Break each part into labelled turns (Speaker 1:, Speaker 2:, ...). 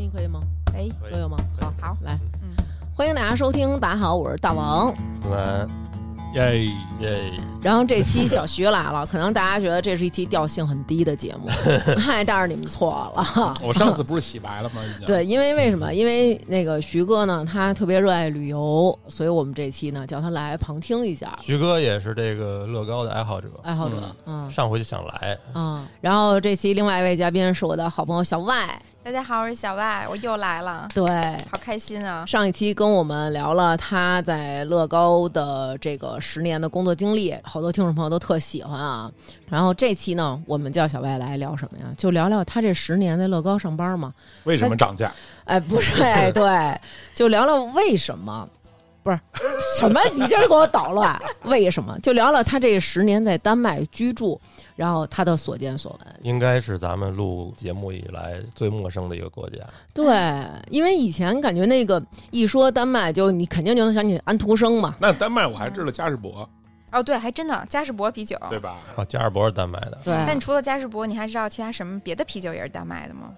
Speaker 1: 音可以吗？
Speaker 2: 哎，
Speaker 1: 都有吗？
Speaker 3: 可以
Speaker 1: 好，
Speaker 2: 好
Speaker 1: 来，
Speaker 2: 嗯
Speaker 1: 欢迎大家收听，大家好，我是大王。
Speaker 3: 同安，
Speaker 4: 耶，
Speaker 3: 耶，
Speaker 1: 然后这期小徐来了，可能大家觉得这是一期调性很低的节 目，嗨，但是你们错了。
Speaker 4: 我上次不是洗白了吗？已经
Speaker 1: 对，因为为什么？因为那个徐哥呢，他特别热爱旅游，所以我们这期呢叫他来旁听一下
Speaker 3: 徐哥也是这个乐高的爱好者，
Speaker 1: 爱好者。嗯
Speaker 3: 上回就想来，
Speaker 1: 嗯，然后这期另外一位嘉宾是我的好朋友小外，
Speaker 2: 大家好，我是小外，我又来了，
Speaker 1: 对，
Speaker 2: 好开心啊！
Speaker 1: 上一期跟我们聊了他在乐高的这个十年的工作经历，好多听众朋友都特喜欢啊。然后这期呢，我们叫小外来聊什么呀？就聊聊他这十年在乐高上班嘛。
Speaker 4: 为什么涨价？
Speaker 1: 哎，不是， 哎，对，就聊聊为什么。不是什么，你今儿给我捣乱？为什么？就聊聊他这十年在丹麦居住，然后他的所见所闻。
Speaker 3: 应该是咱们录节目以来最陌生的一个国家。
Speaker 1: 对，因为以前感觉那个一说丹麦，就你肯定就能想起安徒生嘛，
Speaker 4: 那丹麦我还
Speaker 1: 嗯
Speaker 4: 知道嘉士伯，
Speaker 2: 哦，对，还真的嘉士伯啤酒。
Speaker 4: 对吧？
Speaker 3: 哦，加尔伯是丹麦的，
Speaker 1: 对，
Speaker 2: 但除了嘉士伯，你还知道其他什么别的啤酒也是丹麦的 吗？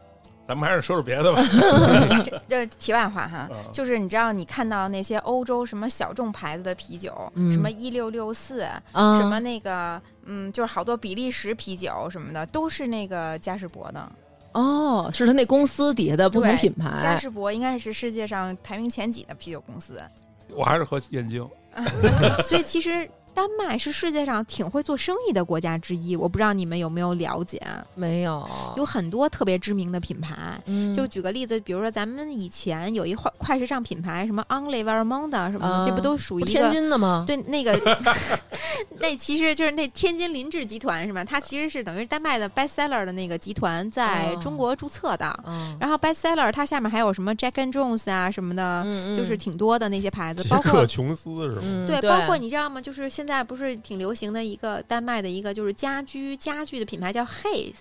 Speaker 4: 咱们还是说说别的吧。
Speaker 2: 这这题外话哈，
Speaker 4: 嗯
Speaker 2: 就是你知道你看到那些欧洲什么小众牌子的啤酒，
Speaker 1: 嗯
Speaker 2: 什么一六六四，
Speaker 1: 啊
Speaker 2: 什么那个嗯，就是好多比利时啤酒什么的，都是那个嘉士伯的。
Speaker 1: 哦，是他那公司底下的不同
Speaker 2: 对
Speaker 1: 品
Speaker 2: 嘉
Speaker 1: 牌，
Speaker 2: 士伯应该是世界上排名前几的啤酒公司，
Speaker 4: 我还是喝燕京，
Speaker 2: 所以其实丹麦是世界上挺会做生意的国家之一。我不知道你们有没有了解，啊
Speaker 1: 没有，
Speaker 2: 有很多特别知名的品牌。
Speaker 1: 嗯
Speaker 2: 就举个例子，比如说咱们以前有一快快时尚品牌，什么 Only Vermont 什么的，
Speaker 1: 啊
Speaker 2: 这不都属于
Speaker 1: 不
Speaker 2: 一
Speaker 1: 天
Speaker 2: 个
Speaker 1: 津的吗？
Speaker 2: 对，那个 那其实就是那天津林志集团是吗？它其实是等于是丹麦的 bestseller 的那个集团在
Speaker 1: 哦
Speaker 2: 中国注册的。
Speaker 1: 啊，
Speaker 2: 然后 bestseller 它下面还有什么 Jack and Jones 啊什么的，
Speaker 1: 嗯
Speaker 2: 就是挺多的那些牌子，
Speaker 3: 杰
Speaker 2: 包
Speaker 3: 克
Speaker 2: 括。
Speaker 3: 琼斯是吗？
Speaker 1: 嗯
Speaker 2: 对，包括你知道吗？就是现在不是挺流行的一个丹麦的一个就是家居家具的品牌叫 Hays，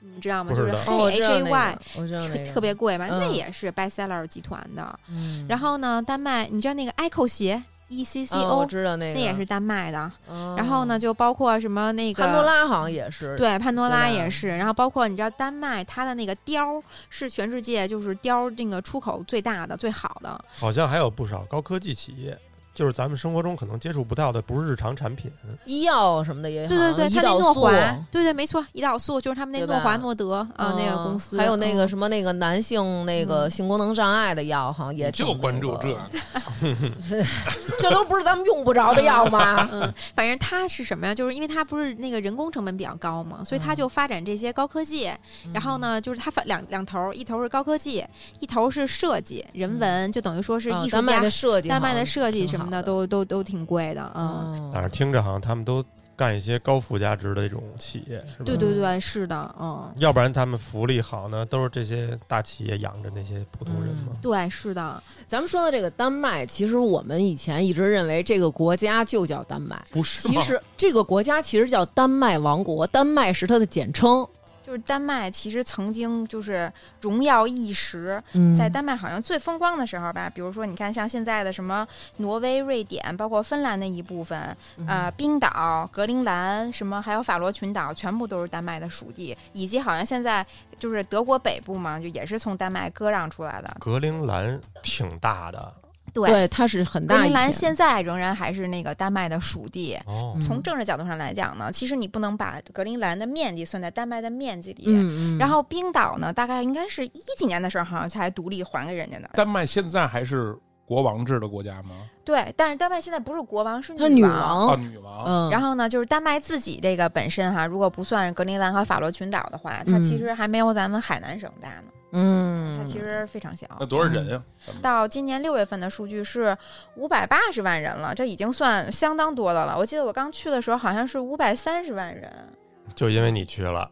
Speaker 2: 你们知道吗？
Speaker 3: 不
Speaker 2: 就
Speaker 3: 知
Speaker 2: 是
Speaker 3: 道
Speaker 2: H H A Y，
Speaker 1: 哦我知道那个，
Speaker 2: 特别贵嘛，
Speaker 1: 嗯
Speaker 2: 那也是 bestseller 集团的。
Speaker 1: 嗯，
Speaker 2: 然后呢，丹麦你知道那个 Echo 鞋 E C C
Speaker 1: 嗯
Speaker 2: O，、
Speaker 1: 我知道那个，
Speaker 2: 那也是，丹麦的。
Speaker 1: 然
Speaker 2: 然后呢，，就包括什么那个
Speaker 1: 潘多，拉好像也是，，
Speaker 2: 对，潘多拉
Speaker 1: 对吧啊
Speaker 2: 也是。然后包括你知道丹麦它的那个貂儿是全世界就是貂儿那个出口最大的、最好的。
Speaker 3: 好像还有不少高科技企业，就是咱们生活中可能接触不到的，不是日常产品。
Speaker 1: 医药什么的也好，
Speaker 2: 对对对，
Speaker 1: 胰
Speaker 2: 它那
Speaker 1: 岛
Speaker 2: 诺
Speaker 1: 素
Speaker 2: 华，对对，没错，胰岛素就是他们那
Speaker 1: 对
Speaker 2: 诺
Speaker 1: 吧
Speaker 2: 华诺德啊、那个公司，
Speaker 1: 嗯还有那个
Speaker 2: 嗯
Speaker 1: 什么那个男性那个
Speaker 2: 嗯
Speaker 1: 性功能障碍的药，好像也
Speaker 4: 你就
Speaker 1: 挺
Speaker 4: 关
Speaker 1: 那
Speaker 4: 注
Speaker 1: 个
Speaker 4: 这，
Speaker 1: 这都不是咱们用不着的药 吗？
Speaker 2: 嗯，反正它是什么呀？就是因为它不是那个人工成本比较高嘛，所以它
Speaker 1: 嗯
Speaker 2: 就发展这些高科技。然后呢，就是它分两两头儿，一头是高科技，一头是设计、人文，就等于说是
Speaker 1: 啊
Speaker 2: 艺
Speaker 1: 嗯
Speaker 2: 术
Speaker 1: 丹麦
Speaker 2: 家
Speaker 1: 的设计好像挺好，
Speaker 2: 丹麦的设计什么的都都都挺贵的，嗯。
Speaker 1: 哦，
Speaker 3: 但是听着好像他们都干一些高附加值的这种企业，是吧？
Speaker 2: 对对对，是的，嗯，
Speaker 3: 要不然他们福利好呢，都是这些大企业养着那些普通人嘛。
Speaker 2: 对，是的，
Speaker 1: 咱们说到这个丹麦，其实我们以前一直认为这个国家就叫丹麦，
Speaker 4: 不是
Speaker 1: 其
Speaker 4: 吗？
Speaker 1: 实这个国家其实叫丹麦王国，丹麦是它的简称。
Speaker 2: 就是丹麦其实曾经就是荣耀一时，
Speaker 1: 嗯
Speaker 2: 在丹麦好像最风光的时候吧，比如说你看像现在的什么挪威、瑞典，包括芬兰那一部分，
Speaker 1: 嗯
Speaker 2: 呃，冰岛、格陵兰什么，还有法罗群岛，全部都是丹麦的属地，以及好像现在就是德国北部嘛，就也是从丹麦割让出来的，
Speaker 3: 格陵兰挺大的
Speaker 2: 对。
Speaker 1: 对，它是很
Speaker 2: 格
Speaker 1: 大一
Speaker 2: 陵兰
Speaker 1: 片。
Speaker 2: 现在仍然还是那个丹麦的属地，
Speaker 3: 哦
Speaker 1: 嗯
Speaker 2: 从政治角度上来讲呢，其实你不能把格陵兰的面积算在丹麦的面积里。
Speaker 1: 嗯嗯，
Speaker 2: 然后冰岛呢，大概应该是一几年的时候，好像才独立还给人家的。
Speaker 4: 丹麦现在还是国王制的国家吗？
Speaker 2: 对，但是丹麦现在不是国王，是
Speaker 1: 它是女
Speaker 2: 王。
Speaker 4: 啊，
Speaker 1: 王，
Speaker 4: 女王，
Speaker 1: 嗯，
Speaker 2: 然
Speaker 1: 后
Speaker 2: 后呢，就是丹麦自己这个本身哈，如果不算格陵兰和法罗群岛的话，它
Speaker 1: 嗯
Speaker 2: 其实还没有咱们海南省大呢。它
Speaker 1: 嗯，
Speaker 2: 其实非常小。
Speaker 4: 那多少人啊呀？
Speaker 2: 到今年六月份的数据是五百八十万人了，这已经算相当多的了。我记得我刚去的时候好像是五百三十万人。
Speaker 3: 就因为你去了，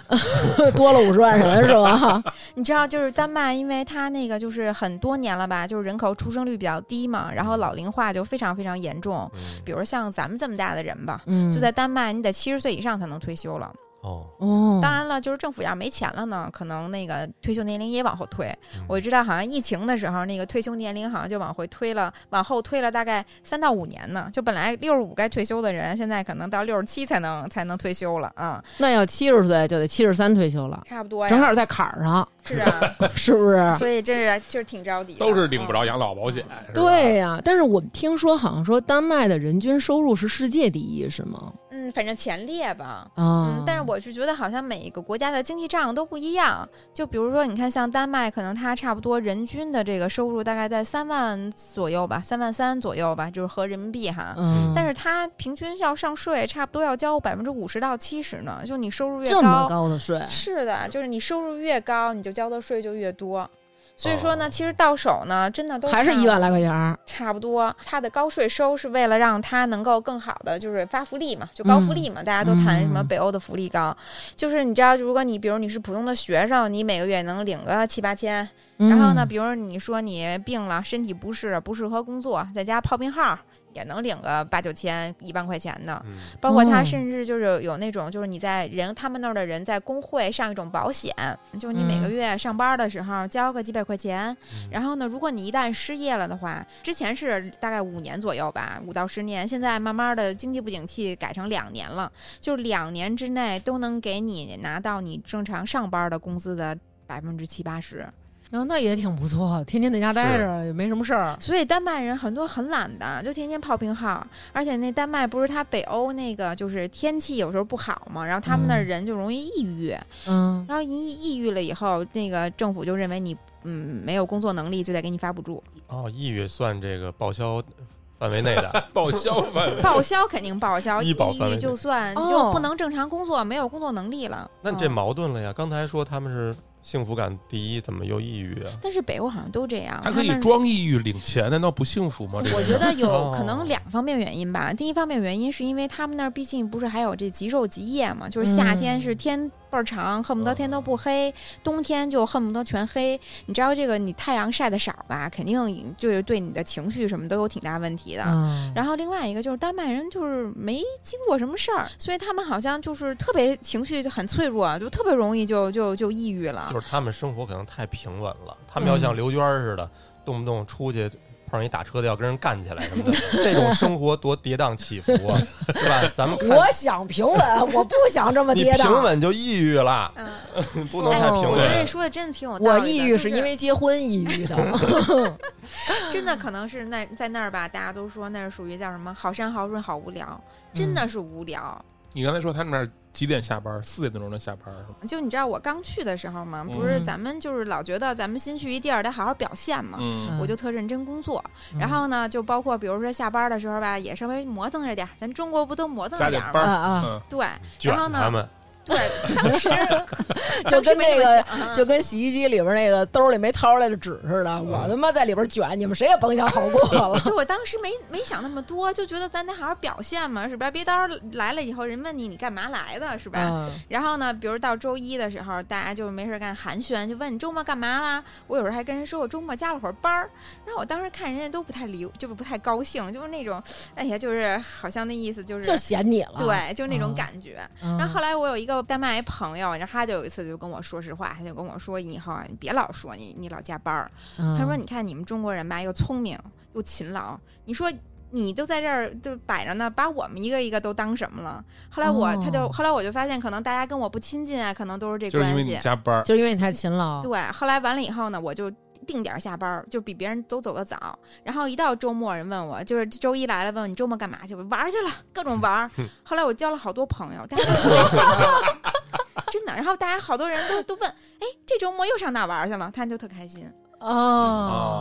Speaker 1: 多了五十万人是吧？
Speaker 2: 你知道，就是丹麦，因为它那个就是很多年了吧，就是人口出生率比较低嘛，然后老龄化就非常非常严重。
Speaker 3: 嗯
Speaker 2: 比如像咱们这么大的人吧，
Speaker 1: 嗯，
Speaker 2: 就在丹麦，你得七十岁以上才能退休了。
Speaker 3: 哦，
Speaker 1: 哦，
Speaker 2: 当然了，就是政府要没钱了呢，可能那个退休年龄也往后推。
Speaker 3: 嗯
Speaker 2: 我知道好像疫情的时候，那个退休年龄好像就往回推了，往后推了大概三到五年呢。就本来六十五该退休的人，现在可能到六十七才能才能退休了啊、
Speaker 1: 那要七十岁就得七十三退休了，
Speaker 2: 差不多呀，
Speaker 1: 正好在坎儿上，
Speaker 2: 是 啊，
Speaker 1: 是不是？
Speaker 2: 所以这就是挺着急的，嗯
Speaker 4: 都是领不着养老保险，是吧
Speaker 1: 对呀、但是我听说好像说丹麦的人均收入是世界第一，是吗？
Speaker 2: 嗯，嗯，反正前列吧。
Speaker 1: 啊、
Speaker 2: 嗯，但是我是觉得好像每一个国家的经济账都不一样。就比如说，你看像丹麦，可能它差不多人均的这个收入大概在三万左右吧，三万三左右吧，就是合人民币哈。
Speaker 1: 嗯，
Speaker 2: 但是它平均要上税，差不多要交百分之五十到七十呢。就你收入越
Speaker 1: 这么高的税，
Speaker 2: 是的，就是你收入越高，你就交的税就越多。所以说呢，其实到手呢，真的都
Speaker 1: 哦还是
Speaker 2: 差
Speaker 1: 一万来块钱儿，
Speaker 2: 差不多，它的高税收是为了让它能够更好的就是发福利嘛，就高福利嘛，大家都谈什么
Speaker 1: 嗯
Speaker 2: 北欧的福利高，就是你知道，如果你比如你是普通的学生，你每个月能领个七八千，然后呢，
Speaker 1: 嗯
Speaker 2: 比如你说你病了，身体不适，不适合工作，在家泡病号也能领个八九千、一万块钱呢。
Speaker 3: 嗯
Speaker 2: 包括他
Speaker 1: 哦
Speaker 2: 甚至就是有有那种，就是你在人他们那儿的人在工会上一种保险，就是你每个
Speaker 1: 嗯
Speaker 2: 月上班的时候交个几百块钱，
Speaker 3: 嗯
Speaker 2: 然后呢，如果你一旦失业了的话，之前是大概五年左右吧，五到十年，现在慢慢的经济不景气改成两年了，就两年之内都能给你拿到你正常上班的工资的。百分之七八十，
Speaker 1: 然后那也挺不错，天天在家待着也没什么事儿，
Speaker 2: 所以丹麦人很多很懒的，就天天泡病号。而且那丹麦不是它北欧那个就是天气有时候不好嘛，然后他们那儿
Speaker 1: 嗯
Speaker 2: 人就容易抑郁，
Speaker 1: 嗯，
Speaker 2: 然后一抑郁了以后，那个政府就认为你嗯没有工作能力，就得给你发补助。
Speaker 3: 哦，抑郁算这个报销范围内 的，
Speaker 4: 报销 范 围。
Speaker 2: 报销肯定报销，抑
Speaker 3: 医保范
Speaker 2: 郁
Speaker 3: 围内
Speaker 2: 就算
Speaker 1: 哦
Speaker 2: 你就不能正常工作，没有工作能力了。
Speaker 3: 那你这
Speaker 2: 嗯
Speaker 3: 矛盾了呀？刚才说他们是幸福感第一，怎么又抑郁啊？
Speaker 2: 但是北欧好像都这样，
Speaker 4: 他可以
Speaker 2: 们。
Speaker 4: 装抑郁领钱，难道不幸福吗？这个
Speaker 2: 我觉得有
Speaker 3: 哦
Speaker 2: 可能两方面原因吧。第一方面原因是因为他们那儿毕竟不是还有这极昼极夜嘛，就是夏天是天倍儿长，恨不得天都不黑；冬天就恨不得全黑。你知道这个，你太阳晒的少吧，肯定就是对你的情绪什么都有挺大问题的。
Speaker 1: 嗯
Speaker 2: 然后另外一个就是丹麦人就是没经过什么事儿，所以他们好像就是特别情绪就很脆弱，就特别容易就就就抑郁了。
Speaker 3: 就是他们生活可能太平稳了，他们要
Speaker 2: 嗯
Speaker 3: 像刘娟儿似的，动不动出去碰上一打车的要跟人干起来什 么的，这种生活多跌宕起伏啊，是吧？咱们看
Speaker 1: 我想平稳，我不想这么
Speaker 3: 你
Speaker 1: 跌
Speaker 3: 平
Speaker 1: 宕。
Speaker 3: 稳就抑郁了，
Speaker 2: 嗯，
Speaker 3: 不能
Speaker 2: 哎，
Speaker 1: 太
Speaker 3: 太平
Speaker 2: 我觉得
Speaker 3: 稳。
Speaker 2: 这说的真的挺有道
Speaker 1: 我
Speaker 2: 理的。
Speaker 1: 抑郁
Speaker 2: 就是
Speaker 1: 因为结婚抑郁的，
Speaker 2: 真的可能是那在那儿吧，大家都说那是属于叫什么好山好水好无聊， 真
Speaker 1: 嗯
Speaker 2: 的是无聊。
Speaker 4: 你刚才说他们那儿几点下班？四点多钟就下班是吗？
Speaker 2: 就你知道我刚去的时候嘛，不是
Speaker 1: 嗯
Speaker 2: 咱们就是老觉得咱们新去一地儿得好好表现嘛，
Speaker 4: 嗯，
Speaker 2: 我就特认真工作。
Speaker 1: 嗯
Speaker 2: 然后呢，就包括比如说下班的时候吧，也稍微磨蹭着点儿，咱中国不都磨蹭
Speaker 4: 加
Speaker 2: 着
Speaker 4: 点
Speaker 2: 点儿
Speaker 1: 啊
Speaker 4: 班
Speaker 2: 吗？
Speaker 1: 啊，
Speaker 4: 嗯，
Speaker 2: 对
Speaker 3: 卷
Speaker 2: 然后呢
Speaker 3: 他们，
Speaker 2: 对，当时
Speaker 1: 就
Speaker 2: 当时
Speaker 1: 跟
Speaker 2: 没
Speaker 1: 那
Speaker 2: 这
Speaker 1: 个
Speaker 2: 么想啊，
Speaker 1: 就跟洗衣机里边那个兜里没掏出来的纸似的，我他妈在里边卷，你们谁也甭想好过 了。
Speaker 2: 就我当时没没想那么多，就觉得咱得好好表现嘛，是吧？别到时候来了以后，人问你你干嘛来的，是吧？
Speaker 1: 嗯
Speaker 2: 然后呢，比如到周一的时候，大家就没事干寒暄，就问你周末干嘛啦？我有时候还跟人说我周末加了会儿班儿。然后我当时看人家都不太理，就是不太高兴，就是那种，哎呀，就是好像那意思就是，
Speaker 1: 就嫌你了。
Speaker 2: 对，就是那种
Speaker 1: 嗯
Speaker 2: 感觉。
Speaker 1: 嗯，
Speaker 2: 然后后来我有一个丹麦朋友，然后他就有一次就跟我说实话，他就跟我说以后啊，你别老说你你老加班儿。
Speaker 1: 嗯
Speaker 2: 他说你看你们中国人吧，又聪明又勤劳，你说。你都在这儿就摆着呢，把我们一个一个都当什么了？后来我、
Speaker 1: 哦
Speaker 2: 他就后来我就发现，可能大家跟我不亲近啊，可能都是这
Speaker 4: 就是因
Speaker 2: 关
Speaker 4: 为你
Speaker 2: 系。
Speaker 4: 加班，
Speaker 1: 就是因为你太勤劳，
Speaker 2: 对，后来完了以后呢，我就定点儿下班儿，就比别人都走得早。然后一到周末，人问我，就是周一来了，问你周末干嘛去？我玩儿去了，各种玩儿。后来我交了好多朋友，大家都特别骚 真的。然后大家好多人都都问，哎，这周末又上哪儿玩儿去了？他就特开心。
Speaker 1: 啊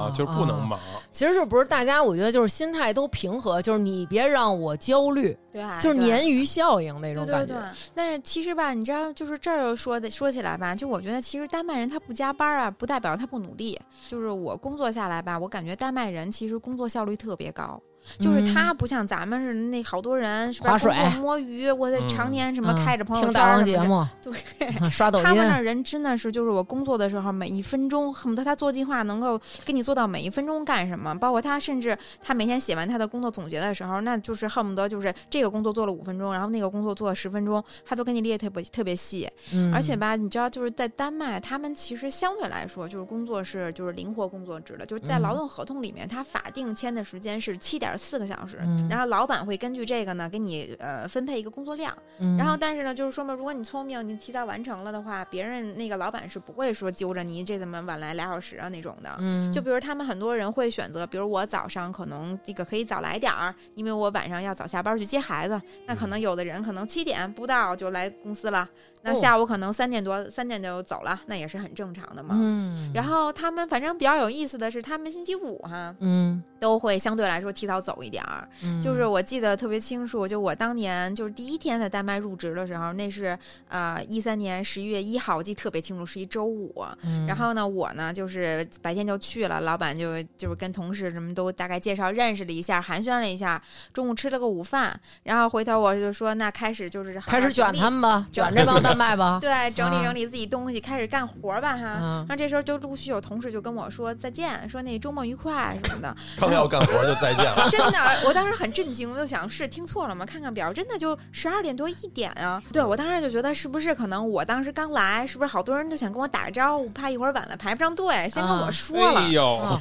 Speaker 4: 啊，就是不能
Speaker 1: 嘛。
Speaker 4: 忙，
Speaker 1: 其实就不是大家，我觉得就是心态都平和，就是你别让我焦虑，
Speaker 2: 对，
Speaker 1: 就是
Speaker 2: 哎对
Speaker 1: 鲶鱼效应那种
Speaker 2: 对对
Speaker 1: 感觉
Speaker 2: 对。，但是其实吧，你知道，就是这儿又说的说起来吧，就我觉得其实丹麦人他不加班啊，不代表他不努力。就是我工作下来吧，我感觉丹麦人其实工作效率特别高，就是他不像咱们似的，那好多人是吧？
Speaker 1: 划水
Speaker 2: 工作摸鱼，我得
Speaker 4: 嗯
Speaker 2: 常年什么
Speaker 1: 嗯
Speaker 2: 开着朋友
Speaker 1: 听
Speaker 2: 圈
Speaker 1: 大
Speaker 2: 儿
Speaker 1: 王
Speaker 2: 什
Speaker 1: 节
Speaker 2: 么的。
Speaker 1: 目，
Speaker 2: 对，
Speaker 1: 啊 刷抖
Speaker 2: 他
Speaker 1: 音
Speaker 2: 们，那儿人真的是，就是我工作的时候，每一分钟恨不得他做计划能够给你做到每一分钟干什么，包括他甚至他每天写完他的工作总结的时候，那就是恨不得就是这个工作做了五分钟，然后那个工作做了十分钟，他都给你列特别特别细。
Speaker 1: 嗯
Speaker 2: 而且吧，你知道就是在丹麦，他们其实相对来说就是工作是就是灵活工作制的，就是在
Speaker 1: 嗯
Speaker 2: 劳动合同里面，他法定签的时间是七点四个小时，
Speaker 1: 嗯
Speaker 2: 然后老板会根据这个呢给你呃分配一个工作量。
Speaker 1: 嗯
Speaker 2: 然后，但是呢，就是说嘛，如果你聪明，你提早完成了的话，别人那个老板是不会说揪着你这怎么晚来俩小时啊那种的。
Speaker 1: 嗯，
Speaker 2: 就比如他们很多人会选择，比如我早上可能这个可以早来点儿，因为我晚上要早下班去接孩子。那可能有的人可能七点不到就来公司了，那
Speaker 1: 嗯哦
Speaker 2: 下午可能三点多三点就走了，那也是很正常的嘛。
Speaker 1: 嗯，
Speaker 2: 然
Speaker 1: 后
Speaker 2: 后他们反正比较有意思的是，他们星期五哈
Speaker 1: 嗯，
Speaker 2: 都会相对来说提早走一点儿，
Speaker 1: 嗯
Speaker 2: 就是我记得特别清楚，就我当年就是第一天在丹麦入职的时候，那是呃一三年十一月一号，我记得特别清楚，是一周五。
Speaker 1: 嗯
Speaker 2: 然后呢，我呢就是白天就去了，老板就就是跟同事什么都大概介绍认识了一下，寒暄了一下，中午吃了个午饭，然后回头我就说那开始就是好好
Speaker 1: 开始卷
Speaker 2: 整理
Speaker 1: 他们吧，卷这帮丹麦 吧，
Speaker 2: 对，整理
Speaker 1: 啊
Speaker 2: 整理自己东西，开始干活儿吧哈。
Speaker 1: 啊，
Speaker 2: 那这时候就陆续有同事就跟我说再见，说那周末愉快什么的。
Speaker 3: 刚要干活就再见了。
Speaker 2: 真的，我当时很震惊，我就想是听错了吗？看看表，真的就十二点多一点啊！对我当时就觉得是不是可能我当时刚来，是不是好多人都想跟我打个招呼，怕一会儿晚了排不上队，先跟我说了。
Speaker 4: 哎呦，
Speaker 1: 啊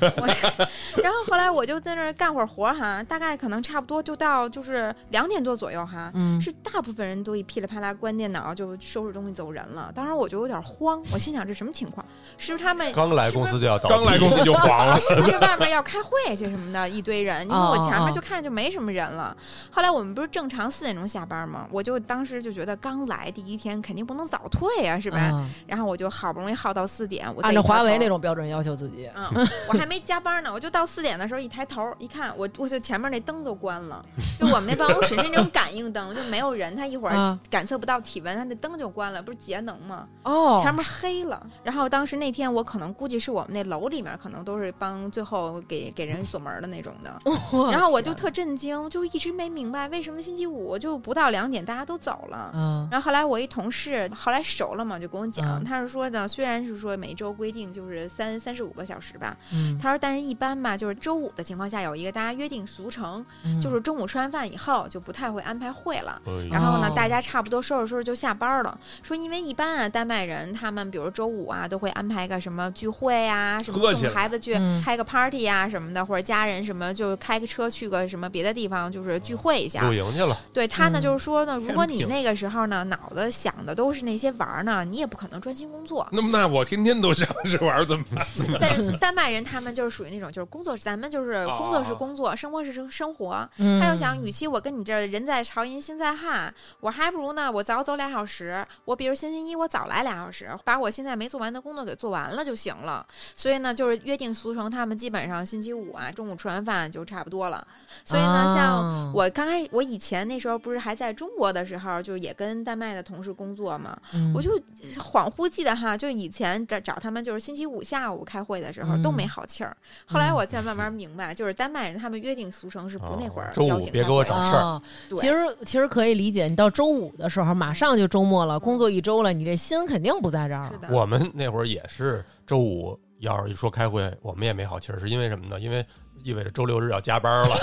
Speaker 2: 然后后来我就在那儿干会儿活儿哈，大概可能差不多就到就是两点多左右哈。
Speaker 1: 嗯，
Speaker 2: 是大部分人都一噼里啪啦关电脑就收拾东西走人了，当时我就有点慌，我心想这什么情况？是不是他们
Speaker 3: 刚来公司就要倒闭，
Speaker 4: 刚来公 司就 黄了，
Speaker 2: 是不是外面要开会去什么的，一堆人。因为我
Speaker 1: 哦
Speaker 2: 前面就看就没什么人了。后来我们不是正常四点钟下班吗？我就当时就觉得刚来第一天肯定不能早退啊，是吧？
Speaker 1: 啊？
Speaker 2: 然后我就好不容易耗到四点，我再
Speaker 1: 按照
Speaker 2: 一抬头
Speaker 1: 华为那。种标准要求自己，
Speaker 2: 嗯，我还没加班呢，我就到四点的时候一抬头一看，我我就前面那灯都关了，就我们那办公室是那种感应灯，就没有人，它一会儿
Speaker 1: 啊
Speaker 2: 感 测不到体温，它那灯就关了，不是节能吗？
Speaker 1: 哦，
Speaker 2: 前面黑了。然后当时那天我可能估计是我们那楼里面可能都是帮最后给给人锁门的那种的。
Speaker 1: 哦
Speaker 2: 然后我就特震惊，就一直没明白为什么星期五就不到两点大家都走了。
Speaker 1: 嗯
Speaker 2: 然后后来我一同事后来熟了嘛，就跟我讲，
Speaker 1: 嗯
Speaker 2: 他是说呢，虽然是说每周规定就是三三十五个小时吧，
Speaker 1: 嗯，
Speaker 2: 他说但是一般吧，就是周五的情况下有一个大家约定俗成，
Speaker 1: 嗯
Speaker 2: 就是中午吃完饭以后就不太会安排会了。
Speaker 3: 哎
Speaker 2: 然
Speaker 3: 呦
Speaker 2: 后呢
Speaker 1: 哦，
Speaker 2: 大家差不多收拾收拾就下班了。说因为一般啊，丹麦人他们比如周五啊，都会安排个什么聚会啊，什么
Speaker 4: 喝起
Speaker 2: 送
Speaker 4: 来
Speaker 2: 孩子去
Speaker 1: 嗯
Speaker 2: 开个 party 啊什么的，或者家人什么就开个车去个什么别的地方，就是聚会一下。
Speaker 3: 露营去了，
Speaker 2: 对他呢，
Speaker 1: 嗯
Speaker 2: 就是说呢，如果你
Speaker 4: Camping
Speaker 2: 那个时候呢，脑子想的都是那些玩儿呢，你也不可能专心工作。
Speaker 4: 那么那我天天都想这玩意儿怎么 办？
Speaker 2: 但是丹麦人他们就是属于那种，就是工作，咱们就是工作是
Speaker 4: 哦
Speaker 2: 工作，生活是生生活。
Speaker 1: 嗯
Speaker 2: 他又想，与其我跟你这儿人在朝阴心在汉，我还不如呢，我早走俩小时，我比如星期一我早来俩小时，把我现在没做完的工作给做完了就行了。所以呢，就是约定俗成，他们基本上星期五啊，中午吃完饭就差不多了。所以呢，像
Speaker 1: 啊
Speaker 2: 我刚开我以前那时候不是还在中国的时候，就也跟丹麦的同事工作嘛，
Speaker 1: 嗯
Speaker 2: 我就恍惚记得哈，就以前找找他们，就是星期五下午开会的时候
Speaker 1: 嗯
Speaker 2: 都没好气儿。后
Speaker 3: 嗯
Speaker 2: 来我才慢慢明白，就是丹麦人他们约定俗成是不那会儿
Speaker 3: 哦周五
Speaker 2: 邀请
Speaker 3: 别
Speaker 2: 开
Speaker 3: 给我
Speaker 2: 会
Speaker 3: 找
Speaker 2: 的
Speaker 3: 事儿
Speaker 1: 哦
Speaker 2: 对
Speaker 1: 其实其实可以理解，你到周五的时候，马上就周末了，工作一周了，你这心肯定不在这儿
Speaker 2: 嗯是
Speaker 1: 了。
Speaker 2: 的，
Speaker 3: 我们那会儿也是周五，要是一说开会，我们也没好气儿，是因为什么呢？因为意味着周六日要加班了。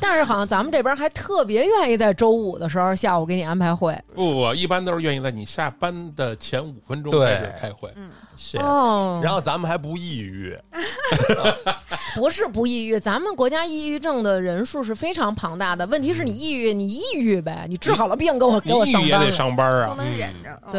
Speaker 1: 但是好像咱们这边还特别愿意在周五的时候下午给你安排会
Speaker 4: 不不，一般都是愿意在你下班的前五分钟
Speaker 3: 对
Speaker 4: 开始开会。
Speaker 2: 嗯，
Speaker 3: 谢 谢
Speaker 1: 哦，
Speaker 3: 然后咱们还不抑郁，
Speaker 1: 不是不抑郁，咱们国家抑郁症的人数是非常庞大的。问题是你抑郁，你抑郁呗，你治好了病，给我给
Speaker 4: 嗯你
Speaker 1: 我
Speaker 4: 抑
Speaker 1: 上
Speaker 4: 郁也
Speaker 1: 班
Speaker 4: 得
Speaker 1: 了。
Speaker 4: 上班
Speaker 2: 都
Speaker 4: 啊，
Speaker 2: 能忍着。嗯，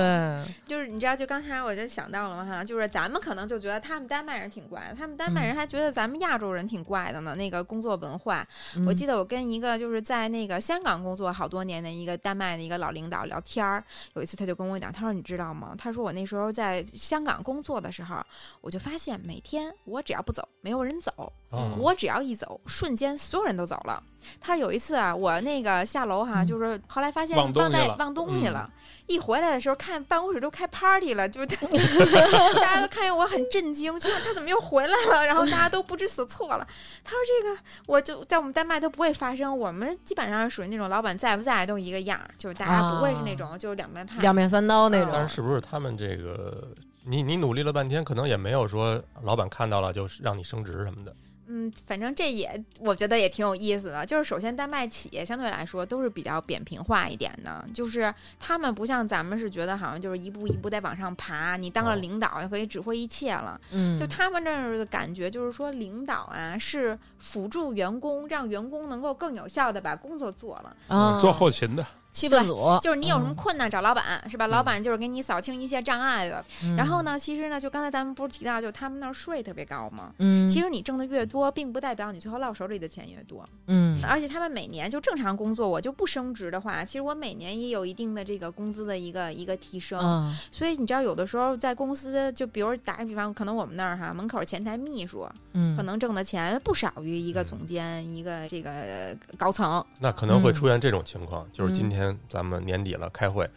Speaker 1: 对，
Speaker 2: 就是你知道，就刚才我就想到了嘛哈，就是咱们可能就觉得他们丹麦人挺怪的，他们丹
Speaker 3: 嗯
Speaker 2: 麦人还觉得咱们亚洲人挺怪的呢。那个工作文化，
Speaker 1: 嗯
Speaker 2: 我记得我跟一个就是在那个香港工作好多年的一个丹麦的一个老领导聊天儿，有一次他就跟我讲，他说你知道吗？他说我那时候在香港工作的时候，我就发现每天我只要不走，没有人走，
Speaker 4: 嗯
Speaker 3: 啊
Speaker 2: 我只要一走，瞬间所有人都走了。他说有一次啊，我那个下楼哈、
Speaker 1: 嗯
Speaker 2: 就是后来发现
Speaker 4: 忘东西
Speaker 2: 忘带
Speaker 4: 了
Speaker 2: 忘东西
Speaker 4: 嗯
Speaker 2: 了，一回来的时候看办公室 都开 party 了，就大家都看见我很震惊，就他怎么又回来了？然后大家都不知所措了。他说这个我就在我们丹麦都不会发生，我们基本上是属于那种老板在不在都一个样儿，就是大家不会
Speaker 4: 啊
Speaker 2: 是那种、就两面派。
Speaker 1: 嗯两面三刀那
Speaker 3: 但
Speaker 1: 种
Speaker 3: 是。是不是他们这个，你你努力了半天，可能也没有说老板看到了就让你升职什么的。
Speaker 2: 嗯，反正这也我觉得也挺有意思的。就是首先，丹麦企业相对来说都是比较扁平化一点的，就是他们不像咱们是觉得好像就是一步一步在往上爬，你当了
Speaker 3: 哦
Speaker 2: 领导就可以指挥一切了。
Speaker 1: 嗯，
Speaker 2: 就他们这儿的感觉就是说，领导啊是辅助员工，让员工能够更有效的把工作做了。
Speaker 1: 啊，
Speaker 4: 嗯做后勤的，
Speaker 1: 气氛组，
Speaker 2: 就是你有什么困难找老板是吧？老板就是给你扫清一切障碍的。
Speaker 1: 嗯
Speaker 2: 然后，呢，其实呢，就刚才咱们不是提到，就他们那儿税特别高吗？
Speaker 1: 嗯，
Speaker 2: 其实你挣的越多，并不代表你最后落手里的钱越多。
Speaker 1: 嗯，
Speaker 2: 而且他们每年就正常工作，我就不升职的话，其实我每年也有一定的这个工资的一个一个提升。
Speaker 1: 嗯
Speaker 2: 所以你知道，有的时候在公司，就比如打个比方，可能我们那儿哈门口前台秘书，
Speaker 1: 嗯，
Speaker 2: 可能挣的钱不少于一个总监、一个这个呃高层。
Speaker 3: 那可能会
Speaker 1: 嗯
Speaker 3: 出现这种情况，就是今
Speaker 1: 嗯
Speaker 3: 天咱们年底了，开会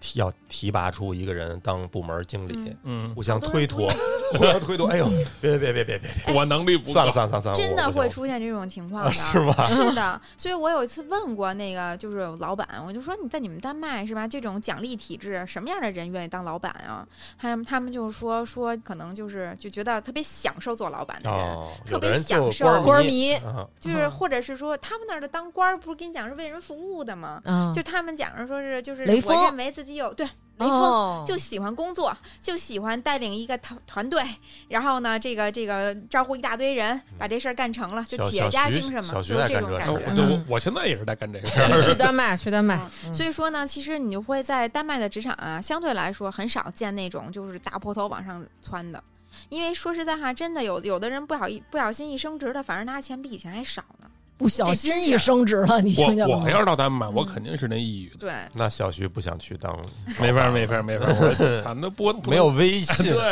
Speaker 3: 提要提拔出一个人当部门经理
Speaker 2: 嗯，
Speaker 4: 嗯，
Speaker 3: 互相
Speaker 2: 好多
Speaker 3: 推
Speaker 2: 人
Speaker 3: 脱，互相推脱。哎呦，别别别别别
Speaker 1: 哎
Speaker 3: 别，
Speaker 4: 我能力不够
Speaker 3: 算了算了算了算了，
Speaker 2: 真的
Speaker 3: 啊我不行
Speaker 2: 会出现这种情况
Speaker 3: 啊
Speaker 2: 的，
Speaker 3: 是吗？
Speaker 2: 是的，所以我有一次问过那个就是老板，我就说你在你们丹麦是吧？这种奖励体制，什么样的人愿意当老板啊？还有他们就说说可能就是就觉得特别享受做老板的人，
Speaker 3: 哦，
Speaker 2: 特
Speaker 3: 有的
Speaker 2: 别
Speaker 3: 人就
Speaker 2: 享受
Speaker 3: 官
Speaker 1: 官儿
Speaker 3: 迷，
Speaker 1: 迷
Speaker 3: 啊
Speaker 2: 就是
Speaker 1: 嗯
Speaker 2: 或者是说他们那儿的当官儿不是跟你讲是为人服务的吗？
Speaker 1: 啊，
Speaker 2: 就他们讲着说是就是
Speaker 1: 雷
Speaker 2: 我
Speaker 1: 锋
Speaker 2: 认为自己有对雷锋。
Speaker 1: 哦
Speaker 2: 就喜欢工作，就喜欢带领一个团团队，然后呢，这个这个招呼一大堆人，把这事儿干成了，就
Speaker 3: 嗯小
Speaker 2: 企业家
Speaker 3: 小徐
Speaker 2: 精神嘛，
Speaker 3: 小
Speaker 2: 就
Speaker 3: 徐
Speaker 2: 是
Speaker 3: 在
Speaker 2: 这
Speaker 3: 干
Speaker 2: 种
Speaker 3: 这
Speaker 2: 感
Speaker 4: 哎
Speaker 3: 事
Speaker 4: 我
Speaker 2: 觉
Speaker 1: 哦
Speaker 3: 儿。
Speaker 4: 对
Speaker 1: 嗯
Speaker 4: 我我现在也是在 干这个事儿，
Speaker 1: 去丹麦，去丹麦
Speaker 2: 嗯，所以说呢，其实你就会在丹麦的职场啊，相对来说很少见那种就是大坡头往上窜的，因为说实在话，真的有有的人不好意不小心一升职了，反而拿钱比以前还少呢。
Speaker 1: 不小心一升职了，你听见
Speaker 4: 我
Speaker 1: 了吗
Speaker 2: 啊
Speaker 1: 嗯
Speaker 4: 我？要是到丹麦，我肯定是那抑郁的，
Speaker 2: 对，
Speaker 3: 那小徐不想去当，
Speaker 4: 没法儿没法儿没法儿，我说惨 的不不
Speaker 3: 没有 威信，
Speaker 4: 对，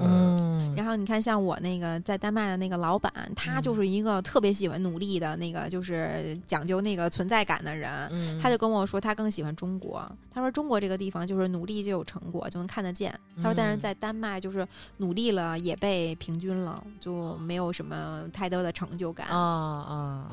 Speaker 1: 嗯，
Speaker 2: 然后你看，像我那个在丹麦的那个老板，他就是一个特别喜欢努力的那个，就是讲究那个存在感的人。
Speaker 1: 嗯
Speaker 2: 他就跟我说，他更喜欢中国。他说中国这个地方就是努力就有成果，就能看得见。他说，但是
Speaker 1: 嗯
Speaker 2: 在丹麦就是努力了也被平均了，就没有什么太多的成就感。
Speaker 1: 啊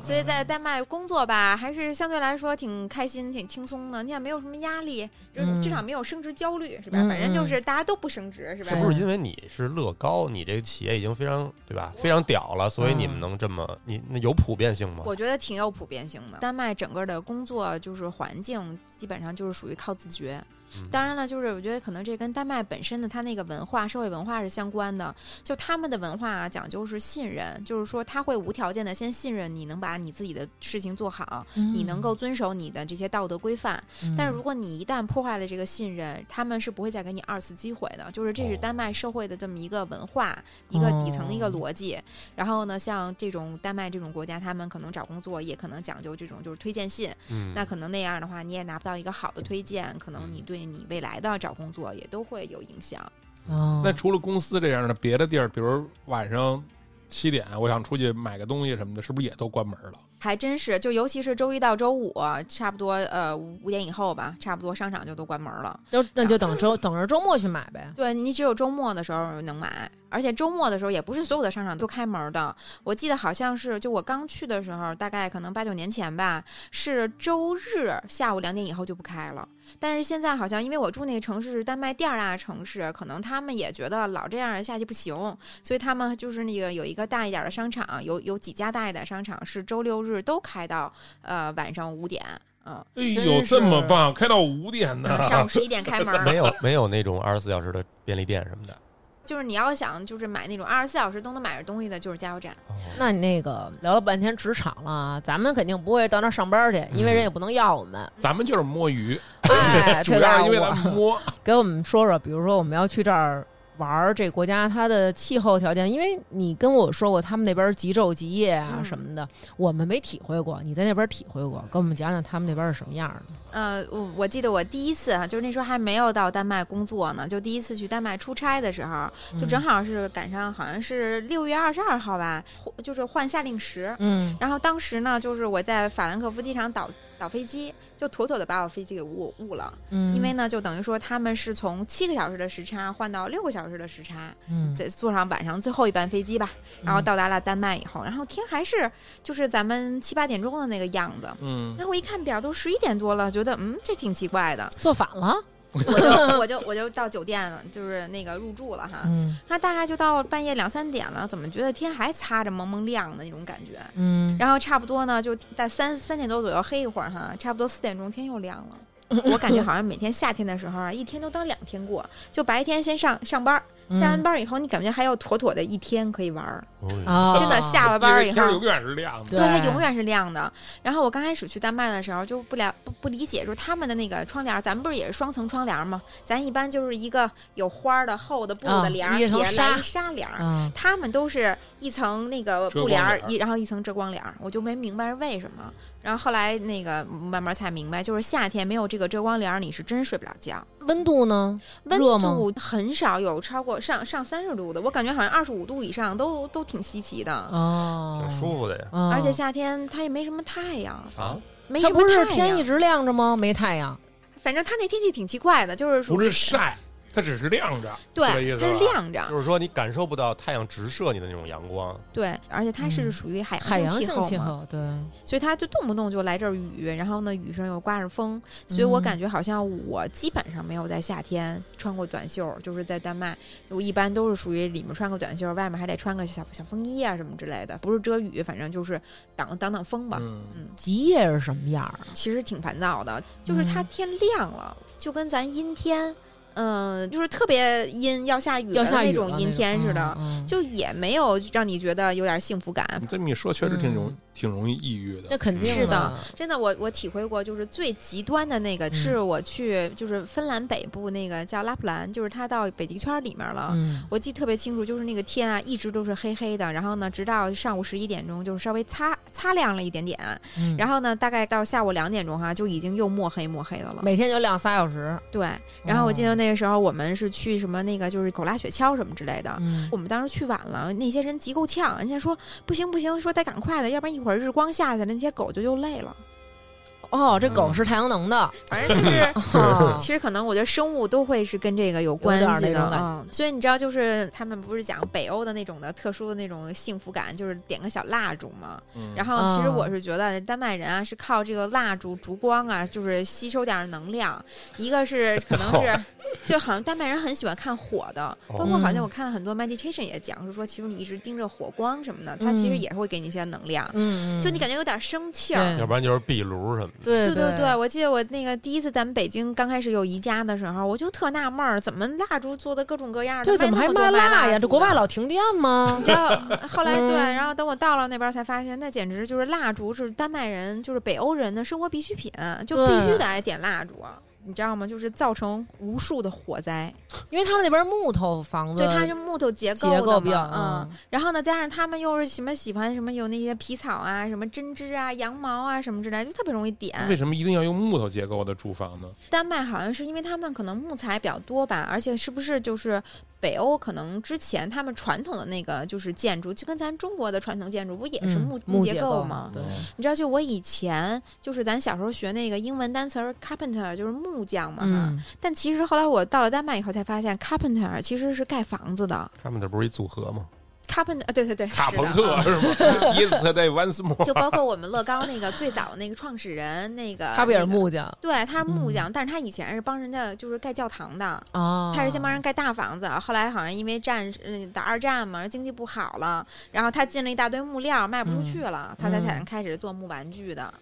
Speaker 1: 啊，
Speaker 2: 所以在丹麦工作吧，还是相对来说挺开心、挺轻松的。你也没有什么压力，就是
Speaker 1: 嗯
Speaker 2: 至少没有升职焦虑，是吧？
Speaker 1: 嗯
Speaker 2: 反正就
Speaker 1: 嗯
Speaker 2: 是大家都不升职，是吧？
Speaker 3: 是不是因为你是乐高，你这个企业已经非常对吧，非常屌了，所以你们能这么，你那有普遍性吗？
Speaker 2: 嗯我觉得挺有普遍性的。丹麦整个的工作就是环境，基本上就是属于靠自觉。
Speaker 3: 嗯
Speaker 2: 当然了，就是我觉得可能这跟丹麦本身的它那个文化、社会文化是相关的。就他们的文化、啊、讲究是信任，就是说他会无条件的先信任你能把你自己的事情做好，你能够遵守你的这些道德规范。
Speaker 1: 嗯，
Speaker 2: 但是如果你一旦破坏了这个信任，他们是不会再给你二次机会的。就是这是
Speaker 3: 哦
Speaker 2: 丹麦社会的这么一个文化，一个底层的一个
Speaker 1: 哦
Speaker 2: 逻辑。然后呢，像这种丹麦这种国家，他们可能找工作也可能讲究这种就是推荐信。
Speaker 3: 嗯，。
Speaker 2: 那可能那样的话，你也拿不到一个好的推荐，可能你对你未来的找工作也都会有影响。
Speaker 1: 哦
Speaker 4: 那除了公司这样的，别的地儿，比如晚上七点，我想出去买个东西什么的，是不是也都关门了？
Speaker 2: 还真是，就尤其是周一到周五，差不多呃五五点以后吧，差不多商场就都关门了。
Speaker 1: 就那就等周等着周末去买呗。
Speaker 2: 对你只有周末的时候能买，而且周末的时候也不是所有的商场都开门的。我记得好像是，就我刚去的时候，大概可能八九年前吧，是周日下午两点以后就不开了。但是现在好像，因为我住那个城市是丹麦第二大城市，可能他们也觉得老这样下去不行，所以他们就是那个有一个大一点的商场，有有几家大一点商场是周六日都开到呃晚上五点，嗯，
Speaker 4: 哎
Speaker 1: 真
Speaker 4: 呦，这么
Speaker 1: 是
Speaker 4: 棒，开到五点呢！
Speaker 2: 上午十一点开门
Speaker 3: 没有没有那种二十四小时的便利店什么的。
Speaker 2: 就是你要想就是买那种二十四小时都能买着东西的，就是加油站。
Speaker 3: 哦
Speaker 1: 那你那个聊了半天职场了啊，咱们肯定不会到那儿上班去，因为人也不能要我 们。
Speaker 4: 咱们就是摸鱼，
Speaker 1: 哎，
Speaker 4: 嗯主
Speaker 1: 对
Speaker 4: 要
Speaker 1: 吧？
Speaker 4: 是因为咱
Speaker 1: 我
Speaker 4: 们摸。
Speaker 1: 给我们说说，比如说我们要去这儿玩儿，这国家它的气候条件，因为你跟我说过他们那边儿极昼极夜啊
Speaker 2: 嗯
Speaker 1: 什么的，我们没体会过，你在那边儿体会过，跟我们讲讲他们那边儿是什么样儿的。
Speaker 2: 呃，我我记得我第一次啊，就是那时候还没有到丹麦工作呢，就第一次去丹麦出差的时候，
Speaker 1: 嗯
Speaker 2: 就正好是赶上好像是六月二十二号吧，换就是换夏令时。
Speaker 1: 嗯
Speaker 2: 然后当时呢，就是我在法兰克福机场倒倒飞机，就妥妥的把我飞机给误误了。
Speaker 1: 嗯，
Speaker 2: 因为呢，就等于说他们是从七个小时的时差换到六个小时的时差，
Speaker 1: 嗯，
Speaker 2: 再坐上晚上最后一班飞机吧，然后到达了丹麦以后，然后天还是就是咱们七八点钟的那个样子。
Speaker 4: 嗯
Speaker 2: 然后我一看表，都十一点多了，觉得嗯，这挺奇怪的
Speaker 1: 做反了，
Speaker 2: 我就我就我就到酒店了，就是那个入住了哈。
Speaker 1: 嗯
Speaker 2: 那大概就到半夜两三点了，怎么觉得天还擦着蒙蒙亮的那种感觉？
Speaker 1: 嗯，
Speaker 2: 然后差不多呢，就在三三点多左右黑一会儿哈，差不多四点钟天又亮 了。我感觉好像每天夏天的时候啊，一天都当两天过，就白天先上上班儿，
Speaker 1: 嗯
Speaker 2: 上完班儿以后，你感觉还有妥妥的一天可以玩儿。
Speaker 3: 哦
Speaker 1: 啊，
Speaker 2: 真的下了班儿以
Speaker 4: 因为
Speaker 2: 后，
Speaker 4: 天儿永远是亮的，
Speaker 1: 对
Speaker 2: 对，它永远是亮的。然后我刚开始去丹麦的时候就不了不不理解，就是他们的那个窗帘儿，咱们不是也是双层窗帘儿吗？咱一般就是一个有花儿的厚的布
Speaker 1: 啊
Speaker 2: 的帘儿，
Speaker 1: 一层
Speaker 2: 底下
Speaker 1: 纱
Speaker 2: 来一纱帘儿。
Speaker 1: 啊，
Speaker 2: 他们都是一层那个
Speaker 4: 遮
Speaker 2: 布
Speaker 4: 光
Speaker 2: 帘儿
Speaker 4: 帘，儿
Speaker 2: 一然后一层遮光帘儿，我就没明白是为什么。然后后来那个慢慢才明白，就是夏天没有这个遮光帘儿，你是真睡不了觉。
Speaker 1: 温度呢？
Speaker 2: 温
Speaker 1: 热吗
Speaker 2: 度很少有超过上上三十度的，我感觉好像二十五度以上都都挺稀奇的。
Speaker 1: 哦，
Speaker 3: 挺舒服的呀
Speaker 1: 啊
Speaker 2: 而且夏天它也没什么太阳，
Speaker 3: 啊！
Speaker 2: 没
Speaker 1: 它
Speaker 2: 什么
Speaker 1: 不是
Speaker 2: 太
Speaker 1: 天
Speaker 2: 阳
Speaker 1: 一直亮着吗？没太阳，
Speaker 2: 反正它那天气挺奇怪的，就是属
Speaker 4: 不
Speaker 2: 于
Speaker 4: 是晒，它只是亮着，是这意
Speaker 2: 对，
Speaker 4: 思
Speaker 2: 它是
Speaker 4: 吧
Speaker 2: 亮着，
Speaker 3: 就是说你感受不到太阳直射你的那种阳光，
Speaker 2: 对，而且它是
Speaker 1: 嗯
Speaker 2: 属于海
Speaker 1: 海洋性
Speaker 2: 候
Speaker 1: 气
Speaker 2: 嘛，
Speaker 1: 候，对，
Speaker 2: 所以它就动不动就来这儿雨，然后呢雨上又刮着风，所以我
Speaker 1: 嗯
Speaker 2: 感觉好像我基本上没有在夏天穿过短袖，就是在丹麦，我一般都是属于里面穿个短袖，外面还得穿个小小风衣啊什么之类的，不是遮雨，反正就是挡挡挡风吧。
Speaker 4: 嗯，
Speaker 2: 嗯，
Speaker 1: 极夜是什么样儿啊？
Speaker 2: 其实挺烦躁的，就是它
Speaker 1: 嗯
Speaker 2: 天亮了，就跟咱阴天，嗯、就是特别阴，要下雨
Speaker 1: 要
Speaker 2: 的
Speaker 1: 下雨
Speaker 2: 那种
Speaker 1: 了
Speaker 2: 阴
Speaker 1: 那
Speaker 2: 天似的，
Speaker 1: 嗯嗯
Speaker 2: 就也没有让你觉得有点幸福感
Speaker 4: 你。这么一说，确实挺容、
Speaker 1: 嗯
Speaker 4: 挺容易抑郁的
Speaker 1: 那。肯定
Speaker 2: 是
Speaker 1: 的
Speaker 2: 的，真的，我我体会过，就是最极端的那个，
Speaker 1: 嗯
Speaker 2: 是我去就是芬兰北部那个叫拉普兰，就是它到北极圈里面了。
Speaker 1: 嗯
Speaker 2: 我记得特别清楚，就是那个天啊，一直都是黑黑的，然后呢，直到上午十一点钟，就是稍微擦擦亮了一点点，
Speaker 1: 嗯，
Speaker 2: 然后呢，大概到下午两点钟哈、就已经又墨黑墨黑的了。
Speaker 1: 每天就亮仨小时，
Speaker 2: 对，然后我记得
Speaker 1: 哦
Speaker 2: 那个时候我们是去什么那个就是狗拉雪橇什么之类的。
Speaker 1: 嗯
Speaker 2: 我们当时去晚了，那些人急够呛，人家说不行不行，说得赶快的，要不然一会儿日光下去了，那些狗就又累了。
Speaker 1: 哦，这狗是太阳 能的，
Speaker 2: 反正就是，
Speaker 1: 哦
Speaker 2: 其实可能我觉得生物都会是跟这个有关
Speaker 1: 点儿
Speaker 2: 系
Speaker 1: 那
Speaker 2: 的
Speaker 1: 种感觉
Speaker 2: 啊、嗯所以你知道，就是他们不是讲北欧的那种的特殊的那种幸福感，就是点个小蜡烛嘛。
Speaker 4: 嗯
Speaker 2: 然后其实我是觉得丹麦人啊是靠这个蜡烛、烛光啊，就是吸收点儿能量。一个是可能是。 就好像丹麦人很喜欢看火的，包括好
Speaker 1: 嗯
Speaker 2: 像我看很多 meditation 也讲，是说其实你一直盯着火光什么的，它其实
Speaker 1: 嗯
Speaker 2: 也会给你一些能量，
Speaker 1: 嗯，嗯
Speaker 2: 就你感觉有点生气儿。
Speaker 1: 对
Speaker 3: 要不然就是壁炉什么的。
Speaker 1: 对
Speaker 2: 对
Speaker 1: 对
Speaker 2: 对，，我记得我那个第一次咱们北京刚开始有宜家的时候，我就特纳闷儿，怎么蜡烛做的各种各样的，
Speaker 1: 这怎么还
Speaker 2: 那
Speaker 1: 蜡
Speaker 2: 多烛
Speaker 1: 呀？
Speaker 2: 的
Speaker 1: 这国外。老停电吗
Speaker 2: 你？知道，后来对，
Speaker 1: 嗯
Speaker 2: 然后等我到了那边才发现，那简直就是蜡烛是丹麦人，就是北欧人的生活必需品，就必须
Speaker 1: 对
Speaker 2: 得爱点蜡烛，你知道吗？就是造成无数的火灾。
Speaker 1: 因为他们那边木头房子，
Speaker 2: 对，它是木头结构
Speaker 1: 嗯结
Speaker 2: 的
Speaker 1: 构比较
Speaker 2: 嘛，嗯，，然后呢，加上他们又是什么喜欢什么有那些皮草啊、什么针织啊、羊毛啊什么之类的，就特别容易点。
Speaker 4: 为什么一定要用木头结构的住房呢？
Speaker 2: 丹麦好像是因为他们可能木材比较多吧，而且是不是就是北欧可能之前他们传统的那个就是建筑，就跟咱中国的传统建筑不也是
Speaker 1: 嗯
Speaker 2: 木、
Speaker 1: 木
Speaker 2: 结构
Speaker 1: 构
Speaker 2: 吗？
Speaker 1: 对，
Speaker 2: 你知道，就我以前就是咱小时候学那个英文单词儿 carpenter 就是木匠嘛，
Speaker 1: 嗯，
Speaker 2: 但其实后来我到了丹麦以后才发现 carpenter 其实是盖房子的
Speaker 3: 他们那不是一组合吗？
Speaker 2: carpenter，呃对对对，
Speaker 4: 卡
Speaker 2: 是的
Speaker 4: 朋特
Speaker 2: 啊
Speaker 4: 是 吗？Yesterday once more，
Speaker 2: 就包括我们乐高那个最早那个创始人那个
Speaker 1: 哈比尔
Speaker 2: 那个
Speaker 1: 木匠嗯
Speaker 2: 对，他是木匠，但是他以前是帮人家就是盖教堂的，
Speaker 1: 啊，
Speaker 2: 嗯他是先帮人盖大房子，后来好像因为战嗯打二战嘛，经济不好了，然后他进了一大堆木料，卖不出去了，他才
Speaker 1: 嗯
Speaker 2: 才开始做木玩具的。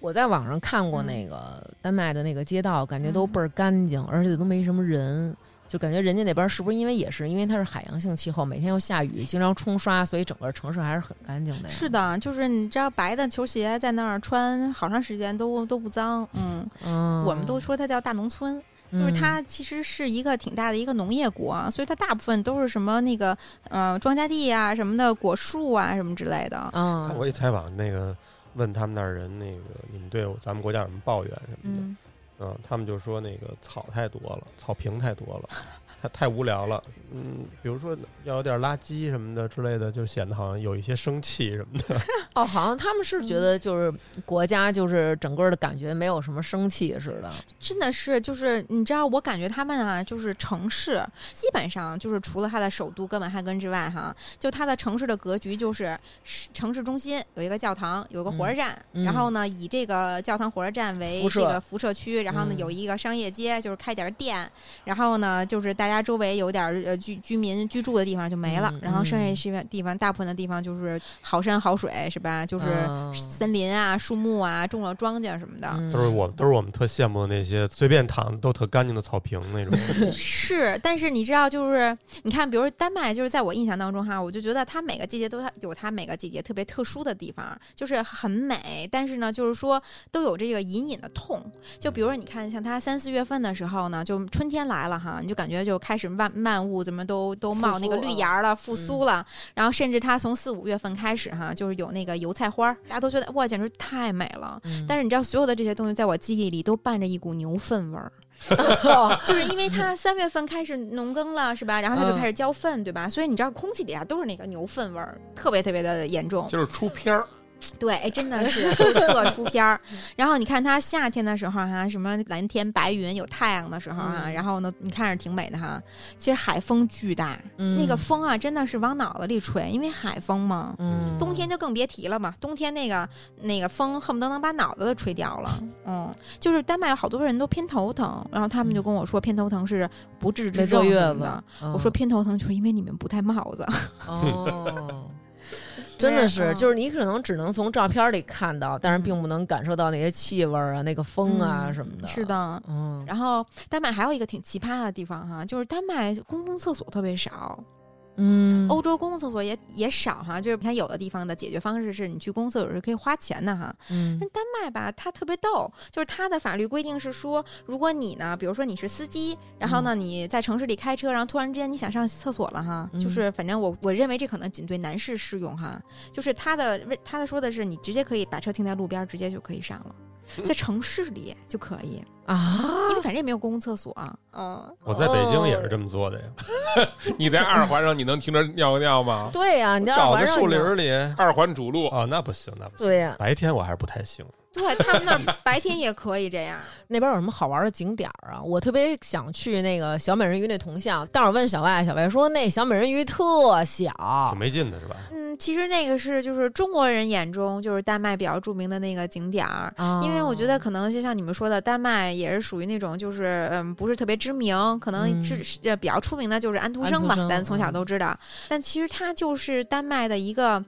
Speaker 1: 我在网上看
Speaker 2: 嗯
Speaker 1: 过那个丹麦的那个街道，感觉都倍儿干净，而且都没什么人，就感觉人家那边是不是因为也是因为它是海洋性气候，每天又下雨，经常冲刷，所以整个城市还是很干净的呀。
Speaker 2: 是，的，就是你知道白的球鞋在那儿穿好长时间都都不脏，嗯，
Speaker 1: 嗯，
Speaker 2: 我们都说它叫大农村，就是
Speaker 1: 嗯
Speaker 2: 它其实是一个挺大的一个农业国，所以它大部分都是什么那个呃庄稼地啊什么的果树啊什么之类的。
Speaker 1: 啊，
Speaker 3: 我一采访那个问他们那儿人，那个你们对咱们国家有什么抱怨什么的？
Speaker 2: 嗯，
Speaker 3: 嗯，他们就说那个草太多了，草坪太多了， 太太无聊了。嗯，比如说要有点垃圾什么的之类的，就显得好像有一些生气什么的。
Speaker 1: 哦，好像他们是觉得就是国家就是整个的感觉没有什么生气似的，
Speaker 2: 真的是，就是你知道，我感觉他们啊，就是城市基本上就是除了它的首都哥本哈根之外，哈，就它的城市的格局就是市城市中心有一个教堂，有一个火车站，
Speaker 1: 嗯嗯
Speaker 2: 然后呢，以这个教堂、火车站为
Speaker 1: 辐射
Speaker 2: 这个辐射区，然后呢，
Speaker 1: 嗯
Speaker 2: 有一个商业街，就是开点儿店，然后呢，就是大家周围有点儿呃居居民居住的地方就没了，
Speaker 1: 嗯
Speaker 2: 然后剩下
Speaker 1: 嗯
Speaker 2: 是地方大部分的地方就是好山好水，是吧？就是
Speaker 1: 嗯
Speaker 2: 森林啊、树木啊，种了庄稼什么的。
Speaker 1: 嗯
Speaker 3: 都是我都是我们特羡慕的那些随便躺着都特干净的草坪那种。
Speaker 2: 是，但是你知道，就是你看，比如丹麦，就是在我印象当中哈，我就觉得它每个季节都它有它每个季节特别特殊的地方，就是很美，但是呢，就是说都有这个隐隐的痛。就比如说，你看，像它三四月份的时候呢，就春天来了哈，你就感觉就开始漫漫雾，怎么都都冒那
Speaker 1: 复
Speaker 2: 个
Speaker 1: 苏
Speaker 2: 绿
Speaker 1: 了嗯
Speaker 2: 芽儿了，复苏了。然后甚至它从四五月份开始哈，就是有那个油菜花儿，大家都觉得哇，简直太美了。
Speaker 1: 嗯
Speaker 2: 但是你知道，所有的这些东西在我记忆里都伴着一股牛粪味儿。
Speaker 1: 哦
Speaker 2: 就是因为它三月份开始农耕了，是吧？然后它就
Speaker 1: 嗯
Speaker 2: 开始交粪，对吧？所以你知道空气底下都是那个牛粪味儿，特别特别的严重。
Speaker 4: 就是出片儿，
Speaker 2: 对，哎真的是就是特出 片儿。然后你看它夏天的时候哈、什么蓝天白云有太阳的时候啊，
Speaker 1: 嗯
Speaker 2: 然后呢，你看着挺美的哈。其实海风巨大，
Speaker 1: 嗯
Speaker 2: 那个风啊真的是往脑子里吹，因为海风嘛。
Speaker 1: 嗯
Speaker 2: 冬天就更别提了嘛，冬天那个那个风恨不得能把脑子都吹掉了。嗯，就是丹麦有好多人都偏头疼，然后他们就跟我说偏头疼是不治之
Speaker 1: 没坐
Speaker 2: 症
Speaker 1: 月
Speaker 2: 什么
Speaker 1: 子
Speaker 2: 的。，
Speaker 1: 嗯
Speaker 2: 我说偏头疼就是因为你们不戴帽子，
Speaker 1: 哦。真的是，
Speaker 2: 嗯
Speaker 1: 就是你可能只能从照片里看到，但是并不能感受到那些气味儿啊、那个风啊
Speaker 2: 嗯
Speaker 1: 什么的。
Speaker 2: 是，的。
Speaker 1: 嗯，
Speaker 2: 然后丹麦还有一个挺奇葩的地方哈、就是丹麦公共厕所特别少，
Speaker 1: 嗯，
Speaker 2: 欧洲公共厕所也也少哈、就是你看有的地方的解决方式是你去公共厕所是可以花钱的哈、
Speaker 1: 嗯，
Speaker 2: 但丹麦吧，它特别逗，就是它的法律规定是说，如果你呢，比如说你是司机，然后呢你在城市里开车，然后突然之间你想上厕所了哈，
Speaker 1: 嗯
Speaker 2: 就是反正我我认为这可能仅对男士适用哈，就是它的为它的说的是你直接可以把车停在路边儿，直接就可以上了。在城市里就可以，
Speaker 1: 啊，
Speaker 2: 因为反正也没有公共厕所啊。嗯，
Speaker 3: 我在北京也是这么做的呀，
Speaker 4: 你在二环上你能停着尿个尿吗？
Speaker 1: 对呀，你在耳
Speaker 3: 找
Speaker 1: 环
Speaker 3: 个
Speaker 1: 上
Speaker 3: 树
Speaker 1: 你
Speaker 3: 林
Speaker 1: 能
Speaker 3: 儿里。
Speaker 4: 二环主路，
Speaker 3: 哦，那不行，那不行。
Speaker 1: 对啊呀，
Speaker 3: 白天我还是不太行。
Speaker 2: 对他们那儿白天也可以这样。
Speaker 1: 那边有什么好玩的景点儿啊？我特别想去那个小美人鱼那铜像，但是我问小外，小外说那小美人鱼特小
Speaker 3: 挺，没劲的是吧？
Speaker 2: 嗯，其实那个是就是中国人眼中就是丹麦比较著名的那个景点儿，
Speaker 1: 啊
Speaker 2: 因为我觉得可能就像你们说的，丹麦也是属于那种就是嗯不是特别知名，可能
Speaker 1: 嗯
Speaker 2: 是、是呃比较出名的就是安徒
Speaker 1: 安
Speaker 2: 生
Speaker 1: 徒
Speaker 2: 嘛，
Speaker 1: 生嗯
Speaker 2: 咱从小都知道。但其实它就是丹麦的一个，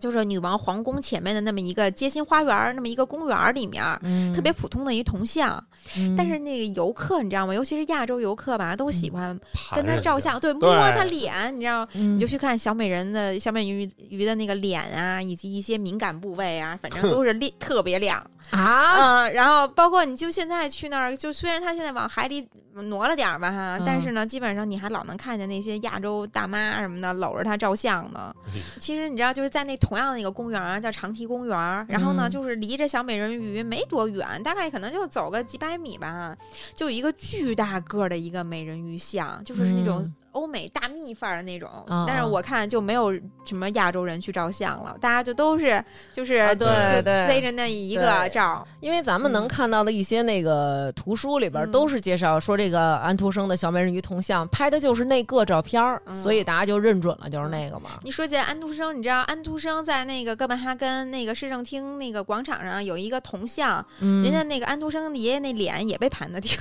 Speaker 2: 就是女王皇宫前面的那么一个街心花园儿，那么一个公园儿里面儿。
Speaker 1: 嗯
Speaker 2: 特别，普通的一铜像，
Speaker 1: 嗯
Speaker 2: 但是那个游客你知道吗？尤其是亚洲游客吧，都喜欢
Speaker 3: 盘
Speaker 2: 跟他
Speaker 3: 人
Speaker 2: 照
Speaker 3: 家
Speaker 2: 相，对，摸他脸，你知
Speaker 1: 嗯
Speaker 2: 道，你就去看小美人的小美人鱼鱼的那个脸啊，以及一些敏感部位啊，反正都是 亮特别亮。
Speaker 1: 啊，
Speaker 2: 嗯，然后包括你就现在去那儿，就虽然它现在往海里挪了点儿吧哈，
Speaker 1: 嗯
Speaker 2: 但是呢，基本上你还老能看见那些亚洲大妈什么的搂着它照相呢。
Speaker 1: 嗯
Speaker 2: 其实你知道，就是在那同样的一个公园儿，叫长堤公园儿，然后呢，
Speaker 1: 嗯
Speaker 2: 就是离着小美人鱼没多远，大概可能就走个几百米吧，就有一个巨大个儿的一个美人鱼像，就是那种
Speaker 1: 嗯
Speaker 2: 欧美大蜜范儿的那种。
Speaker 1: 啊
Speaker 2: 但是我看就没有什么亚洲人去照相了，大家就都是就是、
Speaker 1: 啊
Speaker 2: 就
Speaker 1: 对对
Speaker 2: 贼着那一个
Speaker 1: 对
Speaker 2: 照。
Speaker 1: 因为咱们能
Speaker 2: 嗯
Speaker 1: 看到的一些那个图书里边儿
Speaker 2: 嗯
Speaker 1: 都是介绍说这个安徒生的小美人鱼铜像拍的就是那个照片儿，
Speaker 2: 嗯
Speaker 1: 所以大家就认准了就是那个嘛。
Speaker 2: 你说起来安徒生，你知道安徒生在那个哥本哈根那个市政厅那个广场上有一个铜像，
Speaker 1: 嗯
Speaker 2: 人家那个安徒生的爷爷那脸也被盘的挺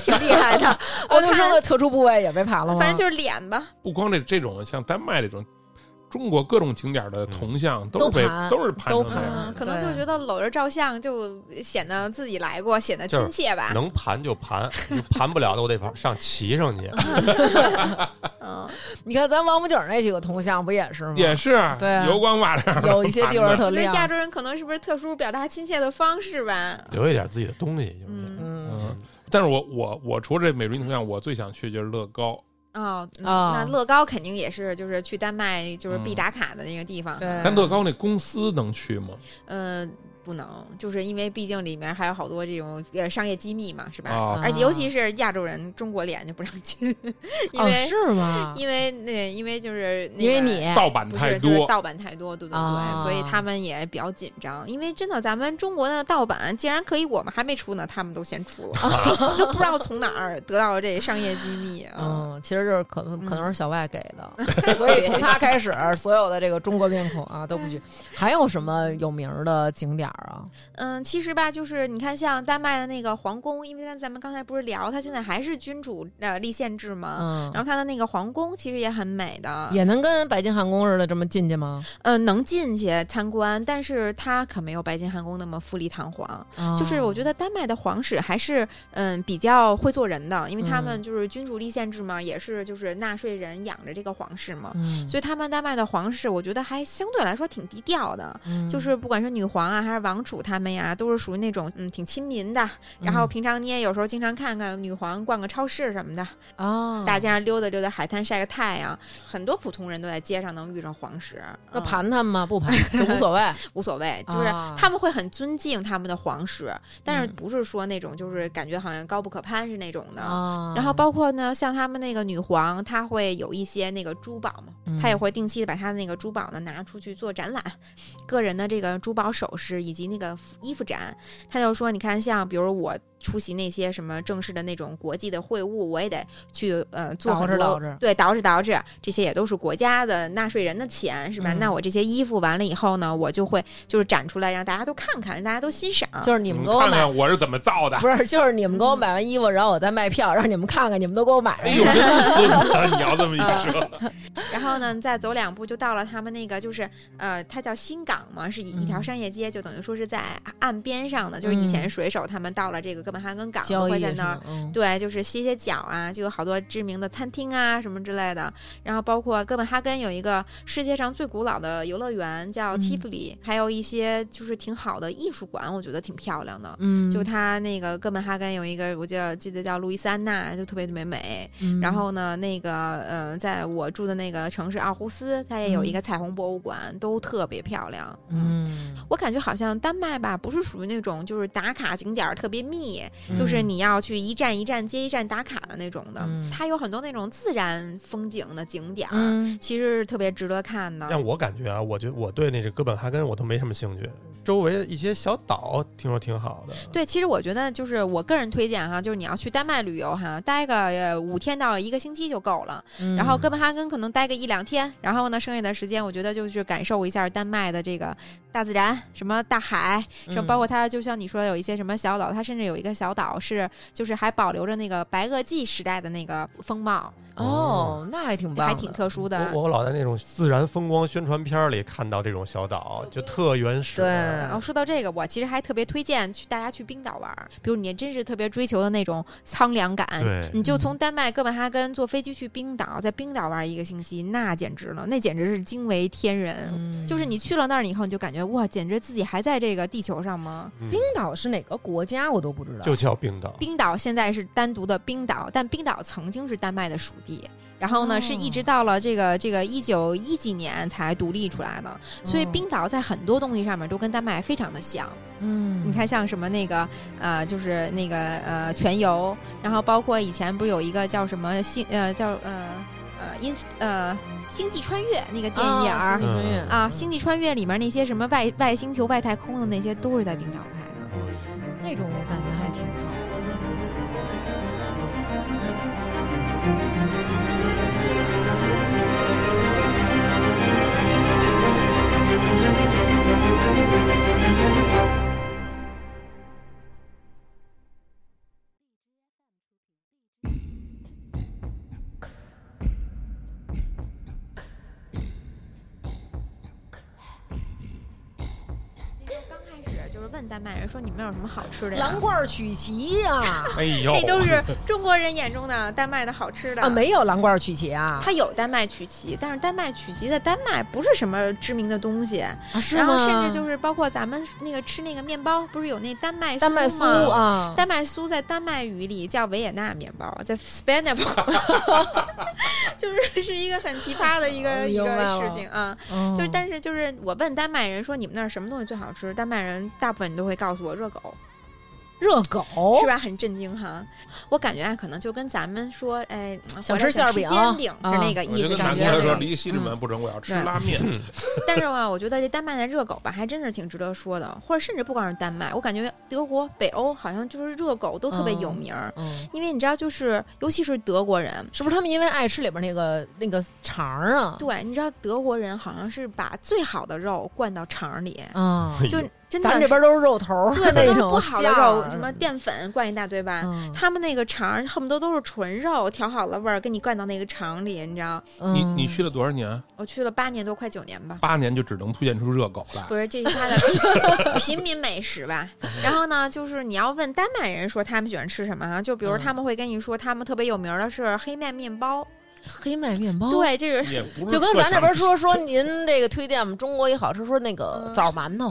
Speaker 2: 挺厉害的，我
Speaker 1: 安徒生
Speaker 2: 看
Speaker 1: 的特殊部位也被盘了吗？
Speaker 2: 反正就是脸吧，
Speaker 4: 不光这这种像丹麦这种，中国各种景点的铜像
Speaker 1: 都
Speaker 4: 都被
Speaker 1: 盘
Speaker 4: 都是盘
Speaker 1: 都
Speaker 4: 成
Speaker 1: 盘
Speaker 4: 那样
Speaker 2: 嗯，
Speaker 4: 的。
Speaker 2: 可能就觉得搂着照相就显得自己来过，显得亲切吧，
Speaker 3: 能盘就盘，就盘不了的我得往上骑上去。
Speaker 2: 嗯，
Speaker 1: 你看咱王府井那几个铜像不也是吗？
Speaker 4: 也是，
Speaker 1: 对啊
Speaker 4: 油光瓦亮，
Speaker 1: 有一些地方特
Speaker 2: 我觉得
Speaker 1: 亮。
Speaker 2: 亚洲人可能是不是特殊表达亲切的方式吧，
Speaker 3: 留一点自己的东西，就是这样。
Speaker 2: 嗯，
Speaker 1: 嗯
Speaker 4: 嗯，但是我我我除了这美人鱼铜像，我最想去就是乐高。
Speaker 2: 哦，那
Speaker 1: 哦嗯
Speaker 2: 那乐高肯定也是就是去丹麦就是必打卡的那个地方，
Speaker 1: 对
Speaker 4: 但乐高那公司能去吗？
Speaker 2: 嗯，不能，就是因为毕竟里面还有好多这种呃商业机密嘛，是吧？
Speaker 4: 啊，
Speaker 2: 而且尤其是亚洲人，中国脸就不让进，因
Speaker 1: 哦，
Speaker 2: 为、
Speaker 1: 是吗？
Speaker 2: 因为那因为就是、那个、
Speaker 1: 因为你
Speaker 4: 盗版
Speaker 2: 嗯不是
Speaker 4: 太
Speaker 2: 就是
Speaker 4: 多，
Speaker 2: 盗版太多，对对对，
Speaker 1: 啊
Speaker 2: 所以他们也比较紧张。因为真的，咱们中国的盗版竟然可以我们还没出呢，他们都先出
Speaker 4: 啊
Speaker 2: 了， 都不知道从哪儿得到这商业机密啊。
Speaker 1: 嗯，其实就是可能
Speaker 2: 嗯
Speaker 1: 可能是小外给的， 所以从他开始，所有的这个中国面孔啊都不 去。还有什么有名儿的景点儿啊？
Speaker 2: 嗯，其实吧，就是你看，像丹麦的那个皇宫，因为咱咱们刚才不是聊，它现在还是君主呃立宪制嘛。
Speaker 1: 嗯，
Speaker 2: 然后它的那个皇宫其实也很美的，
Speaker 1: 也能跟白金汉宫似的这么进去吗？
Speaker 2: 呃，能进去参观，但是它可没有白金汉宫那么富丽堂皇。 就是
Speaker 1: 哦
Speaker 2: 我觉得丹麦的皇室还是嗯比较会做人的，因为他
Speaker 1: 嗯
Speaker 2: 们就是君主立宪制嘛，也是就是纳税人养着这个皇室嘛
Speaker 1: 得，嗯，
Speaker 2: 所以他们丹麦的皇室，我觉得还相对来说挺低调的。
Speaker 1: 嗯
Speaker 2: 就是不管是女皇啊，还是王储他们呀，都是属于那种嗯挺亲民的。然后
Speaker 1: 嗯
Speaker 2: 平常你也有时候经常看看女皇逛个超市什么的，
Speaker 1: 啊，
Speaker 2: 大街上溜达溜达，海滩晒个太阳。很多普通人都在街上能遇上皇室，
Speaker 1: 那
Speaker 2: 嗯
Speaker 1: 盘他们吗？不盘，就无 所谓。
Speaker 2: 无所谓，就是
Speaker 1: 啊
Speaker 2: 他们会很尊敬他们的皇室，但是
Speaker 1: 嗯
Speaker 2: 不是说那种就是感觉好像高不可攀是那种的。
Speaker 1: 啊，
Speaker 2: 嗯然后包括呢，像他们那个女皇，她会有一些那个珠宝嘛，
Speaker 1: 嗯
Speaker 2: 她也会定期的把她的那个珠宝呢拿出去做展览，个人的这个珠宝首饰以及那个衣服展。她就说，你看，像比如我出席那些什么正式的那种国际的会晤，我也得去呃做
Speaker 1: 捯
Speaker 2: 很
Speaker 1: 饬
Speaker 2: 多
Speaker 1: 捯饬
Speaker 2: 对，捯饬捯饬，这些也都是国家的纳税人的钱，是吧？
Speaker 1: 嗯
Speaker 2: 那我这些衣服完了以后呢，我就会就是展出来让大家都看看，让大家都欣赏。
Speaker 1: 就是你
Speaker 4: 你
Speaker 1: 们给
Speaker 4: 们
Speaker 1: 我
Speaker 4: 看
Speaker 1: 买，
Speaker 4: 看我是怎么造的。
Speaker 1: 不是，就是你们给我
Speaker 2: 嗯
Speaker 1: 买完衣服，然后我再卖票，让你们看看，你们都给我买
Speaker 4: 哎呦，真孙子！ 你要这么一
Speaker 2: 嗯
Speaker 4: 说，
Speaker 2: 然后呢，再走两步就到了他们那个，就是呃，它叫新港嘛，是一一条
Speaker 1: 嗯
Speaker 2: 商业街，就等于说是在岸边上的。就是以前水手他们到了这个哥本哈根港，都
Speaker 1: 交
Speaker 2: 会
Speaker 1: 易
Speaker 2: 在
Speaker 1: 是
Speaker 2: 那儿
Speaker 1: 吗。嗯
Speaker 2: 对，就是歇歇脚啊，就有好多知名的餐厅啊什么之类的。然后包括哥本哈根有一个世界上最古老的游乐园叫
Speaker 1: 嗯
Speaker 2: Tivoli，、还有一些就是挺好的艺术馆，我觉得挺漂亮的。
Speaker 1: 嗯，
Speaker 2: 就它那个哥本哈根有一个，我记得记得叫路易斯安那，就特别特别美。
Speaker 1: 嗯
Speaker 2: 然后呢，那个呃，在我住的那个城市奥胡斯，它也有一个彩虹博物馆，都特别漂亮。，
Speaker 1: 嗯，
Speaker 2: 我感觉好像丹麦吧，不是属于那种就是打卡景点儿特别密，就是你要去一站一站接一站打卡的那种的。
Speaker 1: 嗯
Speaker 2: 它有很多那种自然风景的景点儿，
Speaker 1: 嗯
Speaker 2: 其实是特别值得看的。
Speaker 3: 让我感觉啊，我觉得我对那个哥本哈根我都没什么兴趣，周围的一些小岛听说挺好的。
Speaker 2: 对，其实我觉得就是我个人推荐哈，就是你要去丹麦旅游哈，待个呃五天到一个星期就够了。
Speaker 1: 嗯，
Speaker 2: 然后哥本哈根可能待个一两天，然后呢，剩下的时间我觉得就是感受一下丹麦的这个大自然，什么大海，
Speaker 1: 嗯
Speaker 2: 什么
Speaker 3: 嗯
Speaker 2: 包括它，就像你说有一些什么小岛，它甚至有一个小岛是就是还保留着那个白垩纪时代的那个风貌，
Speaker 1: 哦，那还挺棒的，
Speaker 2: 还挺特殊的。
Speaker 3: 我我老在那种自然风光宣传片里看到这种小岛，就特原始。啊
Speaker 1: 对
Speaker 2: 然后说到这个，我其实还特别推荐去大家去冰岛玩儿，比如你真是特别追求的那种苍凉感，
Speaker 3: 对嗯
Speaker 2: 你就从丹麦哥本哈根坐飞机去冰岛，在冰岛玩一个星期，那简直了，那简直是惊为天人。
Speaker 1: 嗯
Speaker 2: 就是你去了那儿以后，你就感觉哇，简直自己还在这个地球上吗？
Speaker 3: 嗯
Speaker 1: 冰岛是哪个国家我都不知道，
Speaker 3: 就叫冰岛。
Speaker 2: 冰岛现在是单独的冰岛，但冰岛曾经是丹麦的属地，然后呢，
Speaker 1: 哦
Speaker 2: 是一直到了这个这个一九一几年才独立出来的，所以
Speaker 1: 哦
Speaker 2: 冰岛在很多东西上面都跟丹麦非常的像。
Speaker 1: 嗯，
Speaker 2: 你看，像什么那个呃，就是那个呃全游，然后包括以前不是有一个叫什么星呃叫呃呃 ins 呃星际穿越那个
Speaker 1: 哦
Speaker 2: 电影儿、
Speaker 3: 际
Speaker 4: 嗯
Speaker 2: 啊，星际穿越里面那些什么外外星球、外太空的那些都是在冰岛拍的。
Speaker 1: 那种感觉还挺好的。
Speaker 2: 那时候刚开始就是问丹麦人说你们有什么好吃的呀？
Speaker 1: 蓝罐曲奇呀，
Speaker 4: 哎呦，
Speaker 2: 那都是 中国人眼中的丹麦的好吃的
Speaker 1: 啊，。没有蓝罐曲奇啊，
Speaker 2: 它有丹麦曲奇，但是丹麦曲奇在丹麦不是什么知名的东西，
Speaker 1: 啊是
Speaker 2: 然后
Speaker 1: 吗？
Speaker 2: 甚至就是包括咱们那个吃那个面包，不是有那丹麦
Speaker 1: 丹麦
Speaker 2: 酥
Speaker 1: 酥
Speaker 2: 吗？
Speaker 1: 啊，
Speaker 2: 丹麦酥在丹麦语里叫维也纳面包，在 s p a n a b l 就是就是是一个很奇葩的一个、
Speaker 1: 哦
Speaker 2: 一
Speaker 1: 明白
Speaker 2: 个
Speaker 1: 了
Speaker 2: 事情啊。
Speaker 1: 嗯
Speaker 2: 就是，但是就是我问丹麦人说你们那儿什么东西最好吃，丹麦人大部分都会告诉我热狗，
Speaker 1: 热狗
Speaker 2: 是吧？很震惊哈。我感觉啊，可能就跟咱们说，哎，
Speaker 1: 想
Speaker 2: 回
Speaker 1: 吃
Speaker 2: 来
Speaker 1: 馅儿
Speaker 2: 想吃
Speaker 1: 饼
Speaker 2: 煎饼
Speaker 1: 啊
Speaker 2: 是那个
Speaker 4: 我
Speaker 2: 意思，
Speaker 4: 觉得
Speaker 2: 感
Speaker 4: 南
Speaker 2: 觉嗯
Speaker 4: 国来说
Speaker 2: 那个
Speaker 4: 离西直门不成，我要吃
Speaker 2: 对
Speaker 4: 拉面。
Speaker 2: 但是啊，我觉得这丹麦的热狗吧，还真是挺值得说的，或者甚至不光是丹麦，我感觉德国、北欧好像就是热狗都特别有名儿。
Speaker 1: 嗯，
Speaker 2: 因为你知道，就是尤其是德国人，
Speaker 1: 是不是他们因为爱吃里边那个那个肠儿啊？
Speaker 2: 对，你知道德国人好像是把最好的肉灌到肠里，
Speaker 1: 啊，
Speaker 2: 就真的
Speaker 1: 咱这边都是肉头儿，
Speaker 2: 对
Speaker 1: 那
Speaker 2: 都是
Speaker 1: 种
Speaker 2: 不好的
Speaker 1: 馅儿啊
Speaker 2: 肉，什么淀粉灌一大堆吧。
Speaker 1: 嗯
Speaker 2: 他们那个肠恨不得都是纯肉，调好了味儿，给你灌到那个肠里，你知道？
Speaker 4: 你
Speaker 1: 嗯
Speaker 4: 你去了多少年？
Speaker 2: 我去了八年多，快九年吧。
Speaker 4: 八年就只能推荐出热狗来
Speaker 2: 不。是，这是他的 平民美食吧？
Speaker 4: 嗯
Speaker 2: 然后呢，就是你要问丹麦人说他们喜欢吃什么啊？就比如
Speaker 1: 嗯
Speaker 2: 他们会跟你说，他们特别有名的是黑面面包。
Speaker 1: 黑麦面包，，
Speaker 2: 对，这是
Speaker 4: 也不是
Speaker 1: 就跟咱这边
Speaker 4: 特想
Speaker 1: 说说您这个推荐我们中国一好吃，说那个
Speaker 2: 嗯
Speaker 1: 枣馒 头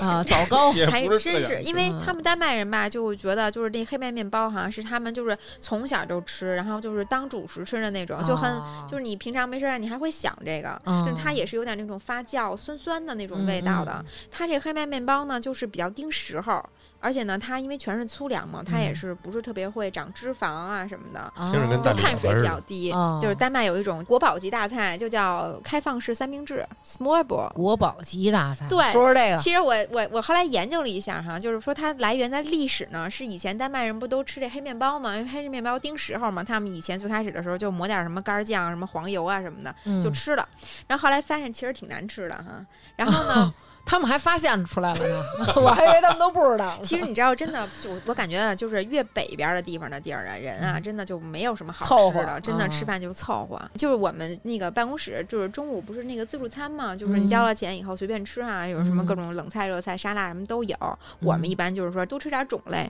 Speaker 1: 啊，枣糕
Speaker 4: 吃，也
Speaker 2: 还
Speaker 4: 不是
Speaker 2: 真
Speaker 4: 特
Speaker 2: 是，
Speaker 4: 想吃
Speaker 2: 因为
Speaker 1: 嗯
Speaker 2: 他们丹麦人吧，就觉得就是那黑面面包好像是他们就是从小就吃，然后就是当主食吃的那种，就很
Speaker 1: 啊
Speaker 2: 就是你平常没事儿你还会想这个，
Speaker 1: 嗯
Speaker 2: 就是它也是有点那种发酵酸酸的那种味道的。
Speaker 1: 嗯
Speaker 2: 它这黑麦面包呢，就是比较盯时候，而且呢，它因为全是粗粮嘛，它也
Speaker 1: 嗯
Speaker 2: 是不是特别会长脂肪啊什么的，
Speaker 1: 啊
Speaker 3: 听着跟蛋
Speaker 2: 就
Speaker 3: 里
Speaker 2: 碳水
Speaker 3: 边儿
Speaker 2: 比
Speaker 3: 似
Speaker 2: 较
Speaker 3: 的
Speaker 2: 低。
Speaker 1: 哦
Speaker 2: 就是丹麦有一种国宝级大菜，就叫开放式三明治 s m a l l b o l
Speaker 1: 国宝级大菜，
Speaker 2: 对
Speaker 1: 说说这个，
Speaker 2: 其实我我我后来研究了一下哈，就是说它来源的历史呢，是以前丹麦人不都吃这黑面包嘛，因为黑面包盯时候嘛，他们以前最开始的时候就抹点什么干儿酱、什么黄油啊什么的，
Speaker 1: 嗯
Speaker 2: 就吃了。然后后来发现其实挺难吃的哈。然后 呢，
Speaker 1: 哦他们还发现出来了呢， 我还以为他们都不知道。
Speaker 2: 其实你知道，真的就我感觉啊，就是越北边的地方的地儿啊，人啊，真的就没有什么
Speaker 1: 嗯凑
Speaker 2: 好吃
Speaker 1: 合
Speaker 2: 的，真的吃
Speaker 1: 嗯
Speaker 2: 饭就凑合。就是我们那个办公室，就是中午不是那个自助餐嘛，就是你
Speaker 1: 嗯
Speaker 2: 交了钱以后随便吃啊，有什么各种冷菜、热菜、沙拉什么都有。我
Speaker 1: 嗯
Speaker 2: 们一般就是说多吃点种类。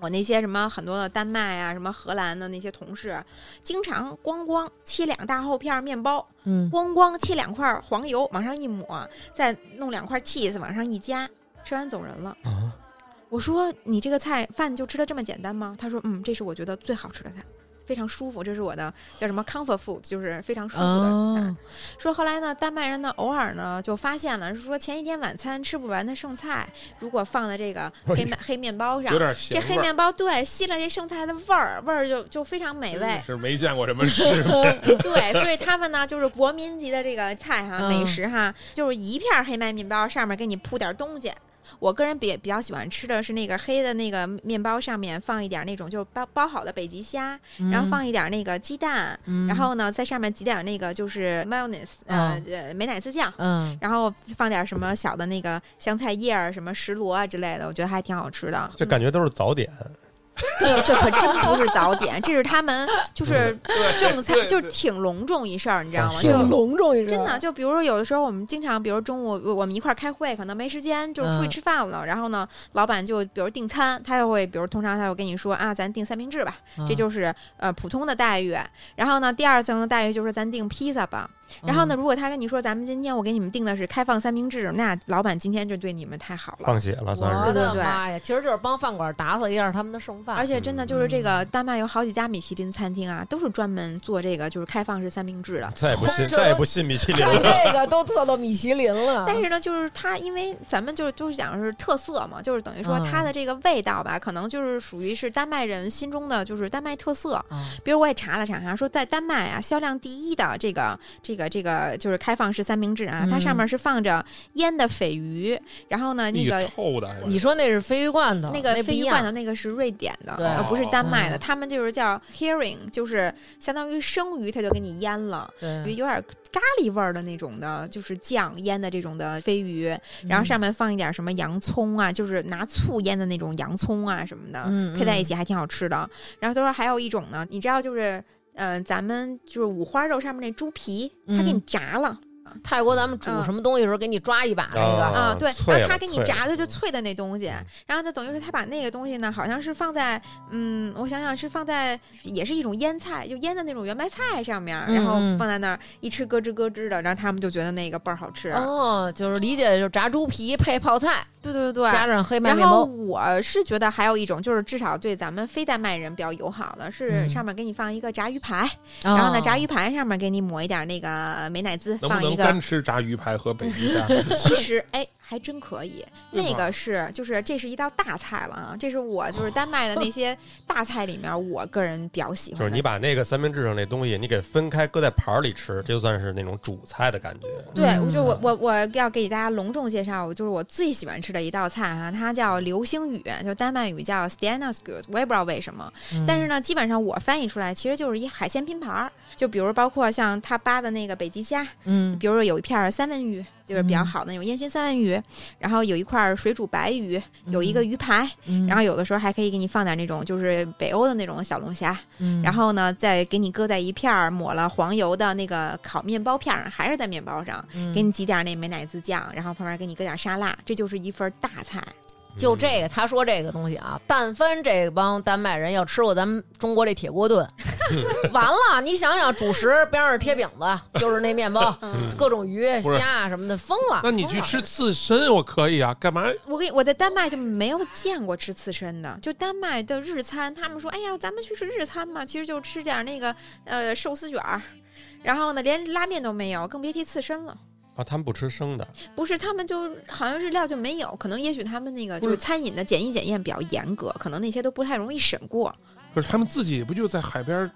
Speaker 2: 我那些什么很多的丹麦啊，什么荷兰的那些同事，经常咣咣切两大厚片儿面包，
Speaker 1: 嗯，
Speaker 2: 咣咣切两块黄油往上一抹，再弄两块 cheese 往上一加，吃完走人了。
Speaker 3: 啊
Speaker 2: 我说你这个菜饭就吃的这么简单吗？他说嗯，这是我觉得最好吃的菜，非常舒服，这是我的叫什么 comfort food，就是非常舒服的菜。
Speaker 1: 哦
Speaker 2: 说后来呢，丹麦人呢偶尔呢就发现了，是说前一天晚餐吃不完的剩菜，如果放在这个黑面、黑面包上
Speaker 4: 哎有。点
Speaker 2: 这
Speaker 4: 咸
Speaker 2: 黑
Speaker 4: 味儿
Speaker 2: 面包对吸了这剩菜的味儿，味儿就就非常美味。
Speaker 4: 是没见过什 么世
Speaker 2: 对，所以他们呢就是国民级的这个菜哈，
Speaker 1: 嗯
Speaker 2: 美食哈，就是一片黑麦面包上面给你铺点东西。我个人比比较喜欢吃的是那个黑的那个面包，上面放一点那种就是包包好的北极虾，然后放一点那个鸡蛋，
Speaker 1: 嗯，
Speaker 2: 然后呢在上面挤点那个就是 mayonnaise，呃、呃美乃滋酱，
Speaker 1: 嗯，
Speaker 2: 然后放点什么小的那个香菜叶儿、什么石螺啊之类的，我觉得还挺好吃的。
Speaker 3: 这感觉都是早点，
Speaker 2: 对，这可真不是早点，这是他们就是 正餐，就是挺隆重一事儿，你知道吗？
Speaker 3: 啊
Speaker 2: 就是是
Speaker 3: 吗
Speaker 1: 隆重一
Speaker 2: 真的，就比如说有的时候我们经常，比如中午我我们一块儿开会，可能没时间，就出去
Speaker 1: 嗯
Speaker 2: 吃饭了。然后呢，老板就比如订餐，他就会，比如通常他会跟你说啊，咱订三明治吧，
Speaker 1: 嗯
Speaker 2: 这就是呃普通的待遇。然后呢，第二层的待遇就是咱订披萨吧。然
Speaker 1: 嗯
Speaker 2: 后呢，，如果他跟你说咱们今天我给你们订的是开放三明治，那老板今天就对你们太好了。
Speaker 3: 放血了算
Speaker 1: 我
Speaker 3: 是。
Speaker 1: 的
Speaker 2: 对对
Speaker 1: 妈呀，其实就是帮饭馆打扫一下他们的剩饭，
Speaker 2: 而且真的就是这个丹麦有好几家米其林餐厅啊，都是专门做这个就是开放式三明治的。
Speaker 3: 再也不信，
Speaker 1: 这
Speaker 3: 再也不信米其 林
Speaker 1: 看
Speaker 3: 了。
Speaker 1: 啊这个都特到米其林了，
Speaker 2: 但是呢，就是它，因为咱们就就是讲是特色嘛，就是等于说
Speaker 1: 嗯
Speaker 2: 它的这个味道吧，可能就是属于是丹麦人心中的就是丹麦特色。
Speaker 1: 啊
Speaker 2: 比如我也查了查哈，说在丹麦啊，销量第一的这个这个这个就是开放式三明治啊，它上
Speaker 1: 嗯
Speaker 2: 面是放着腌的鲱鱼，然后呢那
Speaker 4: 你
Speaker 2: 个。
Speaker 4: 臭的，
Speaker 1: 你说那是鲱鱼罐头，
Speaker 2: 那个
Speaker 1: 不
Speaker 2: 鲱
Speaker 1: 一
Speaker 2: 鱼
Speaker 1: 样
Speaker 2: 罐头，那个是瑞典的，
Speaker 1: 对
Speaker 2: 而不是丹麦的。
Speaker 1: 嗯
Speaker 2: 他们就是叫 herring，就是相当于生鱼，它就给你腌了，有
Speaker 1: 对，
Speaker 2: 有点咖喱味儿的那种的，就是酱腌的这种的鲱鱼。然后上
Speaker 1: 面
Speaker 2: 面放一点什么洋葱啊，就是拿醋腌的那种洋葱啊什么的，
Speaker 1: 嗯
Speaker 2: 配在一起还挺好吃的。然后他说还有一种呃呢，你知道就是，嗯、咱们就是五花肉上面那猪皮，他给你
Speaker 1: 嗯
Speaker 2: 炸了，
Speaker 1: 泰国咱们煮什么东西的时候给你抓一把那个，
Speaker 3: 啊
Speaker 2: 啊，对，
Speaker 3: 脆
Speaker 2: 然
Speaker 3: 了
Speaker 2: 后他给你
Speaker 3: 脆
Speaker 2: 炸
Speaker 3: 了
Speaker 2: 的就脆的那东西
Speaker 3: 嗯，
Speaker 2: 然后他等于是他把那个东西呢，好像是放在，嗯，我想想是放在也是一种腌菜，就腌的那种圆白菜上面，
Speaker 1: 嗯
Speaker 2: 然后
Speaker 1: 嗯
Speaker 2: 放在那儿一吃咯吱咯吱的，然后他们就觉得那个倍儿好吃。
Speaker 1: 哦，就是理解就是炸猪皮配泡菜，
Speaker 2: 对对对
Speaker 1: 加
Speaker 2: 对。
Speaker 1: 上黑麦
Speaker 2: 然
Speaker 1: 面
Speaker 2: 后
Speaker 1: 包，
Speaker 2: 我是觉得还有一种，就是至少对咱们非丹麦人比较友好的是，
Speaker 1: 嗯哦
Speaker 2: 上面给你放一个炸鱼排，
Speaker 1: 然
Speaker 2: 然后呢，炸鱼排上面给你抹一点那个呃美乃滋，
Speaker 4: 能
Speaker 2: 放
Speaker 4: 不
Speaker 2: 一
Speaker 4: 能
Speaker 2: 个
Speaker 4: 干吃炸鱼排和北极虾？
Speaker 2: 其实哎，还真可以。
Speaker 4: 对
Speaker 2: 那
Speaker 4: 吧
Speaker 2: 个是就是这是一道大菜了啊，这是我就是丹麦的那些大菜里面，我个人比较喜欢
Speaker 3: 就
Speaker 2: 的。
Speaker 3: 是你把那个三明治上那东西，你给分开搁在盘儿里吃，这就算是那种主菜的感觉。
Speaker 2: 对，
Speaker 1: 嗯
Speaker 2: 我就我我我要给大家隆重介绍，就是我最喜欢吃的一道菜啊，它叫流星雨，就丹麦语叫 s t e n a s g u d 我也不知道为什么，
Speaker 1: 嗯
Speaker 2: 但是呢，基本上我翻译出来其实就是一海鲜拼盘儿，就比如包括像他扒的那个北极虾，
Speaker 1: 嗯
Speaker 2: 比如说有一片儿三文鱼，就是比较
Speaker 1: 嗯
Speaker 2: 好的那种烟熏三文鱼，然后有一块儿水煮白鱼，有一个鱼排，
Speaker 1: 嗯，
Speaker 2: 然后有的时候还可以给你放点那种就是北欧的那种小龙虾，
Speaker 1: 嗯
Speaker 2: 然后呢再给你搁在一片儿抹了黄油的那个烤面包片儿，还是在面包上，
Speaker 1: 嗯
Speaker 2: 给你挤点那美乃滋酱，然后旁边给你搁点沙拉，这就是一份大菜。
Speaker 1: 就这个，他说这个东西啊，但凡这帮丹麦人要吃过咱们中国这铁锅 炖，完了，你想想主食边上是贴饼 子，就是那面包，各种鱼、
Speaker 4: 嗯不是
Speaker 1: 虾啊什么的，疯了。
Speaker 4: 那你去
Speaker 1: 疯了
Speaker 4: 吃刺身，我可以啊，干嘛？
Speaker 2: 我跟你我在丹麦就没有见过吃刺身的，就丹麦的日餐，他们说哎呀，咱们去吃日餐吧，其实就吃点那个呃寿司卷儿。然后呢，连拉面都没有，更别提刺身了。
Speaker 3: 啊，他们不吃生的，
Speaker 2: 不是，他们就好像日料就没有，可能也许他们那个
Speaker 4: 不
Speaker 2: 就是是餐饮的检疫检验比较严格，可能那些都不太容易审过。
Speaker 4: 可是他们自己不就在海边儿？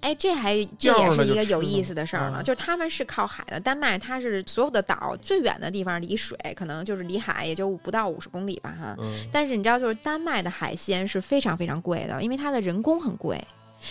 Speaker 2: 哎，这还
Speaker 4: 这
Speaker 2: 这
Speaker 4: 样
Speaker 2: 也是
Speaker 4: 呢
Speaker 2: 一
Speaker 4: 就
Speaker 2: 个
Speaker 4: 吃
Speaker 2: 有意
Speaker 4: 吗
Speaker 2: 思的事儿呢，
Speaker 4: 嗯
Speaker 2: 就是他们是靠海的，丹麦它是所有的岛最远的地方离水可能就是离海也就不到五十公里吧哈。
Speaker 4: 嗯，
Speaker 2: 但是你知道，就是丹麦的海鲜是非常非常贵的，因为它的人工很贵。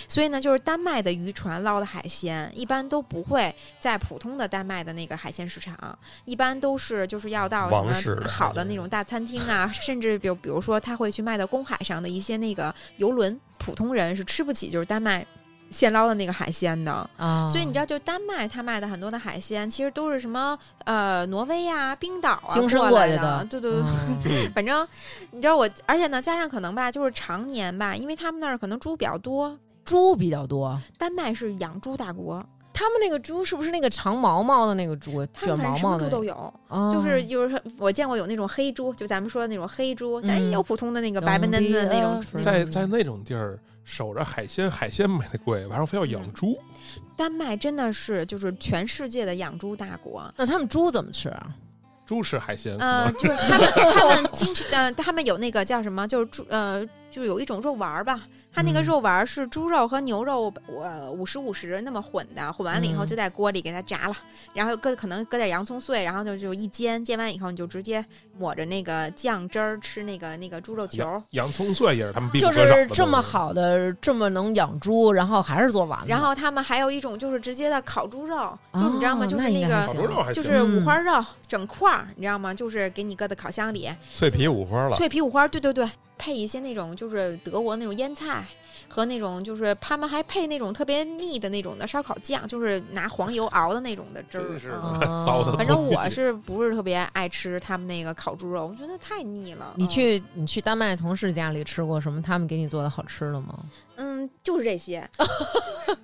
Speaker 2: 所以呢，就是丹麦的渔船捞的海鲜，一般都不会在普通的丹麦的那个海鲜市场，一般都是就是要到
Speaker 3: 王
Speaker 2: 什
Speaker 3: 室
Speaker 2: 么
Speaker 3: 的
Speaker 2: 好的那种大餐厅啊，甚至比如比如说他会去卖到公海上的一些那个游轮，普通人是吃不起就是丹麦现捞的那个海鲜的。
Speaker 1: 啊，
Speaker 2: 所以你知道，就丹麦它卖的很多的海鲜，其实都是什么呃挪威啊、冰岛啊
Speaker 1: 精神
Speaker 2: 过
Speaker 1: 过
Speaker 2: 来
Speaker 1: 去
Speaker 2: 的
Speaker 1: 的，
Speaker 2: 对对对，
Speaker 4: 嗯
Speaker 2: 反正你知道我，而且呢，加上可能吧，就是常年吧，因为他们那儿可能猪比较多，
Speaker 1: 猪比较多，
Speaker 2: 丹麦是养猪大国，
Speaker 1: 他们那个猪是不是那个长毛毛的那个猪，
Speaker 2: 他
Speaker 1: 卷
Speaker 2: 们反
Speaker 1: 毛
Speaker 2: 正什
Speaker 1: 毛
Speaker 2: 么
Speaker 1: 的那
Speaker 2: 猪
Speaker 1: 个
Speaker 2: 都？有，
Speaker 1: 哦
Speaker 2: 就是就是我见过有那种黑猪，就咱们说的那种黑猪，但
Speaker 1: 嗯
Speaker 2: 也有普通的那个白嫩嫩的那种
Speaker 1: 嗯
Speaker 2: 猪。
Speaker 4: 在在那种地儿守着海鲜，海鲜买的贵，完了非要养猪，
Speaker 1: 嗯
Speaker 2: 丹麦真的是就是全世界的养猪大国。
Speaker 1: 那他们猪怎么吃啊？
Speaker 4: 猪吃海鲜。
Speaker 2: 嗯、
Speaker 4: 可能
Speaker 2: 就是他们他们经常，呃，他们有那个叫什么，就是猪，呃，就有一种肉丸儿吧，它那个
Speaker 1: 嗯
Speaker 2: 肉丸儿是猪肉和牛肉，呃，五十五十那么混的，混完了以后
Speaker 1: 嗯
Speaker 2: 就在锅里给它炸了，然后搁可能搁点洋葱碎，然后就就一煎，煎完以后你就直接抹着那个酱汁儿吃那个那个猪肉球儿
Speaker 4: 洋。洋葱碎也是他们必不
Speaker 1: 就
Speaker 4: 可少的
Speaker 1: 是
Speaker 4: 东西。
Speaker 1: 这么好的，这么能养猪，然后还是做丸子，
Speaker 2: 然后他们还有一种就是直接的烤猪肉，就你知道吗？
Speaker 1: 哦
Speaker 2: 就是
Speaker 1: 那应该
Speaker 2: 个
Speaker 1: 还
Speaker 4: 烤
Speaker 1: 行
Speaker 4: 猪肉还
Speaker 2: 就
Speaker 4: 行
Speaker 2: 是五
Speaker 1: 嗯
Speaker 2: 花肉整块儿，你知道吗？就是给你搁在烤箱里，
Speaker 3: 脆皮五花了，
Speaker 2: 脆皮五花，对对对，配一些那种就是德国那种腌菜和那种就是他们还配那种特别腻的那种的烧烤酱，就是拿黄油熬的那种的汁儿
Speaker 4: 真。是
Speaker 2: 嗯
Speaker 1: 哦
Speaker 4: 糟的
Speaker 2: 反正我是不是特别爱吃他们那个烤猪肉，我觉得太腻了。
Speaker 1: 你
Speaker 2: 嗯
Speaker 1: 去你去丹麦同事家里吃过什么他们给你做的好吃的 吗？
Speaker 2: 嗯，就是这些，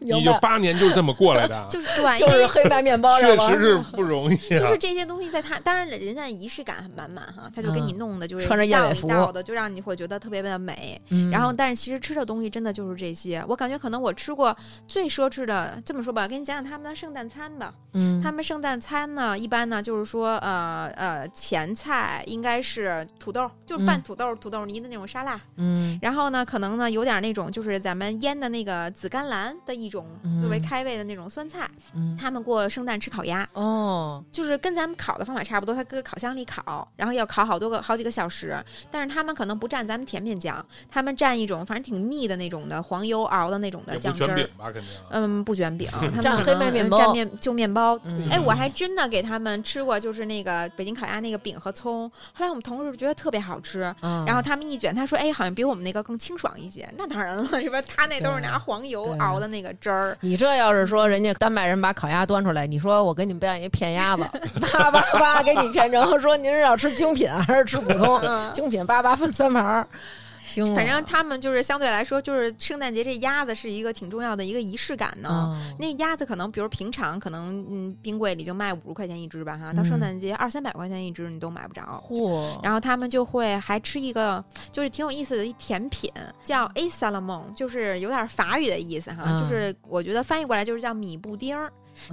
Speaker 4: 你就八年就是这么过来的，啊
Speaker 2: 就是 对，
Speaker 1: 就
Speaker 2: 因
Speaker 1: 是
Speaker 2: 为
Speaker 1: 黑白面包，
Speaker 4: 确实是不容易啊。
Speaker 2: 就是这些东西在他，当然人家仪式感很满满哈，他就给你
Speaker 1: 嗯
Speaker 2: 弄的就是
Speaker 1: 穿着
Speaker 2: 一
Speaker 1: 燕
Speaker 2: 道
Speaker 1: 尾
Speaker 2: 一
Speaker 1: 服
Speaker 2: 道的，就让你会觉得特别的美。
Speaker 1: 嗯，
Speaker 2: 然后，但是其实吃的东西真的就是这些。我感觉可能我吃过最奢侈的，这么说吧，给你讲讲他们的圣诞餐吧。
Speaker 1: 嗯，
Speaker 2: 他们圣诞餐呢，一般呢就是说，呃呃，前菜应该是土豆，就是拌
Speaker 1: 嗯
Speaker 2: 土豆、土豆泥的那种沙拉。
Speaker 1: 嗯
Speaker 2: 然后呢，可能呢有点那种就是咱们腌的那个紫甘蓝的一种
Speaker 1: 嗯
Speaker 2: 作为开胃的那种酸菜。
Speaker 1: 嗯
Speaker 2: 他们过圣诞吃烤鸭，
Speaker 1: 哦，
Speaker 2: 就是跟咱们烤的方法差不多，他搁烤箱里烤，然后要烤好多个好几个小时。但是他们可能不蘸咱们甜面酱，他们蘸一种反正挺腻的那种的黄油熬的那种的
Speaker 4: 也
Speaker 2: 酱
Speaker 4: 不
Speaker 2: 汁
Speaker 4: 卷
Speaker 2: 儿
Speaker 4: 饼。吧，肯定。啊
Speaker 2: 嗯，不 卷饼，他们
Speaker 1: 蘸
Speaker 2: 可
Speaker 1: 黑
Speaker 2: 能
Speaker 1: 麦面
Speaker 2: 嗯
Speaker 1: 包
Speaker 2: 蘸面就面包，
Speaker 1: 啊嗯
Speaker 2: 哎，我还真的给他们吃过，就是那个北京烤鸭那个饼和葱。后来我们同事觉得特别好吃，
Speaker 1: 啊
Speaker 2: 然后他们一卷，他说：“哎，好像比我们那个更清爽一些。”那当然了，是吧？他那都是
Speaker 1: 对
Speaker 2: 拿黄油
Speaker 1: 对
Speaker 2: 熬的那个汁儿。
Speaker 1: 你这要是说人家丹麦人把烤鸭端出来，你说我给你们表演一片鸭子，叭叭叭给你片成，说您是要吃精品还是吃普通？
Speaker 2: 嗯，
Speaker 1: 精品叭叭分三盘 儿，惊了
Speaker 2: 反正他们就是相对来说，就是圣诞节这鸭子是一个挺重要的一个仪式感呢。
Speaker 1: 哦
Speaker 2: 那鸭子可能，比如平常可能，嗯，冰柜里就卖五十块钱一只吧，哈，到
Speaker 1: 嗯
Speaker 2: 圣诞节二三百块钱一只你都买不着。
Speaker 1: 嚯，
Speaker 2: 然后他们就会还吃一个，就是挺有意思的一甜品，叫 a s a l a m o n 就是有点法语的意思哈，
Speaker 1: 嗯
Speaker 2: 就是我觉得翻译过来就是叫米布丁儿。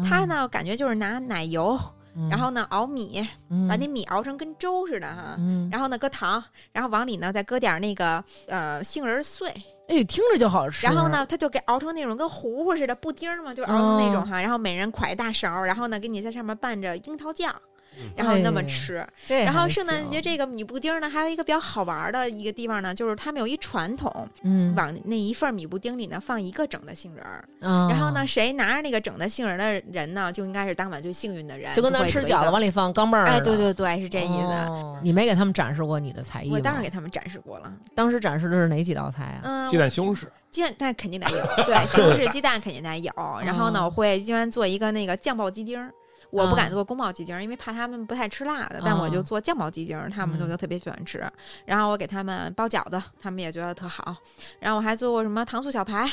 Speaker 2: 它呢，感觉就是拿奶油，
Speaker 1: 嗯，
Speaker 2: 然后呢熬米，
Speaker 1: 嗯
Speaker 2: 把那米熬成跟粥似的哈。
Speaker 1: 嗯，
Speaker 2: 然后呢，搁糖，然后往里呢再搁点那个呃杏仁碎，
Speaker 1: 哎，听着就好吃。
Speaker 2: 然后，呢，它就给熬成那种跟糊糊似的布丁儿嘛，就熬成
Speaker 1: 哦
Speaker 2: 那种哈。然后每人㧟一大勺儿，然后呢给你在上面拌着樱桃酱
Speaker 3: 嗯，
Speaker 2: 然后那么
Speaker 1: 哎
Speaker 2: 吃。
Speaker 1: 这
Speaker 2: 然后
Speaker 1: 还
Speaker 2: 圣诞节
Speaker 1: 行，
Speaker 2: 这个米布丁呢，还有一个比较好玩的一个地方呢，就是他们有一传统，
Speaker 1: 嗯，
Speaker 2: 往那一份米布丁里呢放一个整的杏仁儿，
Speaker 1: 然
Speaker 2: 然后呢，，谁拿着那个整的杏仁儿的人呢，就应该是当晚最幸运的人，
Speaker 1: 就跟咱
Speaker 2: 会
Speaker 1: 吃
Speaker 2: 得
Speaker 1: 饺子
Speaker 2: 到。
Speaker 1: 往里放钢镚儿似的，
Speaker 2: 哎，对对对，是这意思。
Speaker 1: 哦哎你没给他们展示过你的才艺吗？
Speaker 2: 我当然给他们展示过了，
Speaker 1: 当时展示的是哪几道菜啊？
Speaker 2: 嗯，
Speaker 4: 鸡蛋西红柿，
Speaker 2: 鸡蛋但肯定得有， 对，西红柿鸡蛋肯定得有。然后呢，
Speaker 1: 哦
Speaker 2: 我会经常做一个那个酱爆鸡丁儿。我不
Speaker 1: 啊
Speaker 2: 敢做宫保鸡丁儿，因为怕他们不太吃辣的，但我就
Speaker 1: 啊
Speaker 2: 做酱爆鸡丁儿，他们就
Speaker 1: 嗯
Speaker 2: 就特别喜欢吃。然后我给他们包饺子，他们也觉得特好。然后我还做过什么糖醋小排，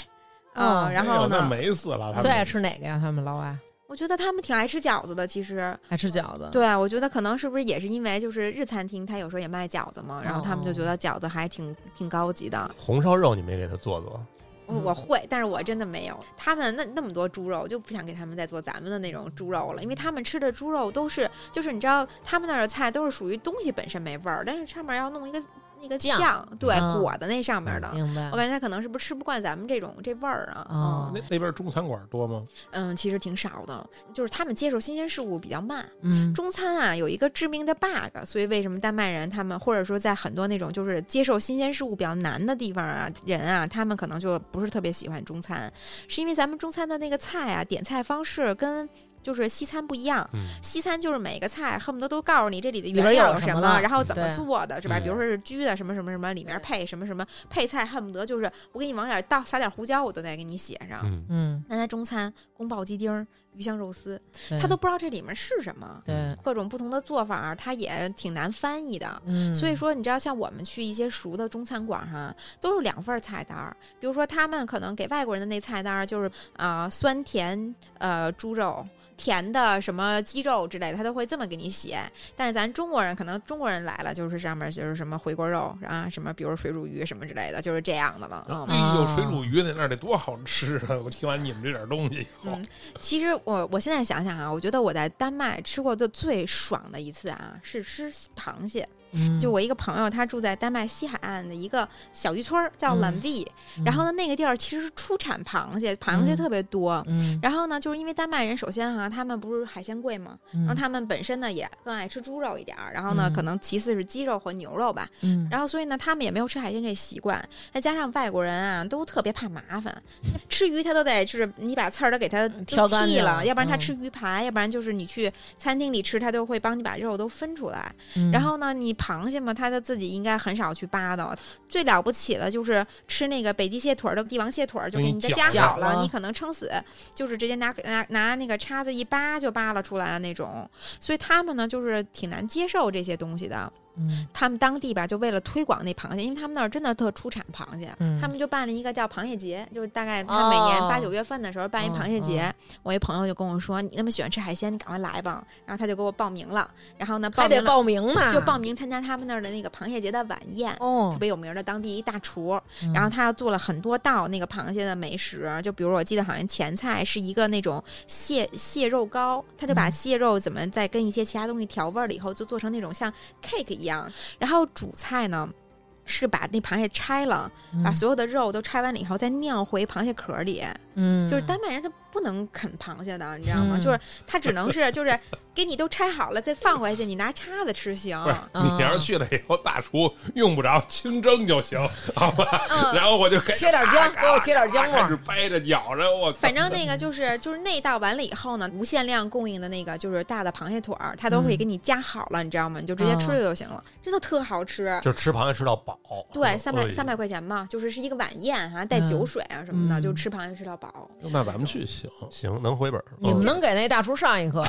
Speaker 2: 嗯、
Speaker 1: 哦
Speaker 2: 然
Speaker 4: 哎呦
Speaker 2: 后
Speaker 4: 那
Speaker 2: 呢，
Speaker 4: 美死了，他们
Speaker 1: 最爱吃哪个呀？他们老外
Speaker 2: 我觉得他们挺爱吃饺子的。其实，
Speaker 1: 爱吃饺子。，
Speaker 2: 对我觉得可能是不是也是因为就是日餐厅它有时候也卖饺子嘛，然后他们就觉
Speaker 1: 哦
Speaker 2: 得饺子还挺挺高级的。
Speaker 3: 红烧肉你没给他做做？
Speaker 2: 我我会，但是我真的没有。他们那那么多猪肉，我就不想给他们再做咱们的那种猪肉了，因为他们吃的猪肉都是，就是你知道他们那儿的菜都是属于东西本身没味儿，但是上面要弄一个那个
Speaker 1: 酱
Speaker 2: 对，
Speaker 1: 嗯
Speaker 2: 裹在那上面的。
Speaker 1: 明白
Speaker 2: 我。感觉他可能是不是吃不惯咱们这种这味儿啊？
Speaker 1: 哦
Speaker 4: 那那边中餐馆多吗？
Speaker 2: 嗯，其实挺少的，就是他们接受新鲜事物比较慢。
Speaker 1: 嗯，
Speaker 2: 中餐啊有一个致命的 bug，所以为什么丹麦人他们或者说在很多那种就是接受新鲜事物比较难的地方啊人啊，他们可能就不是特别喜欢中餐，是因为咱们中餐的那个菜啊点菜方式跟就是西餐不一样。
Speaker 3: 嗯，
Speaker 2: 西餐就是每个菜啊恨不得都告诉你这里的
Speaker 1: 里边
Speaker 2: 原料
Speaker 1: 有
Speaker 2: 有
Speaker 1: 什
Speaker 2: 什
Speaker 1: 么
Speaker 2: 么，
Speaker 1: 了
Speaker 2: 然后怎么
Speaker 1: 对
Speaker 2: 做的，是吧？
Speaker 3: 嗯
Speaker 2: 比如说是焗的什么什么什么，里面配什么什么配菜，恨不得就是我给你往点儿倒撒点胡椒，我都得给你写上。
Speaker 3: 嗯，
Speaker 1: 嗯，
Speaker 2: 那在中餐，宫保鸡丁儿、鱼香肉丝，
Speaker 1: 对
Speaker 2: 他都不知道这里面是什么。
Speaker 1: 对，
Speaker 2: 各种不同的做法，它也挺难翻译的。
Speaker 1: 嗯，
Speaker 2: 所以说，你知道，像我们去一些熟的中餐馆哈，都是两份儿菜单儿。比如说，他们可能给外国人的那菜单儿就是啊、呃酸甜呃猪肉。甜的什么鸡肉之类的，他都会这么给你写。但是咱中国人可能中国人来了，就是上面就是什么回锅肉啊，什么比如水煮鱼什么之类的，就是这样的了。嗯，
Speaker 4: 哎呦，水煮鱼在那儿得多好吃啊！ 我听完你们这点东西以后，
Speaker 2: 嗯其实我我现在想想啊，我觉得我在丹麦吃过的最爽的一次啊，是吃螃蟹。
Speaker 1: 嗯
Speaker 2: 就我一个朋友，他住在丹麦西海岸的一个小渔村儿，叫
Speaker 1: 嗯
Speaker 2: l a n v 然后呢，那个地儿其实出产螃蟹，螃蟹
Speaker 1: 嗯
Speaker 2: 特别多。
Speaker 1: 嗯，
Speaker 2: 然后呢，就是因为丹麦人，首先哈、他们不是海鲜贵嘛，
Speaker 1: 嗯，
Speaker 2: 然后他们本身呢也更爱吃猪肉一点儿，然后呢，
Speaker 1: 嗯
Speaker 2: 可能其次是鸡肉和牛肉吧，
Speaker 1: 嗯，
Speaker 2: 然后所以呢，他们也没有吃海鲜这习惯，再加上外国人啊都特别怕麻烦，吃鱼他都得就是你把刺儿都给他都
Speaker 1: 嗯挑干
Speaker 2: 剔
Speaker 1: 净
Speaker 2: 了，要不然他
Speaker 1: 嗯
Speaker 2: 吃鱼排，要不然就是你去餐厅里吃，他都会帮你把肉都分出来。
Speaker 1: 嗯
Speaker 2: 然后呢，你螃蟹嘛，它的自己应该很少去扒的。最了不起的就是吃那个北极蟹腿儿的帝王蟹腿儿，就
Speaker 4: 给
Speaker 2: 给
Speaker 4: 你
Speaker 2: 你再
Speaker 4: 绞
Speaker 2: 夹
Speaker 1: 了
Speaker 2: 好了，
Speaker 1: 啊
Speaker 2: 你可能撑死，就是直接拿拿拿那个叉子一扒就扒拉出来了那种。所以他们呢，就是挺难接受这些东西的。
Speaker 1: 嗯
Speaker 2: 他们当地吧，就为了推广那螃蟹，因为他们那儿真的特出产螃蟹，
Speaker 1: 嗯
Speaker 2: 他们就办了一个叫螃蟹节，就是大概他每年
Speaker 1: 哦
Speaker 2: 八九月份的时候办一螃蟹节。
Speaker 1: 嗯
Speaker 2: 我一朋友就跟我说：“你那么喜欢吃海鲜，你赶快来吧。”然后他就给我报名了，然后呢，报
Speaker 1: 还得
Speaker 2: 名了
Speaker 1: 报名呢，
Speaker 2: 就报名参加他们那儿的那个螃蟹节的晚宴。特
Speaker 1: 哦，
Speaker 2: 别有名的当地一大厨，
Speaker 1: 嗯
Speaker 2: 然后他又做了很多道那个螃蟹的美食，就比如我记得好像前菜是一个那种蟹蟹肉糕，他就把
Speaker 1: 嗯
Speaker 2: 蟹肉怎么再跟一些其他东西调味儿了以后，就做成那种像 cake 一样。然后主菜呢是把那螃蟹拆了，把
Speaker 1: 嗯
Speaker 2: 所有的肉都拆完了以后再酿回螃蟹壳里，
Speaker 1: 嗯，
Speaker 2: 就是丹麦人他不能啃螃蟹的，你知道吗？
Speaker 1: 嗯
Speaker 2: 就是他只能是就是给你都拆好了再放回去，你拿叉子吃行。
Speaker 4: 不是你
Speaker 2: 嗯
Speaker 4: 要是去了以后，大厨用不着清蒸就行，好吧？
Speaker 2: 嗯
Speaker 4: 然后我就开始
Speaker 1: 切点姜，给我切点姜
Speaker 4: 开
Speaker 1: 末
Speaker 4: 始，掰着咬着，我靠
Speaker 2: 反正那个就是就是那道完了以后呢，无限量供应的那个就是大的螃蟹腿儿，它都会
Speaker 1: 嗯哦
Speaker 2: 给你夹好了，你知道吗？你就直接吃了就行了，真的特好吃。
Speaker 3: 就吃螃蟹吃到饱。
Speaker 2: 对，三
Speaker 3: 哎
Speaker 2: 百
Speaker 3: 呦
Speaker 2: 三百块钱嘛，就是是一个晚宴哈、带酒水啊什么的，
Speaker 1: 嗯
Speaker 2: 就吃螃蟹吃到饱。好。
Speaker 4: 那咱们去行，
Speaker 2: 嗯
Speaker 3: 行，能回本儿。
Speaker 1: 你们
Speaker 3: 嗯
Speaker 1: 能给那大厨上一课？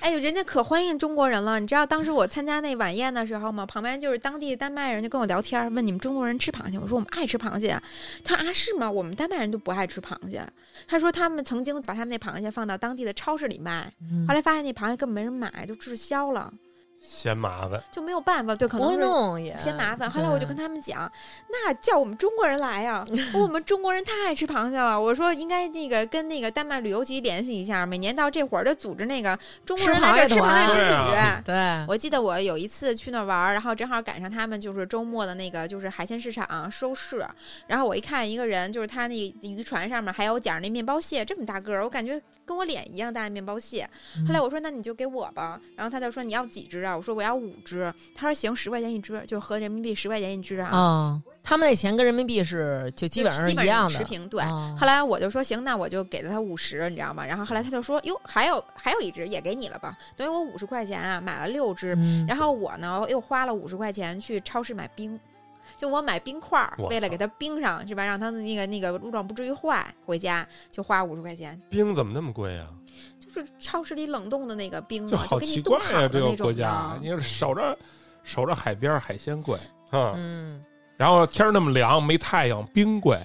Speaker 2: 哎呦，人家可欢迎中国人了。你知道当时我参加那晚宴的时候吗？旁边就是当地丹麦人就跟我聊天，问你们中国人吃螃蟹，我说我们爱吃螃蟹啊。他说啊是吗？我们丹麦人就不爱吃螃蟹。他说他们曾经把他们那螃蟹放到当地的超市里卖，
Speaker 1: 嗯
Speaker 2: 后来发现那螃蟹根本没人买，就滞销了，
Speaker 3: 嫌麻烦，
Speaker 2: 就没有办法。对，可
Speaker 1: 不
Speaker 2: 能
Speaker 1: 会
Speaker 2: 是
Speaker 1: 弄也
Speaker 2: 嫌麻烦。后来我就跟
Speaker 1: 他
Speaker 2: 他们讲，那叫我们中国人 来呀、哦我说我们中国人太爱吃螃蟹了。我说应该那个跟那个丹麦旅游局联系一下，每年到这会儿就组织那个中国人来这儿
Speaker 1: 吃
Speaker 2: 吃
Speaker 1: 螃蟹团
Speaker 2: 螃蟹之旅。
Speaker 4: 对
Speaker 1: 对，
Speaker 2: 我记得我有一次去那儿玩儿，然后正好赶上他们就是周末的那个就是海鲜市场收市，然后我一看一个人，就是他那渔船上面还有捡着那面包蟹，这么大个儿，我感觉跟我脸一样大的面包蟹。后
Speaker 1: 嗯
Speaker 2: 来我说那你就给我吧，然后他就说你要几只啊？我说我要五只，他说行，十块钱一只，就是合人民币十块钱一只啊，
Speaker 1: 啊，他们那钱跟人民币是就基本上
Speaker 2: 基
Speaker 1: 一
Speaker 2: 本
Speaker 1: 样
Speaker 2: 上
Speaker 1: 的，
Speaker 2: 持平对。
Speaker 1: 哦
Speaker 2: 后来我就说行，那我就给了他五十，你知道吗？然后后来他就说哟，还有还有一只也给你了吧，等于我五十块钱啊，买了六只
Speaker 1: 嗯
Speaker 2: 然后我呢又花了五十块钱去超市买冰，就我买冰块儿，
Speaker 3: 我
Speaker 2: 为了
Speaker 3: 操
Speaker 2: 给它冰上，是吧？让它的那个那个路上不至于坏，回家就花五十块钱，
Speaker 3: 冰怎么那么贵啊？
Speaker 2: 就是超市里冷冻的那个冰
Speaker 4: 就
Speaker 2: 嘛，
Speaker 4: 好
Speaker 2: 给
Speaker 4: 奇
Speaker 2: 你冻
Speaker 4: 怪
Speaker 2: 好的
Speaker 4: 呀、这个
Speaker 2: 那种啊嗯
Speaker 4: 国家
Speaker 2: 的，
Speaker 4: 你守着守着海边儿海鲜贵，
Speaker 3: 嗯，
Speaker 1: 嗯，
Speaker 4: 然后天儿那么凉，没太阳，冰贵。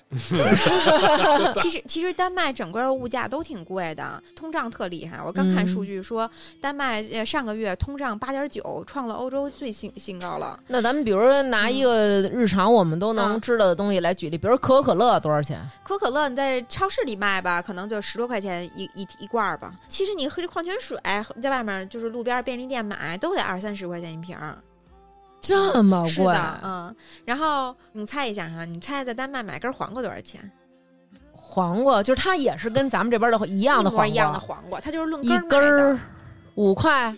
Speaker 2: 其实其实丹麦整个的物价都挺贵的，通胀特厉害。我刚看
Speaker 4: 嗯
Speaker 2: 数据说，丹麦呃上个月通胀八点九，创了欧洲最新新高了。
Speaker 1: 那咱们比如说拿一个日常我们都能
Speaker 2: 嗯
Speaker 1: 知道的东西来举例，比如可口可乐多少钱？
Speaker 2: 可口可乐你在超市里卖吧，可能就十多块钱一一一罐儿吧。其实你喝这矿泉水，你在外面就是路边便利店买，都得二三十块钱一瓶儿。
Speaker 1: 这么
Speaker 2: 是
Speaker 1: 贵？
Speaker 2: 的，嗯。然后你猜一下哈，你猜在丹麦买根黄瓜多少钱？
Speaker 1: 黄瓜就是它也是跟咱们这边的一样的
Speaker 2: 一模
Speaker 1: 黄
Speaker 2: 一样的
Speaker 1: 瓜，
Speaker 2: 黄瓜，它就是论
Speaker 1: 一
Speaker 2: 根
Speaker 1: 根
Speaker 2: 儿
Speaker 1: 儿
Speaker 2: 卖的，
Speaker 1: 五块。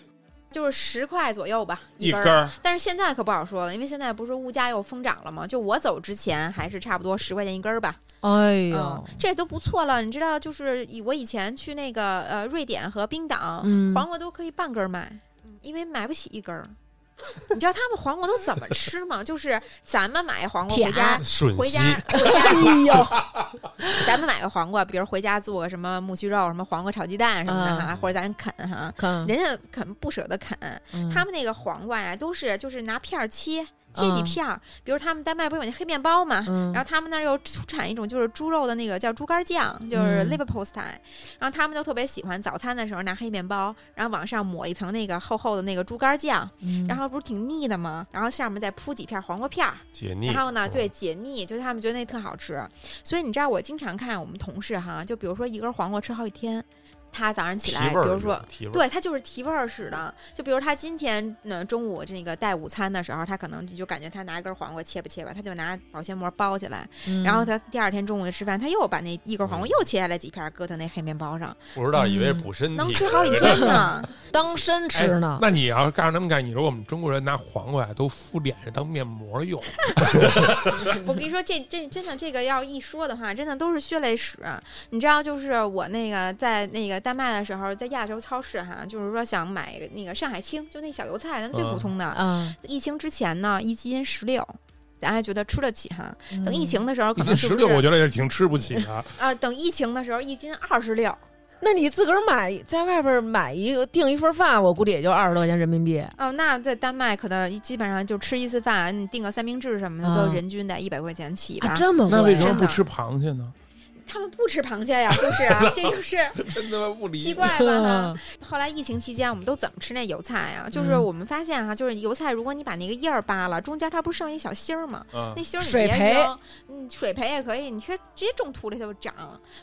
Speaker 2: 就是十块左右吧，
Speaker 4: 一
Speaker 2: 根
Speaker 4: 根
Speaker 2: 儿。
Speaker 4: 儿
Speaker 2: 但是现在可不好说了，因为现在不是物价又疯涨了吗？就我走之前还是差不多十块钱一根儿吧。
Speaker 1: 哎
Speaker 2: 嗯
Speaker 1: 呦，，
Speaker 2: 这都不错了。你知道，就是以我以前去那个呃瑞典和冰岛，
Speaker 1: 嗯
Speaker 2: 黄瓜都可以半根儿买，因为买不起一根儿。 你知道他们黄瓜都怎么吃吗？就是咱们买黄瓜
Speaker 1: 舔
Speaker 2: 回家。
Speaker 3: 吮
Speaker 2: 回家
Speaker 3: 吸，
Speaker 2: 回家，
Speaker 1: 哎 呦，
Speaker 2: 咱们买个黄瓜，比如回家做个什么木须肉、什么黄瓜炒鸡蛋什么的哈，或者咱啃哈，
Speaker 1: 看
Speaker 2: 人家啃不舍得啃，
Speaker 1: 嗯
Speaker 2: 他们那个黄瓜呀，都是就是拿片儿切，切几
Speaker 1: 嗯
Speaker 2: 片儿。比如他们丹麦不是有那黑面包嘛，
Speaker 1: 嗯
Speaker 2: 然后他们那儿又出产一种就是猪肉的那个叫猪肝酱，就是
Speaker 1: 嗯
Speaker 2: Leberpostei，、然后他们都特别喜欢早餐的时候拿黑面包，然后往上抹一层那个厚厚的那个猪肝酱，
Speaker 1: 嗯
Speaker 2: 然后不是挺腻的吗？然后上面再铺几片黄瓜片儿，
Speaker 3: 解腻。
Speaker 2: 然后呢，
Speaker 3: 嗯
Speaker 2: 对，解腻，就是他们觉得那特好吃。所以你知道，我经常看我们同事哈，就比如说一根黄瓜吃好几天，他早上起
Speaker 3: 提
Speaker 2: 来，
Speaker 3: 味儿
Speaker 2: 比如
Speaker 3: 是
Speaker 2: 说
Speaker 3: 吧提味儿，
Speaker 2: 对，它就是提味儿似的。就比如他今天呢中午这个带午餐的时候，他可能就感觉他拿一根黄瓜切吧切吧，他就拿保鲜膜包起来，然
Speaker 1: 嗯
Speaker 2: 后他第二天中午吃饭，他又把那一根黄瓜
Speaker 3: 嗯
Speaker 2: 又切下来几片，搁他那黑面包上，
Speaker 3: 不知道以为补
Speaker 4: 嗯
Speaker 3: 身
Speaker 2: 嗯能
Speaker 3: 体，
Speaker 2: 吃好几天 呢。
Speaker 1: 当参吃呢
Speaker 4: 哎。那你要是干这么干，你说我们中国人拿黄瓜呀都敷脸上当面 膜用，
Speaker 2: 我跟你说，这这真的这个要一说的话，真的都是血泪史。你知道，就是我那个在那个丹麦的时候，在亚洲超市哈，就是说想买那个上海青，就那小油菜，咱最普
Speaker 4: 嗯
Speaker 2: 通的。
Speaker 1: 啊，
Speaker 2: 疫情之前呢，一斤十六。咱还觉得吃得起哈，等疫情
Speaker 1: 嗯，
Speaker 2: 的时候
Speaker 4: 一
Speaker 2: 可能
Speaker 4: 斤
Speaker 2: 是
Speaker 4: 十
Speaker 2: 不
Speaker 4: 六，我
Speaker 2: 是
Speaker 4: 觉得也挺吃不起的。
Speaker 2: 啊？等疫情的时候一斤二十六
Speaker 1: 那你自个儿买，在外边买一个订一份饭，我估计也就二十多块钱人民币。
Speaker 2: 哦，那在丹麦可能基本上就吃一次饭，你订个三明治什么的，
Speaker 1: 啊
Speaker 2: 都人均得一百块钱起吧。
Speaker 1: 啊，这么贵？
Speaker 4: 那为什 么
Speaker 2: 真
Speaker 4: 不
Speaker 2: 的
Speaker 4: 吃螃蟹呢？
Speaker 2: 他们不吃螃蟹呀，就是啊，这就是
Speaker 4: 真他妈不 理
Speaker 2: 奇怪吧？哈后来疫情期间，我们都怎么吃那油菜呀？就是
Speaker 1: 嗯
Speaker 2: 我们发现哈，就是油菜，如果你把那个叶儿扒了，中间它不是剩一小芯儿吗？
Speaker 4: 嗯
Speaker 2: 那，芯儿你
Speaker 1: 水
Speaker 2: 别
Speaker 1: 培
Speaker 2: 扔，嗯，水培也可以，你可以直接种土里头长。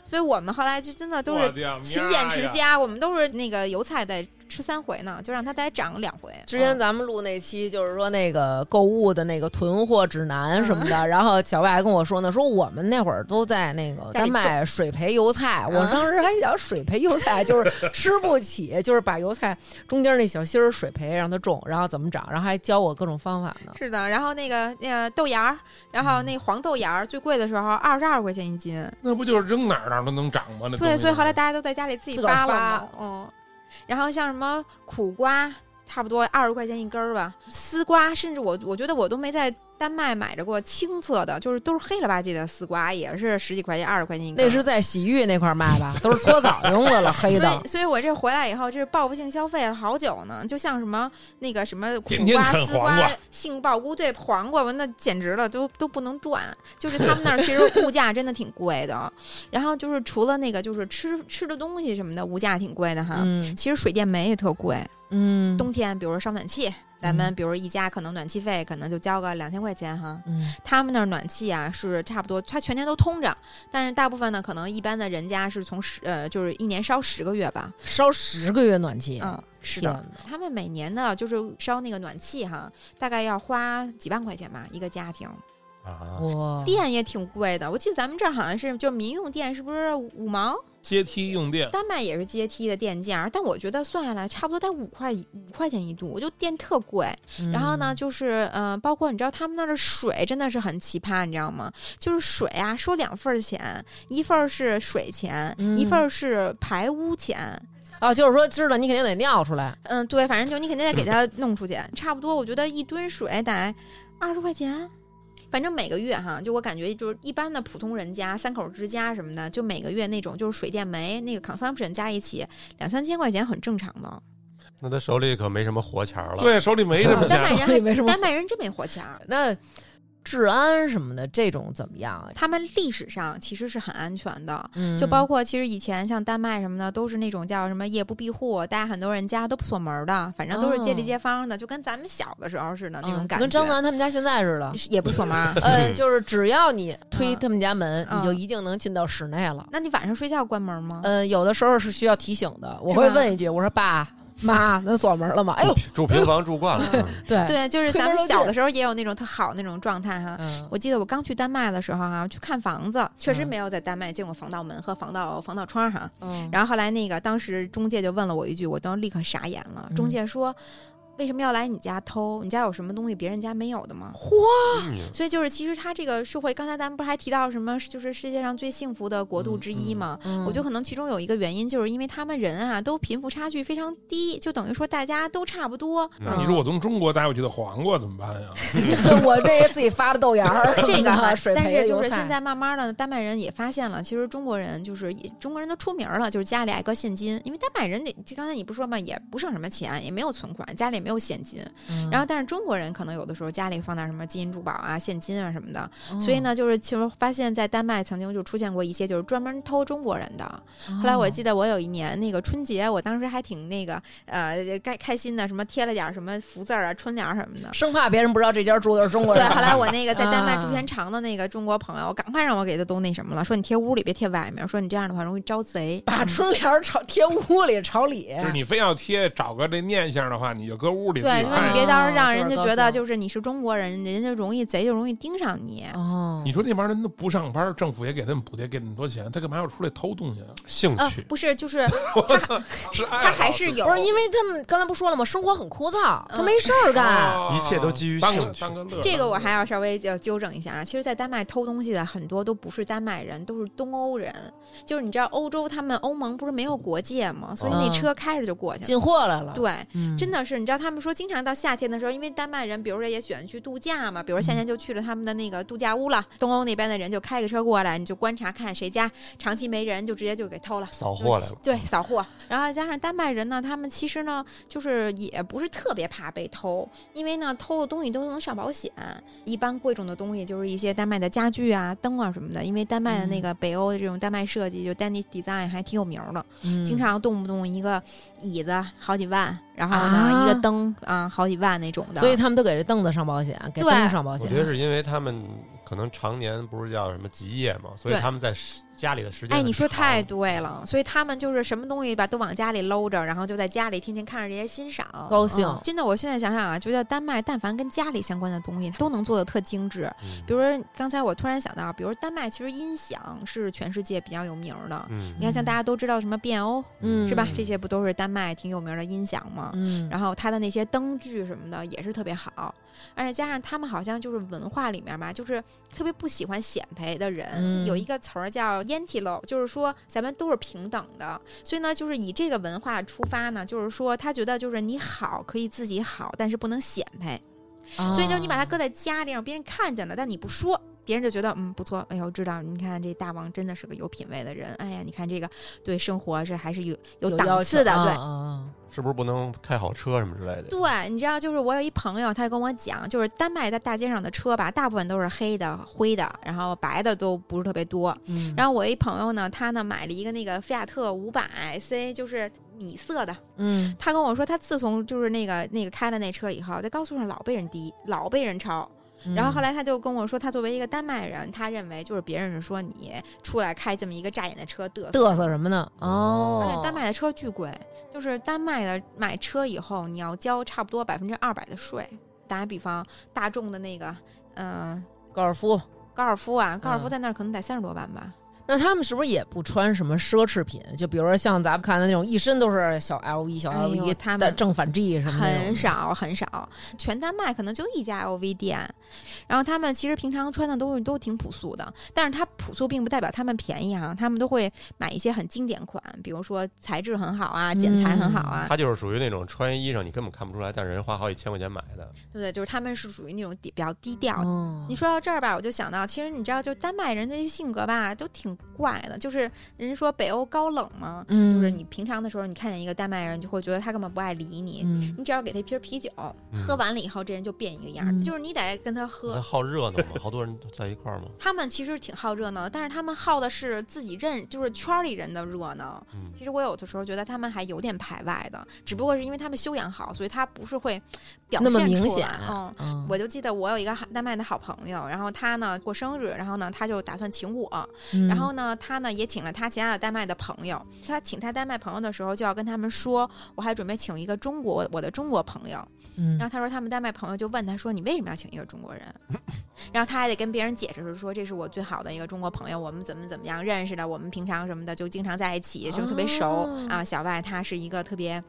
Speaker 2: 所以我们后来就真的都是勤俭持家，我们都是那个油菜得吃三回呢，就让它再长两回。
Speaker 1: 之前
Speaker 2: 嗯
Speaker 1: 咱们录那期，就是说那个购物的那个囤货指南什么
Speaker 2: 嗯
Speaker 1: 的，然后小外还跟我说呢，说我们那会儿都在那个
Speaker 2: 家
Speaker 1: 丹
Speaker 2: 里
Speaker 1: 麦水培油菜，
Speaker 2: 嗯
Speaker 1: 我当时还想水培油菜就是吃不起，就是把油菜中间那小芯儿水培让它种，然后怎么长，然后还教我各种方法呢。
Speaker 2: 是的，然后那个那个豆芽儿，然后那黄豆芽儿最贵的时候二十二块钱一斤，
Speaker 4: 那不就是扔哪儿哪儿都能长吗？那东
Speaker 2: 对，
Speaker 4: 西
Speaker 2: 所以后来大家都在家里自己
Speaker 1: 自个儿
Speaker 2: 扒
Speaker 1: 放
Speaker 2: 拉
Speaker 1: 的，
Speaker 2: 嗯，然后像什么苦瓜，差不多二十块钱一根儿吧，丝瓜，甚至我我觉得我都没在丹麦买着过青色的，就是都是黑了吧唧的丝瓜，也是十几块钱、二十块钱一根。
Speaker 1: 那是在洗浴那块儿卖吧，都是搓澡用的了，黑的
Speaker 2: 所以，所以我这回来以后，这是报复性消费了好久呢。就像什么那个什么苦
Speaker 4: 天天
Speaker 2: 瓜、
Speaker 4: 啃
Speaker 2: 丝
Speaker 4: 黄瓜
Speaker 2: 瓜、杏鲍菇，对黄瓜，那简直了，都都不能断。就是他们那儿其实物价真的挺贵的。然后就是除了那个，就是吃吃的东西什么的，物价挺贵的哈。
Speaker 1: 嗯
Speaker 2: 其实水电煤也特贵，
Speaker 1: 嗯，
Speaker 2: 冬天比如说烧暖气，咱们比如一家可能暖气费可能就交个两千块钱哈。
Speaker 1: 嗯
Speaker 2: 他们那儿暖气啊是差不多，它全年都通着，但是大部分呢，可能一般的人家是从十呃，就是一年烧十个月吧。
Speaker 1: 烧十个月暖气，
Speaker 2: 嗯，是
Speaker 1: 天
Speaker 2: 的，
Speaker 1: 哪，
Speaker 2: 他们每年呢就是烧那个暖气哈，大概要花几万块钱吧，一个家庭。
Speaker 3: 啊，
Speaker 1: 哇，
Speaker 2: 电也挺贵的，我记得咱们这儿好像是就民用电是不是五毛？
Speaker 4: 阶梯用电，
Speaker 2: 丹麦也是阶梯的电价，但我觉得算下来差不多得五块五块钱一度，我就电特贵。然后呢，
Speaker 1: 嗯，
Speaker 2: 就是呃，包括你知道他们那儿的水真的是很奇葩，你知道吗？就是水啊，收两份儿钱，一份儿是水钱，一份
Speaker 1: 嗯
Speaker 2: 儿是排污钱。
Speaker 1: 啊，就是说知道你肯定得尿出来，
Speaker 2: 嗯，对，反正就你肯定得给它弄出去，差不多我觉得一吨水得二十块钱。反正每个月哈，就我感觉就是一般的普通人家、三口之家什么的，就每个月那种就是水电煤那个 consumption 加一起两三千块钱很正常的。
Speaker 3: 那他手里可没什么活钱儿了。，
Speaker 4: 对手里没什么
Speaker 2: 丹
Speaker 4: 钱
Speaker 2: 麦，
Speaker 1: 手
Speaker 2: 人
Speaker 1: 里没
Speaker 2: 还
Speaker 1: 什么
Speaker 2: 丹麦人真没活钱儿，
Speaker 1: 那治安什么的这种怎么样啊？
Speaker 2: 他们历史上其实是很安全的，
Speaker 1: 嗯
Speaker 2: 就包括其实以前像丹麦什么的，都是那种叫什么夜不闭户，大家很多人家都不锁门的，反正都是街里街坊的，就跟咱们小的时候似的那种
Speaker 1: 嗯
Speaker 2: 感觉。
Speaker 1: 哦跟张楠他们家现在似的。，
Speaker 2: 是也不锁门
Speaker 1: 呃，就是只要你推他们家门，
Speaker 2: 嗯
Speaker 1: 你就一定能进到室内了。
Speaker 2: 那你晚上睡觉关门吗？
Speaker 1: 呃，有的时候是需要提醒的，我会问一句，我说爸妈，咱锁门了吗？哎呦，
Speaker 3: 住平房住惯了，嗯
Speaker 1: 对，
Speaker 2: 对，就是
Speaker 1: 推门
Speaker 2: 咱
Speaker 1: 而
Speaker 2: 们
Speaker 1: 进
Speaker 2: 小的时候也有那种特好那种状态哈。
Speaker 1: 嗯，
Speaker 2: 我记得我刚去丹麦的时候哈、去看房子，确实
Speaker 1: 嗯
Speaker 2: 没有在丹麦见过防盗门和防盗防盗窗哈。
Speaker 1: 嗯
Speaker 2: 然后后来那个当时中介就问了我一句，我当时立刻傻眼了。
Speaker 1: 嗯
Speaker 2: 中介说：“为什么要来你家偷？你家有什么东西别人家没有的吗？”
Speaker 3: 嗯
Speaker 2: 所以就是，其实它这个社会，刚才咱们不是还提到什么，就是世界上最幸福的国度之一嘛？
Speaker 1: 嗯
Speaker 2: 我觉得可能其中有一个原因，就是因为他们人啊都贫富差距非常低，就等于说大家都差不多。嗯
Speaker 4: 那啊你说我从中国带回去的黄瓜怎么办呀？
Speaker 1: 我这个自己发的豆芽儿，，
Speaker 2: 这个哈
Speaker 1: 啊水
Speaker 2: 但
Speaker 1: 培的
Speaker 2: 是
Speaker 1: 油
Speaker 2: 就是
Speaker 1: 菜
Speaker 2: 现在慢慢的，丹麦人也发现了，其实中国人就是中国人都出名了，就是家里爱搁现金，因为丹麦人得就刚才你不说嘛，也不剩什么钱，也没有存款，家里也没有现金。
Speaker 1: 嗯。
Speaker 2: 然后，但是中国人可能有的时候家里放点什么金银珠宝啊、现金啊什么的，所以，呢，就是其实发现，在丹麦曾经就出现过一些就是专门偷中国人的。后来我记得我有一年那个春节，我当时还挺那个呃开开心的，什么贴了点儿什么福字儿啊、春联儿什么的
Speaker 1: 嗯生怕别人不知道这家住的是中国
Speaker 2: 对，
Speaker 1: 人。
Speaker 2: 后来我那个在丹麦
Speaker 1: 啊
Speaker 2: 驻全长的那个中国朋友，赶快让我给他都那什么了，说你贴屋里别贴外面，说你这样的话容易招贼。
Speaker 1: 把春联儿朝贴屋里朝
Speaker 2: 哎
Speaker 1: 里
Speaker 4: 就，是你非要贴找个这念想的话，你就搁屋里自
Speaker 2: 对，
Speaker 4: 己
Speaker 2: 就说
Speaker 4: 看
Speaker 2: 你
Speaker 4: 着。
Speaker 2: 别到时候让
Speaker 1: 哦
Speaker 2: 人
Speaker 1: 自
Speaker 2: 家
Speaker 1: 个儿
Speaker 2: 觉
Speaker 1: 高兴
Speaker 2: 得就是你是中国人，人家容易贼就容易盯上你。
Speaker 1: 哦
Speaker 4: 你说那帮人都不上班，政府也给他们补贴，给那么多钱，他干嘛要出来偷东西啊？
Speaker 3: 兴
Speaker 2: 啊
Speaker 3: 趣，
Speaker 2: 不是，就是
Speaker 4: 我操，是爱好
Speaker 2: 啊他还是有，
Speaker 1: 不是因为他们刚才不说了吗？生活很枯燥，
Speaker 2: 嗯
Speaker 1: 他没事儿干。
Speaker 4: 哦
Speaker 3: 一切都基于
Speaker 4: 当个
Speaker 3: 兴趣
Speaker 4: 当个乐
Speaker 2: 这个我还要稍微要纠正一下啊，其实，在丹麦偷东西的很多都不是丹麦人，都是东欧人。就是你知道，欧洲他们欧盟不是没有国界吗？所以那
Speaker 1: 嗯
Speaker 2: 车开着就过去了。
Speaker 1: 进货来了，
Speaker 2: 对，
Speaker 1: 嗯，
Speaker 2: 真的是，你知道他们说，经常到夏天的时候，因为丹麦人，比如说也喜欢去度假嘛，比如说
Speaker 3: 嗯
Speaker 2: 夏天就去了他们的那个度假屋了。东欧那边的人就开个车过来，你就观察看谁家长期没人，就直接就给偷了。
Speaker 3: 扫货来了。
Speaker 2: 对，扫货。然后加上丹麦人呢，他们其实呢，就是也不是特别怕被偷，因为呢，偷了东西都能上保险。一般贵重的东西就是一些丹麦的家具啊、灯啊什么的，因为丹麦的那
Speaker 1: 嗯
Speaker 2: 个北欧的这种丹麦设计，就丹尼 design 还挺有名儿的，
Speaker 1: 嗯
Speaker 2: 经常动不动一个椅子好几万，然后呢、
Speaker 1: 啊
Speaker 2: 一个灯啊好几万那种的。
Speaker 1: 所以他们都给这凳子上保险，给
Speaker 2: 对
Speaker 1: 灯上保
Speaker 3: 我
Speaker 1: 险
Speaker 3: 觉。得是因为他们可能常年不是叫什么吉夜嘛，所以
Speaker 2: 对
Speaker 3: 他们在时家里的时间
Speaker 2: 哎，
Speaker 3: 很
Speaker 2: 你说
Speaker 3: 长
Speaker 2: 太对了，所以他们就是什么东西吧，都往家里搂着，然后就在家里天天看着这些欣赏，
Speaker 1: 高兴
Speaker 2: 嗯真的，我现在想想啊，觉得丹麦但凡跟家里相关的东西，它都能做的特精致。
Speaker 3: 嗯
Speaker 2: 比如说刚才我突然想到，比如丹麦其实音响是全世界比较有名儿的，
Speaker 3: 嗯
Speaker 2: 你看像大家都知道什么变欧
Speaker 1: 嗯
Speaker 2: 是吧？这些不都是丹麦挺有名的音响吗？
Speaker 1: 嗯，
Speaker 2: 然后它的那些灯具什么的也是特别好，而且加上他们好像就是文化里面吧，就是特别不喜欢显摆的人，
Speaker 1: 嗯
Speaker 2: 有一个词儿叫 “yentilo”，就是说咱们都是平等的，所以呢，就是以这个文化出发呢，就是说他觉得就是你好可以自己好，但是不能显摆。
Speaker 1: 所
Speaker 2: 所以就是你把它搁在家里，让别人看见了，但你不说，别人就觉得嗯不错，哎呦，知道你看这大王真的是个有品位的人，哎呀，你看这个对生活是还是有有档次
Speaker 1: 啊
Speaker 2: 的，对。
Speaker 3: 是不是不能开好车什么之类的？
Speaker 2: 对，你知道，就是我有一朋友，他就跟我讲，就是丹麦在大街上的车吧，大部分都是黑的、灰的，然后白的都不是特别多。
Speaker 1: 对，嗯
Speaker 2: 然后我一朋友呢，他呢买了一个那个菲亚特五百 C，就是米色的。
Speaker 1: 嗯
Speaker 2: 他跟我说，他自从就是那个那个开了那车以后，在高速上老被人滴，老被人超。
Speaker 1: 嗯，
Speaker 2: 然后后来他就跟我说，他作为一个丹麦人，他认为就是别人是说你出来开这么一个扎眼的车嘚瑟
Speaker 1: 嘚瑟什么呢？
Speaker 2: 而
Speaker 1: 哦，
Speaker 2: 且丹麦的车巨贵，就是丹麦的买车以后，你要交差不多百分之二百的税。打个比方，大众的那个，嗯、
Speaker 1: 高尔夫，
Speaker 2: 高尔夫啊，高尔夫
Speaker 1: 嗯
Speaker 2: 在那儿可能得三十多万吧。
Speaker 1: 那他们是不是也不穿什么奢侈品？就比如说像咱们看的那种，一身都是小 LV、小
Speaker 2: 哎呦
Speaker 1: LV，
Speaker 2: 他
Speaker 1: 的
Speaker 2: 们
Speaker 1: 正反 G 什么的那
Speaker 2: 很
Speaker 1: 种，
Speaker 2: 少很少，全丹麦可能就一家 LV 店，然后他们其实平常穿的东西都挺朴素的，但是它朴素并不代表他们便宜啊，他们都会买一些很经典款，比如说材质很好啊，剪裁很好啊，
Speaker 1: 嗯
Speaker 3: 他就是属于那种穿衣裳你根本看不出来，但是人花好几千块钱买的。
Speaker 2: 对不对？就是他们是属于那种低比较低调的
Speaker 1: 哦
Speaker 2: 你说到这儿吧，我就想到，其实你知道，就丹麦人的性格吧，都挺怪的。就是人家说北欧高冷嘛，
Speaker 1: 嗯，
Speaker 2: 就是你平常的时候，你看见一个丹麦人，就会觉得他根本不爱理你。
Speaker 1: 嗯，
Speaker 2: 你只要给他一瓶啤酒，
Speaker 3: 嗯
Speaker 2: 喝完了以后，这人就变一个样儿。
Speaker 1: 嗯
Speaker 2: 就是你得跟他喝
Speaker 3: 那。好热闹 嘛，好多人都在一块儿嘛。
Speaker 2: 他们其实挺好热闹的，但是他们好的是自己认，就是圈儿里人的热闹。
Speaker 3: 嗯，
Speaker 2: 其实我有的时候觉得他们还有点排外的，只不过是因为他们修养好，所以他不是会表
Speaker 1: 那
Speaker 2: 现出
Speaker 1: 么
Speaker 2: 来。
Speaker 1: 明显
Speaker 2: 嗯，
Speaker 1: 嗯
Speaker 2: 我就记得我有一个哈丹麦的好朋友，然后他呢过生日，然后呢他就打算请我，
Speaker 1: 嗯
Speaker 2: 然后呢他呢也请了他其他的丹麦的朋友。他请他丹麦朋友的时候，就要跟他们说，我还准备请一个中国我的中国朋友。
Speaker 1: 嗯
Speaker 2: 然后他说他们丹麦朋友就问他说，你为什么要请一个中国人？ 然后他还得跟别人解释是说，这是我最好的一个中国朋友，我们怎么怎么样认识的，我们平常什么的就经常在一起，就特别熟、
Speaker 1: 哦
Speaker 2: 啊。小外他是一个特别。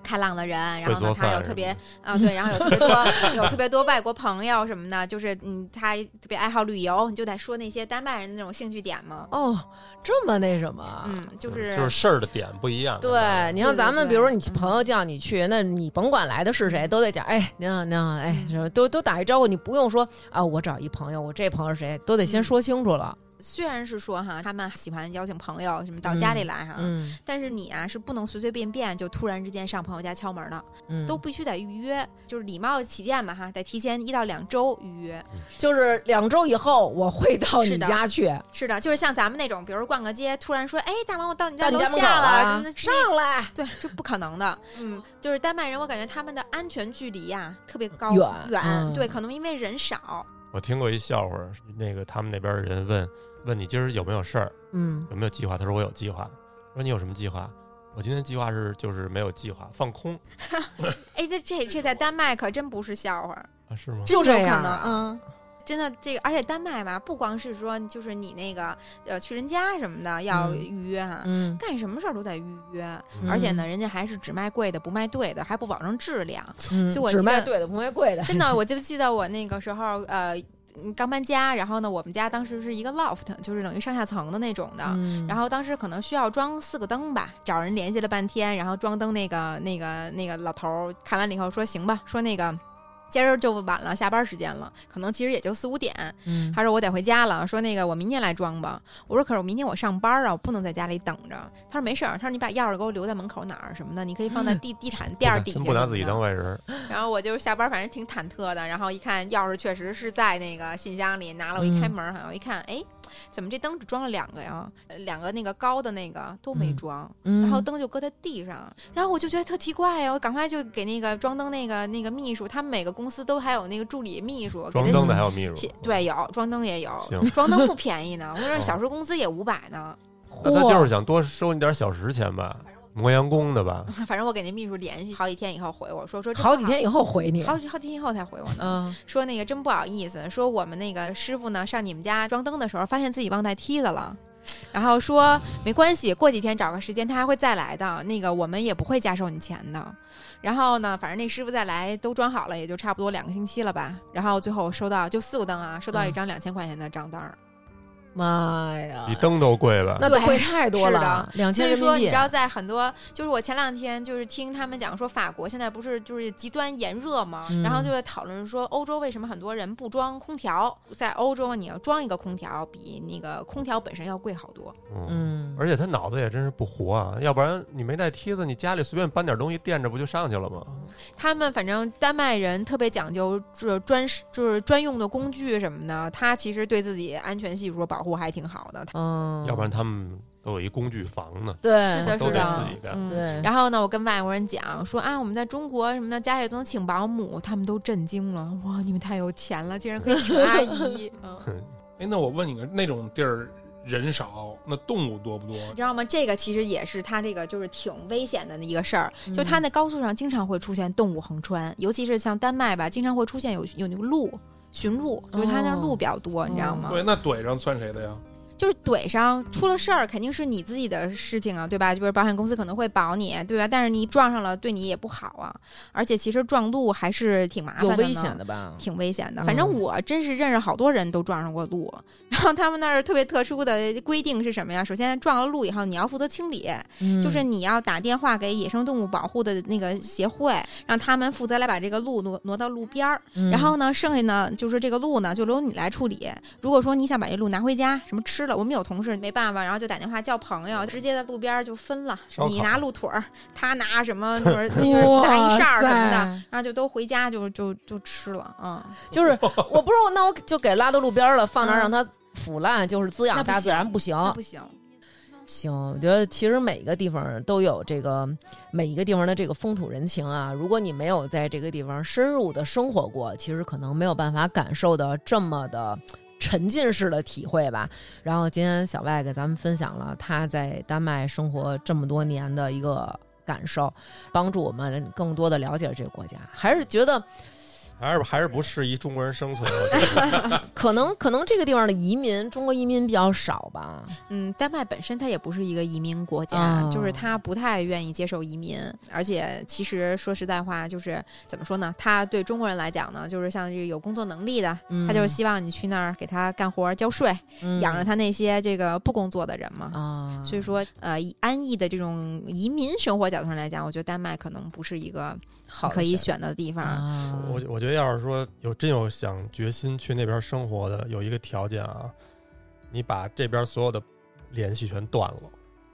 Speaker 2: 开朗的人，然
Speaker 3: 会
Speaker 2: 后呢
Speaker 3: 做，
Speaker 2: 他
Speaker 3: 饭
Speaker 2: 又特别啊，对，然后有特别多 有特别多外国朋友什么的，就是嗯，他特别爱好旅游，你就得说那些丹麦人的那种兴趣点嘛，
Speaker 1: 哦，这么那什么，啊
Speaker 2: 嗯，就
Speaker 3: 就是
Speaker 2: 是
Speaker 3: 事儿的点不一样。啊
Speaker 1: 对，你像
Speaker 2: 对
Speaker 1: 咱们，
Speaker 2: 对
Speaker 1: 比如说你
Speaker 2: 嗯
Speaker 1: 朋友叫你去，那你甭管来的是谁，都得讲，哎，您好，您好，哎，
Speaker 2: 嗯
Speaker 1: 什么都都打一招呼，你不用说啊，我找一朋友，我这朋友是谁，都得先
Speaker 2: 嗯
Speaker 1: 说清楚了。
Speaker 2: 虽然是说哈，他们喜欢邀请朋友什么到家里来哈，
Speaker 1: 嗯
Speaker 2: 但是你啊是不能随随便便就突然之间上朋友家敲门的，
Speaker 1: 嗯，
Speaker 2: 都必须得预约，就是礼貌起见吧哈，得提前一到两周预约。
Speaker 1: 就是两周以后我会到你
Speaker 2: 是的
Speaker 1: 家去，
Speaker 2: 是的，就是像咱们那种，比如逛个街，突然说，哎，大王，我到你
Speaker 1: 到
Speaker 2: 家
Speaker 1: 你
Speaker 2: 楼
Speaker 1: 家门口
Speaker 2: 下了，
Speaker 1: 啊
Speaker 2: 那，
Speaker 1: 上来。
Speaker 2: 对，这不可能的。 嗯，就是丹麦人，我感觉他们的安全距离呀、特别高
Speaker 1: 远
Speaker 2: 远、
Speaker 1: 嗯
Speaker 2: 对，可能因为人少。
Speaker 3: 我听过一笑话，那个他们那边的人问问你今儿有没有事儿，
Speaker 1: 嗯，
Speaker 3: 有没有计划？他说我有计划。说你有什么计划？我今天计划是就是没有计划，放空
Speaker 2: 哎，这这这在丹麦可真不是笑话，
Speaker 3: 啊，是吗？
Speaker 1: 就
Speaker 2: 这
Speaker 1: 这样
Speaker 2: 可能
Speaker 1: 啊，
Speaker 2: 嗯。真的，这个而且丹麦吧，不光是说就是你那个呃去人家什么的要
Speaker 1: 嗯
Speaker 2: 预约啊，
Speaker 1: 嗯，
Speaker 2: 干什么事儿都得预约，
Speaker 1: 嗯
Speaker 2: 而且呢，人家还是只卖贵的，不卖对的，还不保证 质量。
Speaker 1: 嗯
Speaker 2: 就我
Speaker 1: 只
Speaker 2: 记
Speaker 1: 卖
Speaker 2: 得
Speaker 1: 对的不卖贵的，
Speaker 2: 真的，我就记得我那个时候，呃，嗯刚搬家，然后呢，我们家当时是一个 loft，就是等于上下层的那种的。
Speaker 1: 嗯
Speaker 2: 然后当时可能需要装四个灯吧，找人联系了半天，然后装灯那个那个那个老头儿看完了以后说行吧，说那个今儿就晚了，下班时间了，可能其实也就四五点。
Speaker 1: 嗯
Speaker 2: 他说我得回家了，说那个我明天来装吧。我说可是我明天我上班啊，我不能在家里等着。他说没事儿，他说你把钥匙给我留在门口哪儿什么的，你可以放在 地地毯垫儿底下。
Speaker 3: 真不拿自己当。外人。
Speaker 2: 然后我就是下班，反正挺忐忑的。然后一看钥匙确实是在那个信箱里，拿了我一
Speaker 3: 嗯
Speaker 2: 开门儿，好像、我一看，哎，怎么这灯只装了两个呀？呃两个那个高的那个都没
Speaker 1: 嗯
Speaker 2: 装，
Speaker 1: 嗯
Speaker 2: 然后灯就搁在地上。然后我就觉得特奇怪呀，我赶快就给那个装灯那个那个秘书，他们每个公司都还有那个助理秘书，给
Speaker 3: 装
Speaker 2: 他
Speaker 3: 灯
Speaker 2: 写
Speaker 3: 的还有秘书
Speaker 2: 写，对，有装灯也有
Speaker 3: 行，
Speaker 2: 装 灯不便宜呢，我说
Speaker 3: 哦
Speaker 2: 小时工资也五百呢。
Speaker 3: 那他就是想多收你点小时钱吧，磨洋工的 吧。
Speaker 2: 反正我给那秘书联系好几天以后回我说说这
Speaker 1: 好
Speaker 2: 不
Speaker 1: 几天以后回你，
Speaker 2: 好几好几天以后才回我呢。
Speaker 1: 嗯
Speaker 2: 说那个真不好意思，说我们那个师傅呢上你们家装灯的时候，发现自己忘带梯子了。然后说没关系，过几天找个时间他还会再来的。那个我们也不会加收你钱的。然后呢，反正那师傅再来都装好了，也就差
Speaker 1: 嗯
Speaker 2: 不多两个星期了吧。然后最后我收到就四个灯啊，收到一张两千块钱的账单儿。
Speaker 1: 妈呀
Speaker 3: 比，灯都贵 吧？
Speaker 1: 那
Speaker 2: 对
Speaker 1: 贵太多
Speaker 5: 是的
Speaker 1: 了，两
Speaker 2: 所
Speaker 1: 千
Speaker 2: 以
Speaker 1: 人
Speaker 2: 说，
Speaker 1: 民
Speaker 2: 你
Speaker 1: 币
Speaker 2: 知。道，在很多就是我前两天就是听他们讲说，法国现在不是就是极端炎热嘛，
Speaker 1: 嗯
Speaker 2: 然后就在讨论说，欧洲为什么很多人不装空调？在欧洲，你要装一个空调，比那个空调本身要贵好多。
Speaker 3: 嗯，
Speaker 1: 嗯，
Speaker 3: 而且他脑子也真是不活啊，要不然你没带梯子，你家里随便搬点东西垫着不就上去了吗？
Speaker 2: 他们反正丹麦人特别讲究，就是专就是专用的工具什么的，他其实对自己安全系数保护还挺好的。
Speaker 1: 嗯，
Speaker 3: 要不然他们都有一工具房呢。
Speaker 1: 对，
Speaker 2: 是的，
Speaker 3: 都
Speaker 2: 哦是
Speaker 3: 得
Speaker 2: 的
Speaker 3: 自己，干
Speaker 2: 嗯
Speaker 1: 对
Speaker 2: 然后呢，我跟外国人讲说啊，我们在中国什么的，家里都能请保姆，他们都震惊了，哇，你们太有钱了，竟然可以请阿姨，嗯。
Speaker 4: 哎，那我问你个，那种地儿人少，那动物多不多？
Speaker 2: 你知道吗？这个其实也是它这个就是挺危险的一个事儿，就
Speaker 1: 嗯
Speaker 2: 它那高速上经常会出现动物横穿，尤其是像丹麦吧，经常会出现有有那个鹿驯鹿，就是它那儿
Speaker 1: 哦
Speaker 2: 鹿比较多，你知道吗？
Speaker 4: 对，那怼上算谁的呀？
Speaker 2: 就是怼上出了事儿，肯定是你自己的事情啊，对吧？就是保险公司可能会保你，对吧？但是你撞上了，对你也不好啊。而且其实撞路还是挺麻烦
Speaker 1: 有
Speaker 2: 的，
Speaker 1: 危险，的吧？
Speaker 2: 挺危险的。
Speaker 1: 嗯
Speaker 2: 反正我真是认识好多人都撞上过路， 然后他们那儿特别特殊的规定是什么呀？首先撞了路以后，你要负责清理，
Speaker 1: 嗯
Speaker 2: 就是你要打电话给野生动物保护的那个协会，让他们负责来把这个路挪挪到路边儿。
Speaker 1: 嗯
Speaker 2: 然后呢，剩下呢就是这个路呢，就由你来处理。如果说你想把这路拿回家，什么吃了，我们有同事没办法，然后就打电话叫朋友，直接在路边儿就分了。
Speaker 3: 烧烤
Speaker 2: 你拿鹿腿儿，他拿什么就是 就是拿一扇儿什么的，
Speaker 1: 哇塞
Speaker 2: 然后就都回家就就就吃了。嗯，
Speaker 1: 就是我不是我，那我就给拉到路边儿了，放那儿
Speaker 2: 嗯
Speaker 1: 让它腐烂，就是滋养
Speaker 2: 那不
Speaker 1: 大自
Speaker 2: 行
Speaker 1: 然不行。
Speaker 2: 那不行。
Speaker 1: 行，我觉得其实每一个地方都有这个每一个地方的这个风土人情啊。如果你没有在这个地方深入的生活过，其实可能没有办法感受的这么的。沉浸式的体会吧。然后今天小外给咱们分享了他在丹麦生活这么多年的一个感受，帮助我们更多的了解这个国家。还是觉得
Speaker 3: 还是还是不适宜中国人生 存，我觉得
Speaker 1: 可能可能这个地方的移民，中国移民比较少吧。
Speaker 2: 嗯，丹麦本身它也不是一个移民国家，
Speaker 1: 哦
Speaker 2: 就是它不太愿意接受移民，而且其实说实在话，就是怎么说呢？它对中国人来讲呢，就是像这个有工作能力的，
Speaker 1: 嗯
Speaker 2: 他就是希望你去那儿给他干活、交税，养着
Speaker 1: 他
Speaker 2: 他那些这个不工作的人嘛。
Speaker 1: 啊，
Speaker 2: 所以说，呃，以安逸的这种移民生活角度上来讲，我觉得丹麦可能不是一个
Speaker 1: 好的
Speaker 2: 可以
Speaker 1: 选
Speaker 2: 选的地
Speaker 1: 择
Speaker 2: 方。
Speaker 1: 啊，
Speaker 3: 我我觉得要是说有真有想决心去那边生活的，有一个条件啊，你把这边所有的联系全断了，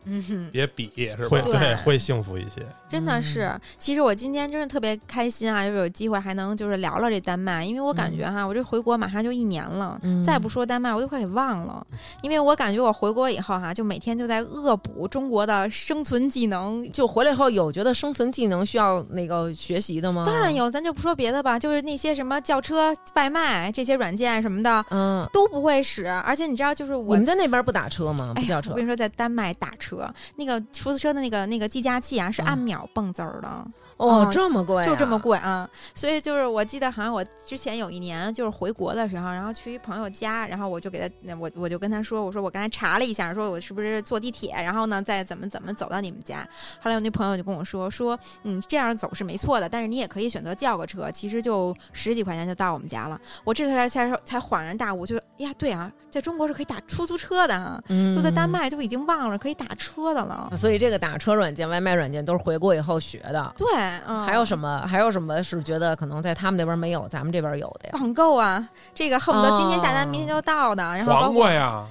Speaker 2: 嗯哼。
Speaker 4: 别比是吧
Speaker 3: 会？对会幸福一些。
Speaker 2: 真的是，
Speaker 1: 嗯
Speaker 2: 其实我今天真的特别开心啊，就是有机会还能就是聊聊这丹麦，因为我感觉哈、我这回国马上就一年了。
Speaker 1: 嗯
Speaker 2: 再不说丹麦，我都快给忘了，因为我感觉我回国以后哈、就每天就在恶补中国的生存技能。
Speaker 1: 就回来以后有觉得生存技能需要那个学习的吗？
Speaker 2: 当然，有，咱就不说别的吧，就是那些什么轿车、外卖这些软件什么的
Speaker 1: 嗯，
Speaker 2: 都不会使，而且你知道，就是
Speaker 1: 你
Speaker 2: 我
Speaker 1: 们在那边不打车吗？
Speaker 2: 哎
Speaker 1: 不叫车
Speaker 2: 我跟你说，在丹麦打车，那个出租车的那个那个计价器啊，是
Speaker 1: 嗯
Speaker 2: 按秒蹦字儿的。
Speaker 1: 哦
Speaker 2: 哦，
Speaker 1: 这么贵啊，
Speaker 2: 就这么贵啊！所以就是我记得好像我之前有一年就是回国的时候，然后去一朋友家，然后我就给他，那我我就跟他说，我说我刚才查了一下，说我是不是坐地铁，然后呢再怎么怎么走到你们家。后来我那朋友就跟我说说，嗯，这样走是没错的，但是你也可以选择叫个车，其实就十几块钱就到我们家了。我这才才才恍然大悟，就是哎呀，对啊，在中国是可以打出租车的啊，
Speaker 1: 嗯，
Speaker 2: 就在丹麦就已经忘了可以打车的了。
Speaker 1: 所以这个打车软件、外卖软件都是回国以后学的。
Speaker 2: 对，嗯、
Speaker 1: 还有什么？还有什么是觉得可能在他们那边没有，咱们这边有的呀？
Speaker 2: 网购啊，这个恨不得今天下单，
Speaker 1: 哦
Speaker 2: 明天就到的。然后包
Speaker 4: 黄
Speaker 2: 括
Speaker 4: 瓜呀，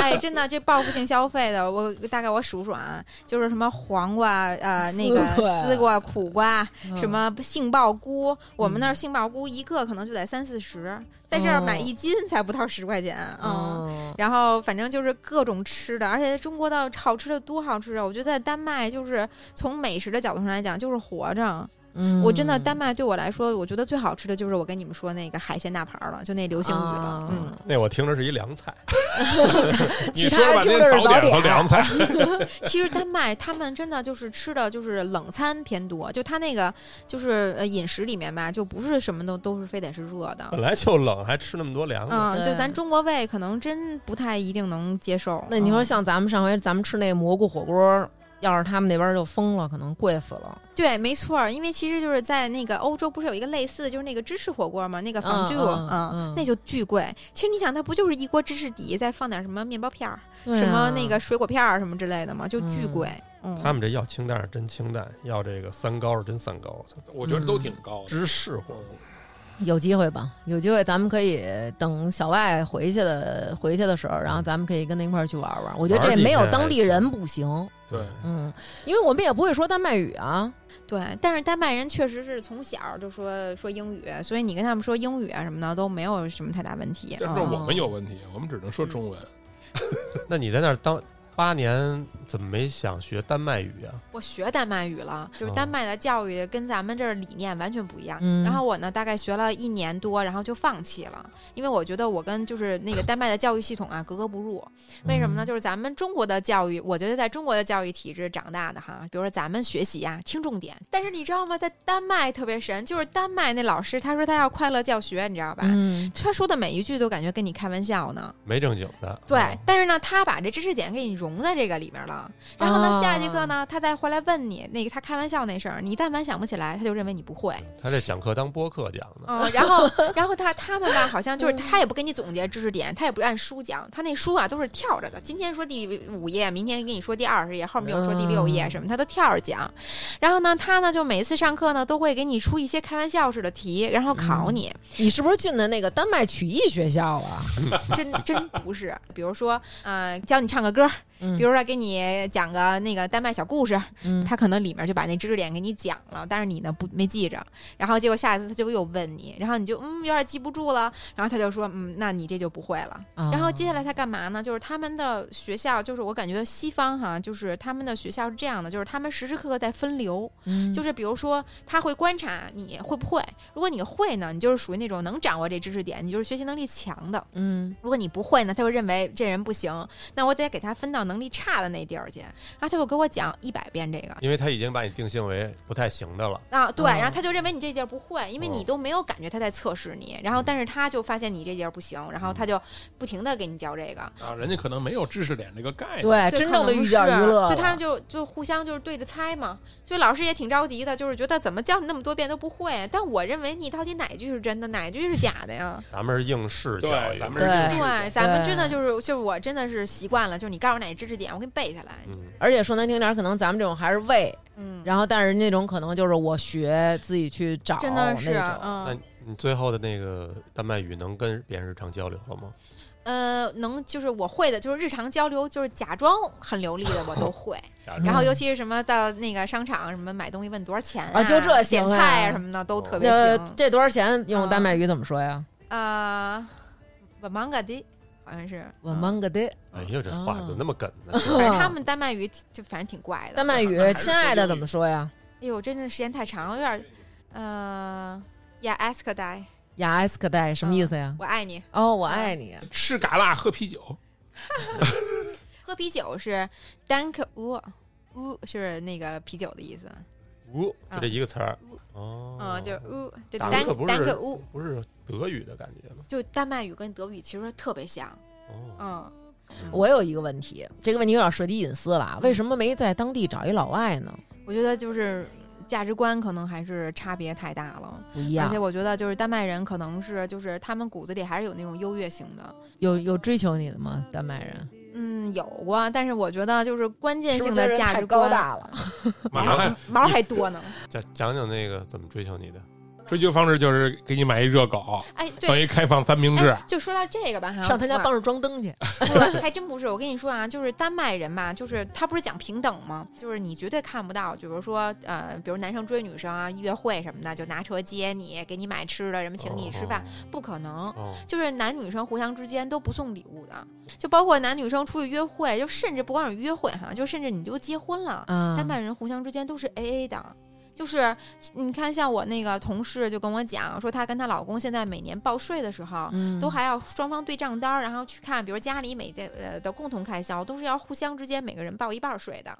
Speaker 2: 哎，真的这报复性消费的，我大概我数数啊，就是什么黄瓜，呃，那个
Speaker 1: 丝瓜
Speaker 2: 丝瓜、苦瓜，
Speaker 1: 嗯
Speaker 2: 什么杏鲍菇，我们那儿杏鲍菇一个可能就得三四十，在这儿买一斤才不到十块钱啊。嗯
Speaker 1: 哦，
Speaker 2: 然后反正就是各种吃的，而且中国的好吃的多好吃啊！我觉得在丹麦就是从美食的角度上来讲，就是活着。
Speaker 1: 嗯
Speaker 2: 我真的丹麦对我来说，我觉得最好吃的就是我跟你们说那个海鲜大盘儿了，就那流星雨了。
Speaker 1: 啊
Speaker 2: 嗯，
Speaker 3: 那我听着是一凉菜，
Speaker 1: 其
Speaker 4: 你
Speaker 1: 他
Speaker 4: 说吧，
Speaker 1: 就
Speaker 4: 那
Speaker 1: 是早
Speaker 4: 点
Speaker 1: 点
Speaker 4: 和凉菜，
Speaker 2: 其实丹麦他们真的就是吃的就是冷餐偏多，就他那个就是呃饮食里面吧，就不是什么都都是非得是热
Speaker 3: 本
Speaker 2: 的。
Speaker 3: 来就冷，还吃那么多凉的，
Speaker 2: 嗯，
Speaker 1: 对
Speaker 2: 就咱中国胃可能真不太一定能接受。
Speaker 1: 那你说
Speaker 2: 嗯
Speaker 1: 像咱们上回咱们吃那蘑菇火锅，要是他们那边就疯了，可能贵死了。
Speaker 2: 对，没错儿，因为其实就是在那个欧洲，不是有一个类似的，就是那个芝士火锅嘛，那个仿
Speaker 1: 嗯
Speaker 2: 剧，
Speaker 1: 嗯嗯
Speaker 2: 那就巨贵。其实你想，它不就是一锅芝士底，再放点什么面包片儿、
Speaker 1: 对啊
Speaker 2: 什么那个水果片儿什么之类的嘛，就巨贵。嗯，
Speaker 3: 他们这要清淡是真清淡，要这个三高是真三高，
Speaker 4: 我觉得
Speaker 2: 嗯
Speaker 4: 都挺高的。
Speaker 3: 芝士火锅。
Speaker 1: 有机会吧，有机会咱们可以等小外回去的回去的时候，然后咱们可以跟他一块儿去玩玩。我觉得
Speaker 3: 玩
Speaker 1: 这
Speaker 3: 几
Speaker 1: 没有
Speaker 3: 天
Speaker 1: 当
Speaker 3: 还
Speaker 1: 地
Speaker 3: 行
Speaker 1: 人不行，
Speaker 4: 对，
Speaker 1: 嗯，因为我们也不会说丹麦语啊，
Speaker 2: 对。但是丹麦人确实是从小就说说英语，所以你跟他们说英语啊什么的都没有什么太大问题。
Speaker 4: 但是我们有问题，我们只能说
Speaker 2: 嗯
Speaker 4: 中文。
Speaker 3: 那你在那儿当八年，怎么没想学丹麦语啊？
Speaker 2: 我学丹麦语了，就是
Speaker 3: 哦
Speaker 2: 丹麦的教育跟咱们这儿理念完全不一样。
Speaker 1: 嗯
Speaker 2: 然后我呢，大概学了一年多，然后就放弃了，因为我觉得我跟就是那个丹麦的教育系统啊格格不入。为
Speaker 1: 嗯
Speaker 2: 什么呢？就是咱们中国的教育，我觉得在中国的教育体制长大的哈，比如说咱们学习呀、听重点。但是你知道吗？在丹麦特别神，就是丹麦那老师他说他要快乐教学，你知道吧？
Speaker 1: 嗯，
Speaker 2: 他说的每一句都感觉跟你开玩笑呢，
Speaker 3: 没正经的。
Speaker 2: 对，
Speaker 3: 啊
Speaker 2: 但是呢，他把这知识点给你融在这个里面了。然后呢，
Speaker 1: 啊
Speaker 2: 下节课呢，他再回来问你那个他开玩笑那事儿，你但凡想不起来，他就认为你不会。
Speaker 3: 他这讲课当播客讲的，
Speaker 2: 嗯，然后然后他他们吧，好像
Speaker 1: 嗯
Speaker 2: 就是他也不给你总结知识点，他也不按书讲，他那书啊都是跳着的，今天说第五页，明天给你说第二十页，后面又说第六页
Speaker 1: 嗯
Speaker 2: 什么，他都跳着讲。然后呢，他呢就每次上课呢都会给你出一些开玩笑式的题，然后
Speaker 1: 嗯
Speaker 2: 考你。
Speaker 1: 你是不是进的那个丹麦曲艺学校啊了？
Speaker 2: 真真不是，比如说，呃，教你唱个歌，
Speaker 1: 嗯
Speaker 2: 比如说给你讲个那个丹麦小故事，
Speaker 1: 嗯
Speaker 2: 他可能里面就把那知识点给你讲了，但是你呢不没记着，然后结果下一次他就又问你，然后你就嗯有点记不住了，然后他就说嗯，那你这就不会了。然后接下来他干嘛呢？就是他们的学校，就是我感觉西方哈，就是他们的学校是这样的，就是他们时时刻刻在分流，
Speaker 1: 来
Speaker 2: 就是是比如说他会观察你会不会，如果你会呢，你就是属于那种能掌握这知识点，你就是学习能力强的。
Speaker 1: 嗯
Speaker 2: 如果你不会呢，他就认为这人不行，那我得给他分到能力差的那地儿去。然后他就给我讲一百遍这个
Speaker 3: 因为他已经把你定性为不太行的了。
Speaker 2: 啊，对，
Speaker 1: 嗯哦
Speaker 2: 然后他就认为你这地儿不会，因为你都没有感觉他在测试你，
Speaker 1: 嗯
Speaker 2: 然后但是他就发现你这地儿不行，然后他就不停的给你教这个。
Speaker 4: 啊，人家可能没有知识点这个概念。
Speaker 1: 对
Speaker 2: 对
Speaker 1: 真正的
Speaker 2: 哎可能
Speaker 1: 寓教于
Speaker 2: 是啊
Speaker 1: 乐了，
Speaker 2: 所以他们就就互相就是对着猜嘛。所以老师也挺着急的，就是觉得怎么教你那么多遍都不会。但我认为你到底哪句是真的，哪句是假 的呀？
Speaker 3: 咱们是应试教育，
Speaker 4: 对，咱们是
Speaker 1: 对
Speaker 4: 应试教育
Speaker 2: 对，咱们真的就是就是我真的是习惯了，就是你告诉我哪个知识点，我给你背下来。
Speaker 3: 嗯，
Speaker 1: 而且说难听点儿，可能咱们这种还是为，
Speaker 2: 嗯，
Speaker 1: 然后但是那种可能就是我学自己去找，
Speaker 2: 真的是，
Speaker 1: 那种
Speaker 2: 嗯
Speaker 3: 那，你最后的那个丹麦语能跟别人日常交流了吗？
Speaker 2: 呃，能就是我会的，就是日常交流，就是假装很流利的我都会。
Speaker 3: 假
Speaker 2: 然
Speaker 3: 装
Speaker 2: 后尤其是什么到那个商场什么买东西问多少钱
Speaker 1: 嗯啊就这行啊
Speaker 2: 点菜啊什么的都特别
Speaker 1: 那
Speaker 2: 行。
Speaker 1: 这多少钱？用
Speaker 2: 啊
Speaker 1: 丹麦语怎么说呀？
Speaker 2: 呃，我忙个的，好像是。
Speaker 1: 我蒙个的，
Speaker 3: 哎呦，这话
Speaker 1: 哦
Speaker 3: 怎么那么梗呢？
Speaker 2: 反正他们丹麦语就反正挺怪的。
Speaker 1: 丹麦语
Speaker 4: 还是，说
Speaker 1: 亲爱的
Speaker 4: 英语
Speaker 1: 怎么说呀？
Speaker 2: 哎呦，真的时间太长了，有点呃，Yeah, ask die，
Speaker 1: 雅埃斯克代什么意思呀？
Speaker 2: 我爱你。
Speaker 1: 哦，我爱你。
Speaker 4: 吃嘎啦喝啤酒，
Speaker 2: 喝啤酒是 Dank u u 是那个啤酒的意
Speaker 3: 哦
Speaker 2: 思。
Speaker 3: 呜，就
Speaker 2: 啊
Speaker 3: 这一个词儿
Speaker 2: 呜。
Speaker 3: 哦，
Speaker 2: 嗯，就是 u 就是
Speaker 3: 打
Speaker 2: Dank
Speaker 3: 可不是
Speaker 2: Dank u
Speaker 3: 不是德语的感觉吗？
Speaker 2: 就丹麦语跟德语其实特别像。
Speaker 3: 哦，
Speaker 2: 嗯，
Speaker 1: 我有一个问题，这个问题有点涉及隐私了啊，为什么没在当地找一老外呢？
Speaker 2: 我觉得就是价值观可能还是差别太大了，
Speaker 1: 不一
Speaker 2: 而且
Speaker 1: 样，
Speaker 2: 我觉得就是丹麦人可能是就是他们骨子里还是有那种优越性的。
Speaker 1: 有有追求你的吗？丹麦人
Speaker 2: 嗯，有过，但是我觉得就是关键
Speaker 1: 是不
Speaker 2: 性
Speaker 1: 是这
Speaker 2: 的
Speaker 1: 人
Speaker 2: 价
Speaker 1: 太
Speaker 2: 值
Speaker 1: 高
Speaker 2: 观
Speaker 1: 大了，
Speaker 4: 马上还
Speaker 2: 毛还多呢。
Speaker 3: 讲讲讲那个怎么追求你的？
Speaker 1: 嗯
Speaker 4: 追求方式就是给你买一热狗，
Speaker 2: 哎，
Speaker 4: 等
Speaker 2: 对。
Speaker 4: 于开放三明治
Speaker 2: 哎，，就说到这个吧，哈，
Speaker 1: 上他家
Speaker 2: 我
Speaker 1: 帮着装灯去。
Speaker 2: 啊 不，还真不是。我跟你说啊，就是丹麦人吧，就是他不是讲平等吗？就是你绝对看不到，比如说呃，比如男生追女生啊，约会什么的，就拿车接你，给你买吃的，什么请你吃饭，不可能。
Speaker 3: 哦。
Speaker 2: 就是男女生互相之间都不送礼物的，就包括男女生出去约会，就甚至不光是约会哈，就甚至你就结婚了，
Speaker 1: 啊
Speaker 2: 丹麦人互相之间都是 A A 的。就是你看，像我那个同事就跟我讲说，她跟她老公现在每年报税的时候，
Speaker 1: 嗯
Speaker 2: 都还要双方对账单儿，然后去看，比如家里每的呃的共同开销都是要互相之间每个人报一半儿税的。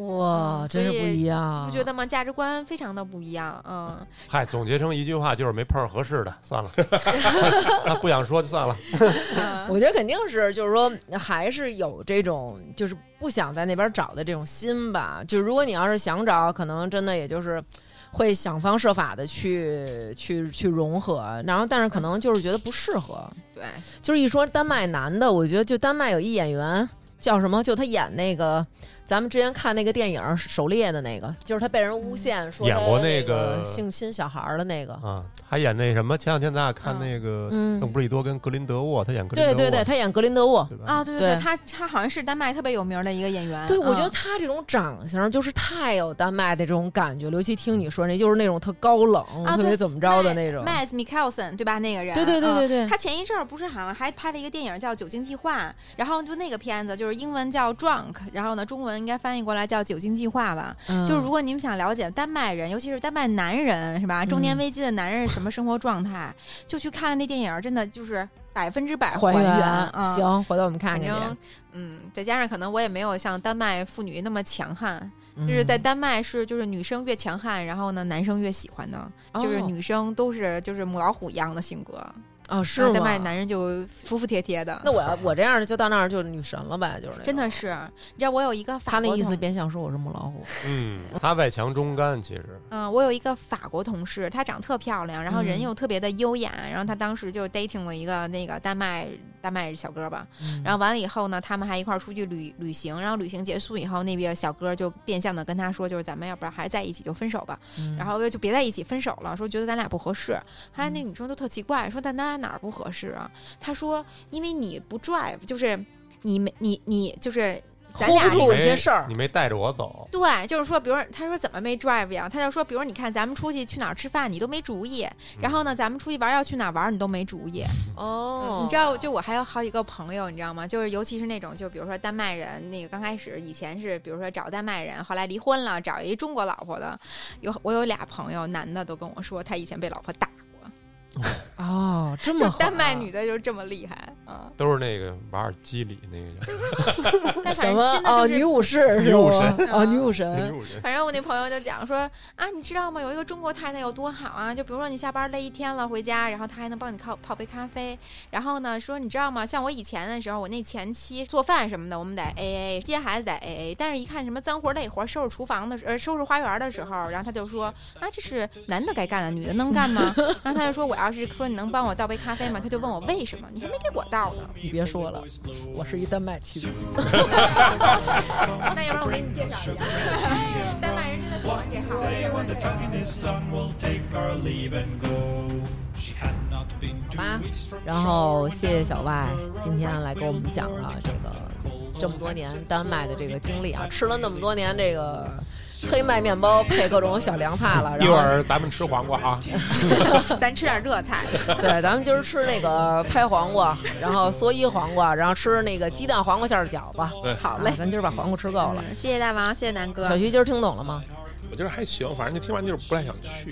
Speaker 1: 哇，
Speaker 2: 嗯
Speaker 1: 真是
Speaker 2: 所
Speaker 1: 不
Speaker 2: 以
Speaker 1: 一样，
Speaker 2: 不觉得吗？价值观非常的不一样，嗯，
Speaker 3: 嗨，总结成一句话就是没碰上合适的，算了， 啊不想说就算了。
Speaker 2: 嗯
Speaker 1: 我觉得肯定是，就是说还是有这种就是不想在那边找的这种心吧。就如果你要是想找，可能真的也就是会想方设法的去去去融合，然后但是可能就是觉得不适合。
Speaker 2: 对，
Speaker 1: 就是一说丹麦男的，我觉得就丹麦有一演员叫什么，就他演那个。咱们之前看那个电影《狩猎》的那个，就是他被人诬陷说
Speaker 3: 嗯演
Speaker 1: 他
Speaker 3: 过
Speaker 1: 那
Speaker 3: 那个
Speaker 1: 性侵小孩儿的那个，
Speaker 3: 啊，还演那什么？前两天咱俩看那个
Speaker 1: 嗯
Speaker 3: 邓布利多跟格林德沃，他演格林德
Speaker 1: 对
Speaker 3: 沃，
Speaker 1: 对对，他演格林德沃，
Speaker 3: 对吧？
Speaker 2: 啊，对对
Speaker 1: 对
Speaker 2: 对，他他好像是丹麦特别有名的一个演员，
Speaker 1: 对，我觉得
Speaker 2: 嗯
Speaker 1: 他这种长相就是太有丹麦的这种感觉，尤其听你说那，就是那种特高冷，
Speaker 2: 啊
Speaker 1: 特别
Speaker 2: 对
Speaker 1: 怎么着的那种。
Speaker 2: Mads Mikkelsen 对吧？那个人，
Speaker 1: 对对对对对
Speaker 2: 嗯他前一阵儿不是好像还拍了一个电影叫《酒精计划》，然后就那个片子就是英文叫 Drunk，然后呢中文应该翻译过来叫《酒精计划》吧。
Speaker 1: 嗯
Speaker 2: 就是如果你们想了解丹麦人，尤其是丹麦男人是吧？中
Speaker 1: 嗯
Speaker 2: 年危机的男人是什么生活状态，就去看那电影，真的就是百分之百
Speaker 1: 还
Speaker 2: 原啊。
Speaker 1: 行，回头我们看
Speaker 2: 反
Speaker 1: 看
Speaker 2: 正，嗯，再加上可能我也没有像丹麦妇女那么强悍，
Speaker 1: 去。
Speaker 2: 就是在
Speaker 1: 嗯
Speaker 2: 丹麦是就是女生越强悍，然后呢男生越喜欢的，就是
Speaker 1: 哦
Speaker 2: 女生都是就是母老虎一样的性格，
Speaker 1: 哦，
Speaker 2: 然
Speaker 1: 是
Speaker 2: 后丹
Speaker 1: 吗
Speaker 2: 麦？男人就服服帖帖的，
Speaker 1: 那我要我这样的就到那儿就女神了呗，就是那
Speaker 2: 真的
Speaker 1: 种。
Speaker 2: 是，你知道我有一个法
Speaker 1: 他那
Speaker 2: 国
Speaker 1: 意思
Speaker 2: 同
Speaker 1: 别想说我是母 老虎，
Speaker 3: 嗯，他外强中干，其实
Speaker 2: 嗯，我有一个法国同事，她长特漂亮，然后人
Speaker 1: 嗯
Speaker 2: 又特别的优雅，然后她当时就 dating 了一个那个丹麦丹麦小哥吧，
Speaker 1: 嗯
Speaker 2: 然后完了以后呢，他们还一块儿出去旅旅行，然后旅行结束以后，那个小哥就变相的跟她说，就是咱们要不然还是在一起就分手吧，
Speaker 1: 嗯
Speaker 2: 然后就别在一起分手了，说觉得咱俩不合适。后来那女生就特奇怪，说咱俩哪儿不合适啊？她说因为你不 drive，就是你没你你就是咱
Speaker 1: hold
Speaker 2: 俩
Speaker 1: 不住
Speaker 3: 没
Speaker 1: 一些事儿
Speaker 3: 你，没带着我走，
Speaker 2: 对，就是说，比如他说怎么没 drive 呀？他就说，比如你看咱们出去去哪儿吃饭，你都没主意。然后呢，咱们出去玩要去哪儿玩，你都没主意。
Speaker 1: 哦，
Speaker 2: 你知道，就我还有好几个朋友，你知道吗？就是尤其是那种，就比如说丹麦人，那个刚开始以前是，比如说找丹麦人，后来离婚了，找一中国老婆的。有我有俩朋友，男的都跟我说，他以前被老婆打过，
Speaker 1: 哦，这么
Speaker 2: 就
Speaker 1: 狠
Speaker 2: 丹
Speaker 1: 啊
Speaker 2: 麦女的就是这么厉害啊！
Speaker 3: 嗯都是那个瓦尔基里那个叫
Speaker 2: 但反
Speaker 1: 什
Speaker 2: 正
Speaker 1: 么
Speaker 2: 真
Speaker 1: 哦
Speaker 2: 的就
Speaker 1: 女
Speaker 2: 是。
Speaker 1: 武士
Speaker 3: 女
Speaker 1: 是
Speaker 3: 武
Speaker 1: 吗
Speaker 2: 神
Speaker 1: 哦女武
Speaker 3: 什
Speaker 1: 神，
Speaker 3: 么人，
Speaker 2: 反正我那朋友就讲说啊，你知道吗？有一个中国太太有多好啊！就比如说你下班累一天了回家，然后她还能帮你泡泡杯咖啡。然后呢，说你知道吗？像我以前的时候，我那前妻做饭什么的，我们得 A A，接孩子得 A A。但是一看什么脏活累活，收拾厨房的时呃收拾花园的时候，然后他就说啊，这是男的该干的，女的能干吗？ 然后他就说我要是说你能帮我倒杯咖啡吗？他就问我为什么，你还没给我倒呢。
Speaker 1: 你别说了，我是一丹麦骑士。
Speaker 2: 那要不然我给你介绍一下， 丹麦人真的喜欢这行，这
Speaker 6: away
Speaker 2: 行
Speaker 6: when the
Speaker 2: 这行。
Speaker 6: talking is done, we'll take our leave and go. She had not been
Speaker 1: 好吧
Speaker 6: two weeks from
Speaker 1: 然
Speaker 6: shore
Speaker 1: 后
Speaker 6: when
Speaker 1: 谢谢小
Speaker 6: down
Speaker 1: 外
Speaker 6: the river
Speaker 1: 今天来
Speaker 6: went
Speaker 1: 给我们
Speaker 6: Will
Speaker 1: 讲了
Speaker 6: Word
Speaker 1: 这个
Speaker 6: cold old
Speaker 1: 这么多年
Speaker 6: Texas
Speaker 1: 丹麦的这个
Speaker 6: stormy
Speaker 1: 经历啊，
Speaker 6: night
Speaker 1: 吃了那么多年这个黑麦面包配各种小凉菜了，然
Speaker 4: 一会
Speaker 1: 后
Speaker 4: 儿咱们吃黄瓜 啊，
Speaker 2: 咱吃点热菜。
Speaker 1: 对，咱们今儿吃那个拍黄瓜，然后蓑衣黄瓜，然后吃那个鸡蛋黄瓜馅儿饺子。
Speaker 4: 对
Speaker 1: 好嘞，咱今儿把黄瓜吃够了。
Speaker 2: 嗯谢谢大王，谢谢南哥。
Speaker 1: 小徐今儿听懂了吗？
Speaker 4: 我觉得还行，反正就听完就是不太想去。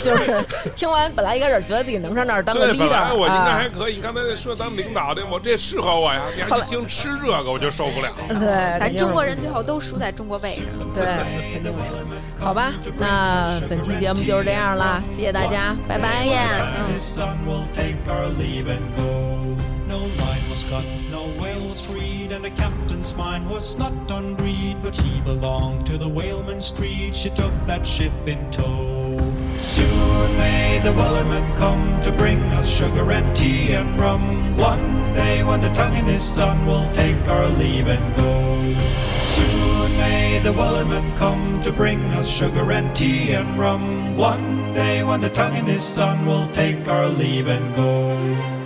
Speaker 1: 就是听完本来一开始觉得自己能上那儿当个
Speaker 4: 对，本来
Speaker 1: leader
Speaker 4: 我应该还
Speaker 1: 啊，
Speaker 4: 可以，你刚才说当领导的，我这适合我呀。你还一听吃这个，我就受不了。
Speaker 1: 啊对，
Speaker 2: 咱中国人最后都输在中国胃上。
Speaker 1: 对，肯定是。好吧，那本期节目就是这样啦，谢谢大家，拜拜呀，嗯。
Speaker 6: When it's done, we'll take our leave and go. No line was cut, no whale was freed, and the captain's mind was not on greed, but he belonged to the whaleman's creed. She took that ship in tow. Soon may the wellerman come to bring us sugar and tea and rum. One day when the tonguing is done, we'll take our leave and go. Soon may the wellerman come to bring us sugar and tea and rum. One day when the tonguing is done, we'll take our leave and go.